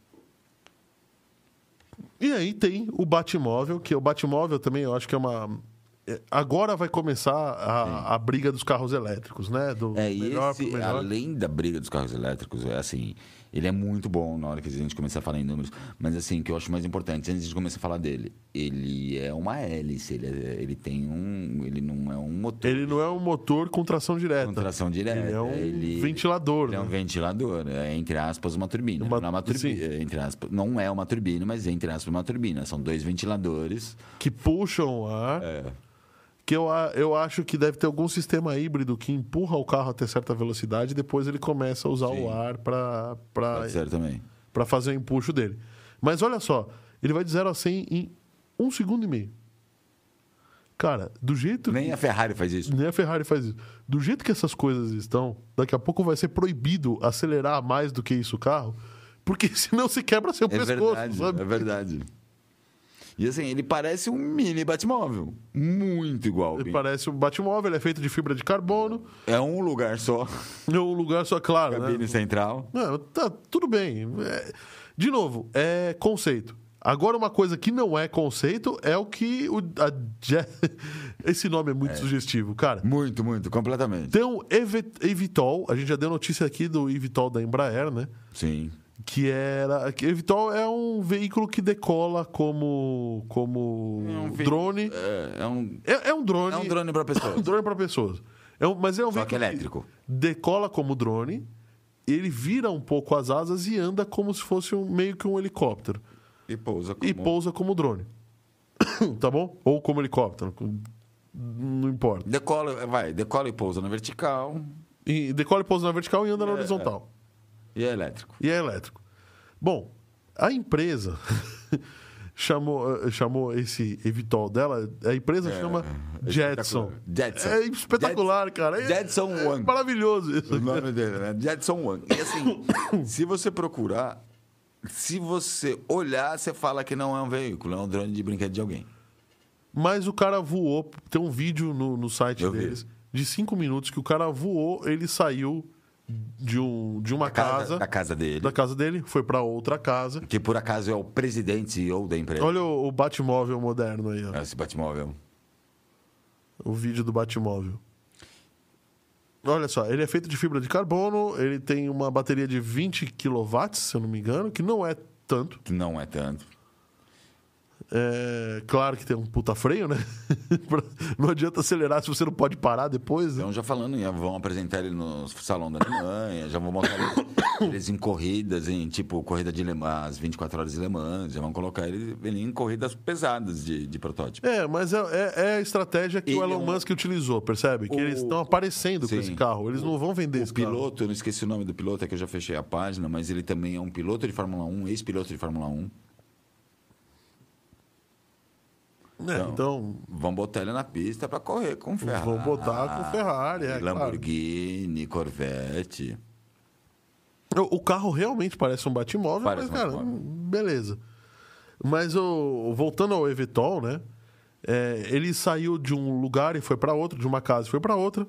Speaker 1: E aí tem o Batmóvel, que é o Batmóvel também eu acho que é uma. é, Agora vai começar a, a briga dos carros elétricos, né? Do
Speaker 2: É, e
Speaker 1: melhor pro
Speaker 2: esse,
Speaker 1: melhor.
Speaker 2: além da briga dos carros elétricos, é assim, ele é muito bom na hora que a gente começar a falar em números, mas assim, o que eu acho mais importante, antes de começar a falar dele, ele é uma hélice, ele, é- ele tem um. Ele não é um motor
Speaker 1: Ele não é um motor com tração direta.
Speaker 2: com tração direta.
Speaker 1: Ele é um
Speaker 2: ele-
Speaker 1: ventilador,
Speaker 2: ele é um
Speaker 1: né?
Speaker 2: ventilador, é, entre aspas, uma turbina.
Speaker 1: Uma-
Speaker 2: não, é uma turbi-
Speaker 1: sim.
Speaker 2: é, entre aspas, não é uma turbina, mas entre aspas, uma turbina. São dois ventiladores.
Speaker 1: Que puxam o ar.
Speaker 2: É.
Speaker 1: Que eu, a- eu acho que deve ter algum sistema híbrido que empurra o carro até certa velocidade e depois ele começa a usar
Speaker 2: Sim.
Speaker 1: o ar para
Speaker 2: Pode ser também.
Speaker 1: para fazer o empuxo dele. Mas olha só, ele vai de 0 a 100 em um segundo e meio. Cara, do jeito
Speaker 2: Nem a Ferrari faz isso.
Speaker 1: Nem a Ferrari faz isso. Do jeito que essas coisas estão, daqui a pouco vai ser proibido acelerar mais do que isso o carro, porque *laughs* senão se quebra seu
Speaker 2: É
Speaker 1: pescoço,
Speaker 2: verdade,
Speaker 1: sabe?
Speaker 2: é verdade. E assim, ele parece um mini Batmóvel. Muito igual.
Speaker 1: Ele parece um Batmóvel, ele é feito de fibra de carbono,
Speaker 2: É um lugar só,
Speaker 1: é um lugar só claro, *laughs* né?
Speaker 2: cabine central.
Speaker 1: Não, tá, tudo bem. É, de novo, é conceito. Agora, uma coisa que não é conceito é o que o, a Je- *laughs* Esse nome é muito sugestivo, cara.
Speaker 2: Muito, muito, completamente.
Speaker 1: Tem um Evi- Evitol, a gente já deu notícia aqui do Evitol da Embraer, né?
Speaker 2: Sim.
Speaker 1: que era que Evitol é um veículo que decola como como
Speaker 2: É um ve-
Speaker 1: um drone
Speaker 2: É, é um,
Speaker 1: é, é um drone
Speaker 2: é um drone para pessoas.
Speaker 1: um *laughs* drone para pessoas é um, mas é um
Speaker 2: Só
Speaker 1: veículo
Speaker 2: que elétrico.
Speaker 1: decola como drone ele vira um pouco as asas e anda como se fosse um, meio que um helicóptero
Speaker 2: E pousa como...
Speaker 1: e pousa como drone *coughs* tá bom ou como helicóptero com- não importa
Speaker 2: Decola, vai, decola e pousa na vertical
Speaker 1: e decola e pousa na vertical e anda na
Speaker 2: É,
Speaker 1: horizontal
Speaker 2: e é elétrico.
Speaker 1: E é elétrico. Bom, a empresa *laughs* chamou, eh, chamou esse Evitol dela, a empresa chama
Speaker 2: é
Speaker 1: Jetson.
Speaker 2: espetacular. Jetson.
Speaker 1: É espetacular, cara. É-
Speaker 2: Jetson
Speaker 1: é
Speaker 2: One.
Speaker 1: Maravilhoso
Speaker 2: O
Speaker 1: isso.
Speaker 2: nome dele, né? Jetson Wang. E
Speaker 1: *coughs*
Speaker 2: assim, se você procurar, se você olhar, você fala que não é um veículo, é um drone de brinquedo de alguém.
Speaker 1: Mas o cara voou. Tem um vídeo no, no site
Speaker 2: Eu vi.
Speaker 1: deles de cinco minutos que o cara voou, ele saiu de, um, de uma casa,
Speaker 2: da casa dele.
Speaker 1: da casa dele, foi para outra casa.
Speaker 2: Que por acaso é o presidente ou da empresa.
Speaker 1: Olha o, o Batmóvel moderno aí, ó.
Speaker 2: Esse Batmóvel.
Speaker 1: O vídeo do Batmóvel. Olha só, ele é feito de fibra de carbono, ele tem uma bateria de 20 kW, se eu não me engano, que não é tanto.
Speaker 2: Que não é tanto.
Speaker 1: É, claro que tem um puta freio, né? *laughs* Pra- não adianta acelerar se você não pode parar depois. né?
Speaker 2: Então, já falando, já vão apresentar ele no Salão da Alemanha, já vão botar ele, eles em corridas, em tipo, corrida de Le Mans, as 24 horas de Le Mans, já vão colocar ele, ele em corridas pesadas de, de protótipo.
Speaker 1: É, mas é, é- é a estratégia que
Speaker 2: Ele
Speaker 1: o
Speaker 2: é
Speaker 1: Elon
Speaker 2: um-
Speaker 1: Musk utilizou, percebe? Que
Speaker 2: O-
Speaker 1: eles estão aparecendo
Speaker 2: Sim.
Speaker 1: com esse carro. Eles não vão vender
Speaker 2: O
Speaker 1: esse carro.
Speaker 2: piloto, eu não esqueci o nome do piloto, é que eu já fechei a página, mas ele também é um piloto de Fórmula 1, ex-piloto de Fórmula 1.
Speaker 1: É, então,
Speaker 2: Vão botar ele na pista para correr com Ferrari.
Speaker 1: Vão botar com Ferrari, é,
Speaker 2: Lamborghini, Corvette.
Speaker 1: O o carro realmente parece um Batmóvel,
Speaker 2: Parece
Speaker 1: mas,
Speaker 2: um
Speaker 1: cara,
Speaker 2: Batmóvel.
Speaker 1: beleza. Mas o, voltando ao Eviton, né? é, ele saiu de um lugar e foi para outro, de uma casa e foi para outra.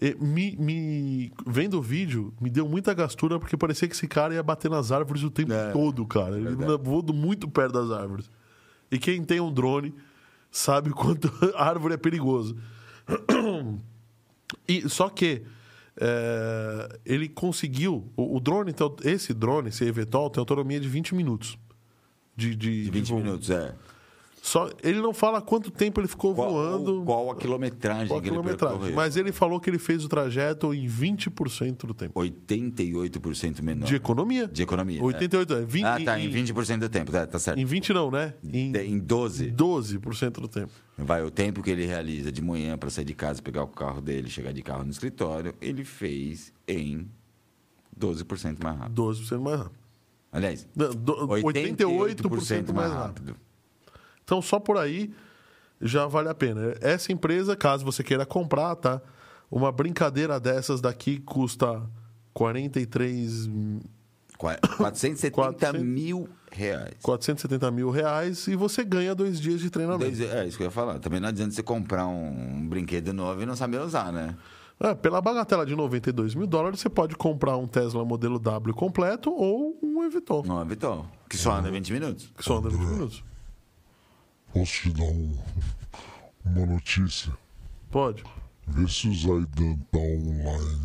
Speaker 1: E me, me- vendo o vídeo, me deu muita gastura porque parecia que esse cara ia bater nas árvores o tempo
Speaker 2: É,
Speaker 1: todo, cara. Ele
Speaker 2: verdade.
Speaker 1: voou do- muito perto das árvores. E quem tem um drone sabe o quanto *laughs* a árvore é perigoso. E, só que é, ele conseguiu. O, o drone, então, esse drone, esse Evetol, tem autonomia de 20 minutos. De, de,
Speaker 2: De 20
Speaker 1: voo.
Speaker 2: minutos, é.
Speaker 1: Só, ele não fala quanto tempo ele ficou
Speaker 2: Qual,
Speaker 1: voando.
Speaker 2: qual a quilometragem
Speaker 1: qual a
Speaker 2: que ele
Speaker 1: quilometragem.
Speaker 2: percorreu?
Speaker 1: Mas ele falou que ele fez o trajeto em 20% do tempo.
Speaker 2: 88% menor.
Speaker 1: De economia.
Speaker 2: De economia, é.
Speaker 1: 88, é. 20,
Speaker 2: Ah, tá, em
Speaker 1: em,
Speaker 2: 20% do tempo, tá, tá certo.
Speaker 1: em 20 não, né? Em
Speaker 2: Em, 12.
Speaker 1: 12% do tempo.
Speaker 2: Vai o tempo que ele realiza de manhã para sair de casa, pegar o carro dele, chegar de carro no escritório, ele fez em 12% mais rápido.
Speaker 1: 12% mais rápido.
Speaker 2: Aliás,
Speaker 1: Não, do- 88% mais rápido. Então, só por aí já vale a pena. Essa empresa, caso você queira comprar, tá? Uma brincadeira dessas daqui custa 43,
Speaker 2: Qua- 470
Speaker 1: 400.
Speaker 2: mil reais.
Speaker 1: 470 mil reais e você ganha dois dias de treinamento.
Speaker 2: Dois- é isso que eu ia falar. Também não adianta você comprar um, um brinquedo novo e não saber usar, né?
Speaker 1: É, pela bagatela de 92 mil dólares, você pode comprar um Tesla modelo W completo ou um Eviton,
Speaker 2: Não é Vitor. Que só anda 20 minutos.
Speaker 1: que só anda 20 minutos.
Speaker 3: Posso te dar um- uma notícia?
Speaker 1: Pode.
Speaker 3: Vê se o Zaidan tá online.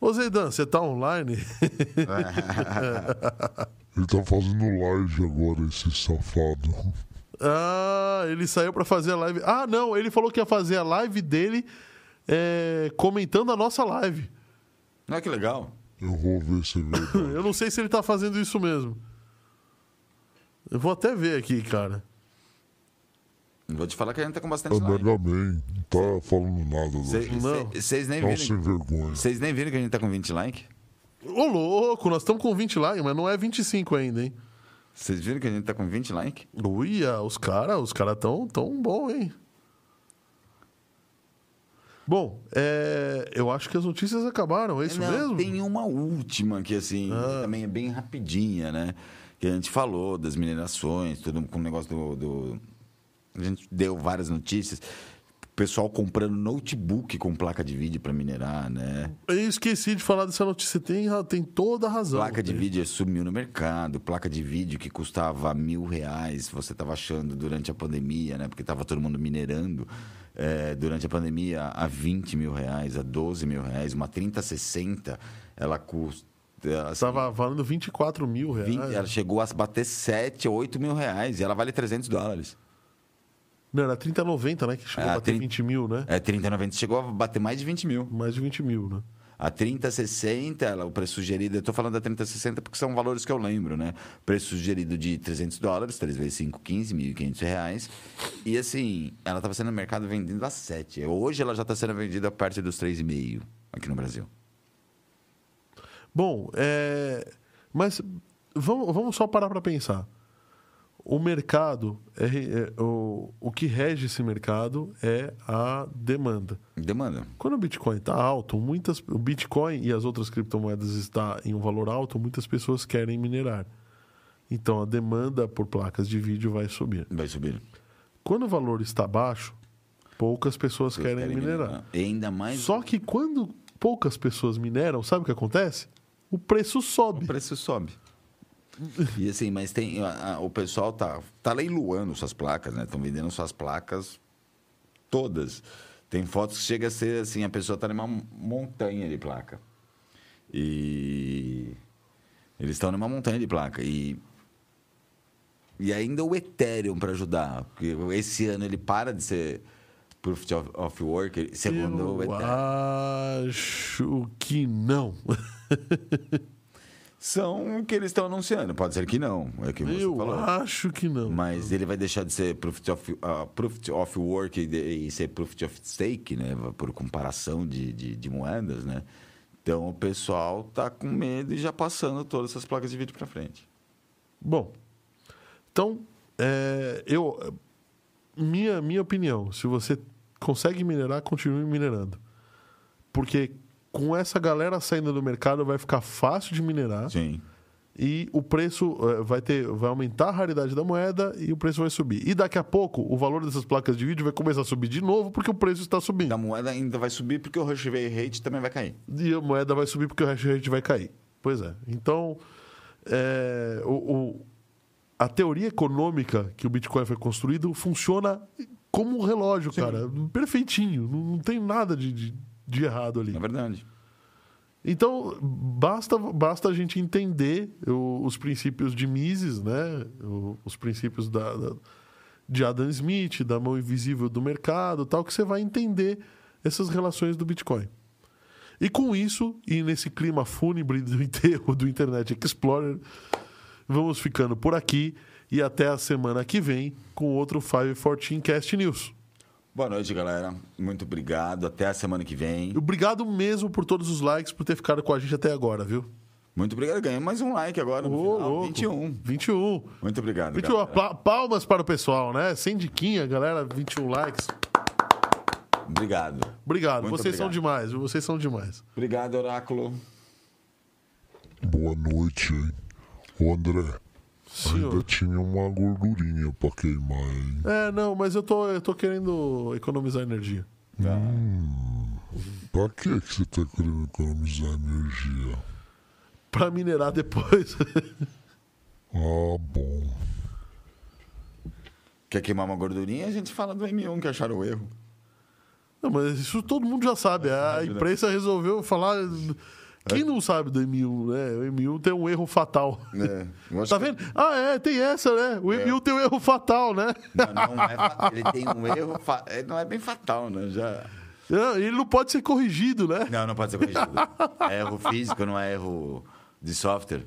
Speaker 1: Ô Zeidan, você tá online? *laughs*
Speaker 3: Ele tá fazendo live agora, esse safado.
Speaker 1: Ah, ele saiu pra fazer a live. Ah, não, ele falou que ia fazer a live dele é, comentando a nossa live.
Speaker 2: Não é que legal?
Speaker 3: Eu vou ver se é verdade.
Speaker 1: Eu não sei se ele tá fazendo isso mesmo. Eu vou até ver aqui, cara.
Speaker 2: Não Vou te falar que a gente tá com bastante
Speaker 3: É
Speaker 2: live.
Speaker 3: Mega Man, não tá falando nada.
Speaker 2: Cê-
Speaker 3: Cê...
Speaker 1: Não.
Speaker 2: cê- Vocês nem,
Speaker 3: Não
Speaker 2: viram-
Speaker 3: sem vergonha.
Speaker 2: vocês nem viram que a gente tá com 20 likes?
Speaker 1: Ô, louco, nós estamos com 20 likes, mas não é 25 ainda, hein?
Speaker 2: Vocês viram que a gente tá com 20 likes?
Speaker 1: Uia, os caras os cara tão, tão bom, hein? Bom, é, eu acho que as notícias acabaram, é isso
Speaker 2: Não,
Speaker 1: mesmo? Ah.
Speaker 2: Tem uma última que, assim, também é bem rapidinha, né? Que a gente falou das minerações, tudo com o negócio do, do- A gente deu várias notícias. Pessoal comprando notebook com placa de vídeo para minerar, né?
Speaker 1: Eu esqueci de falar dessa notícia, tem, ra- tem toda a razão.
Speaker 2: Placa de vídeo sumiu no mercado, placa de vídeo que custava mil reais, você estava achando durante a pandemia, né? Porque estava todo mundo minerando eh, durante a pandemia a 20 mil reais, a 12 mil reais, uma 3060, ela custa. assim,
Speaker 1: Estava valendo 24 mil reais.
Speaker 2: 20 ela chegou a bater 7, 8 mil reais e ela vale 300 dólares.
Speaker 1: Não, era 30,90, né? Que chegou
Speaker 2: É,
Speaker 1: a bater
Speaker 2: 30
Speaker 1: 20 mil, né?
Speaker 2: É, 30,90 chegou a bater mais de 20 mil.
Speaker 1: Mais de 20 mil, né?
Speaker 2: A 3060, ela, o preço sugerido, eu tô falando da 3060 porque são valores que eu lembro, né? Preço sugerido de 300 dólares, 3 vezes 5, 15, 1.500 reais. E assim, ela estava sendo no mercado vendendo a 7. Hoje ela já está sendo vendida a parte dos 3,5 aqui no Brasil.
Speaker 1: Bom, é... mas vamos, vamos só parar para pensar. O mercado, é, é- o, o que rege esse mercado é a demanda.
Speaker 2: Demanda.
Speaker 1: Quando o Bitcoin está alto, muitas, o Bitcoin e as outras criptomoedas está em um valor alto, muitas pessoas querem minerar. Então a demanda por placas de vídeo vai subir.
Speaker 2: Vai subir.
Speaker 1: Quando o valor está baixo, poucas pessoas querem, minerar.
Speaker 2: E ainda mais
Speaker 1: Só que quando poucas pessoas mineram, sabe o que acontece? O preço sobe.
Speaker 2: o preço sobe. E assim, mas tem. a- a- o pessoal tá, tá leiloando suas placas, né? Estão vendendo suas placas todas. Tem fotos que chega a ser assim, a pessoa tá numa montanha de placa. E. Eles estão numa montanha de placa. E E ainda o Ethereum para ajudar, porque esse ano ele para de ser Proof of, of Work, segundo o
Speaker 1: Eu
Speaker 2: Ethereum.
Speaker 1: acho que não.
Speaker 2: São o que eles estão anunciando, pode ser que não, é o que você
Speaker 1: Eu
Speaker 2: falou.
Speaker 1: acho que não.
Speaker 2: Mas ele vai deixar de ser proof of, ah, proof of work e, de- e ser proof of stake, né? Por comparação de, de, de moedas, né? Então o pessoal tá com medo e já passando todas essas placas de vídeo para frente.
Speaker 1: Bom, então, é, eu. Minha, minha opinião, se você consegue minerar, continue minerando. Porque com essa galera saindo do mercado, vai ficar fácil de minerar
Speaker 2: Sim.
Speaker 1: e o preço é, vai, ter, vai aumentar a raridade da moeda e o preço vai subir. E daqui a pouco, o valor dessas placas de vídeo vai começar a subir de novo porque o preço está subindo.
Speaker 2: A moeda ainda vai subir porque o hash rate também vai cair.
Speaker 1: E a moeda vai subir porque o hash rate vai cair. Pois é. Então, é, o- o- a teoria econômica que o Bitcoin foi construído funciona como um relógio, cara. Perfeitinho. Não, não tem nada de, de- de errado ali.
Speaker 2: Na verdade.
Speaker 1: Então, basta, basta a gente entender o- os princípios de Mises, né? O- os princípios da, da- de Adam Smith, da mão invisível do mercado tal, que você vai entender essas relações do Bitcoin. E com isso, e nesse clima fúnebre do enterro do Internet Explorer, vamos ficando por aqui e até a semana que vem com outro 514 Cast News.
Speaker 2: Boa noite, galera. Muito obrigado. Até a semana que vem.
Speaker 1: Obrigado mesmo por todos os likes, por ter ficado com a gente até agora, viu?
Speaker 2: Muito obrigado. Ganhei mais um like agora no
Speaker 1: Ô,
Speaker 2: final.
Speaker 1: louco.
Speaker 2: 21.
Speaker 1: 21.
Speaker 2: Muito obrigado,
Speaker 1: 21,
Speaker 2: galera.
Speaker 1: apla- palmas para o pessoal, né? Sem diquinha, galera, 21 likes.
Speaker 2: Obrigado.
Speaker 1: Obrigado,
Speaker 2: Muito
Speaker 1: vocês são
Speaker 2: obrigado.
Speaker 1: demais, vocês são demais.
Speaker 2: Obrigado, Oráculo.
Speaker 3: Boa noite, hein? Ô André, ainda
Speaker 1: Senhor.
Speaker 3: tinha uma gordurinha pra queimar, hein?
Speaker 1: É, não, mas eu tô, eu tô querendo economizar energia. Hum.
Speaker 3: Pra que que você tá querendo economizar energia?
Speaker 1: Pra minerar depois. *laughs*
Speaker 3: Ah, bom.
Speaker 2: Quer queimar uma gordurinha? A gente fala do M1 que acharam o erro.
Speaker 1: não, mas isso todo mundo já sabe. A
Speaker 2: né?
Speaker 1: imprensa resolveu falar. Quem não sabe do M1, né? O M1 tem um erro fatal.
Speaker 2: É, eu acho
Speaker 1: *laughs* Tá
Speaker 2: que-
Speaker 1: vendo? Ah, é, tem essa, né? O M1 tem um erro fatal, né?
Speaker 2: Não, não é fa- ele tem um erro, fa- é, não é bem fatal, né? Já...
Speaker 1: Não, É, Ele não pode ser corrigido, né?
Speaker 2: Não, não pode ser corrigido. É erro físico, não é erro de software.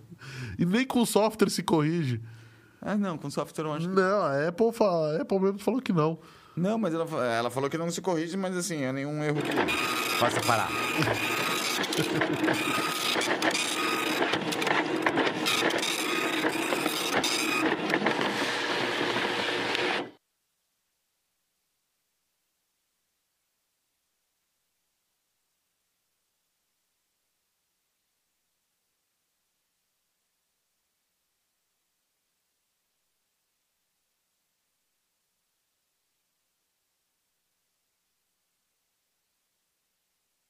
Speaker 1: E nem com software se corrige.
Speaker 2: Ah, não, com software eu acho que...
Speaker 1: Não, a Apple, fala, a Apple mesmo falou que não.
Speaker 2: Não, mas ela, fa- ela falou que não se corrige, mas assim, é nenhum erro que... Faça parar.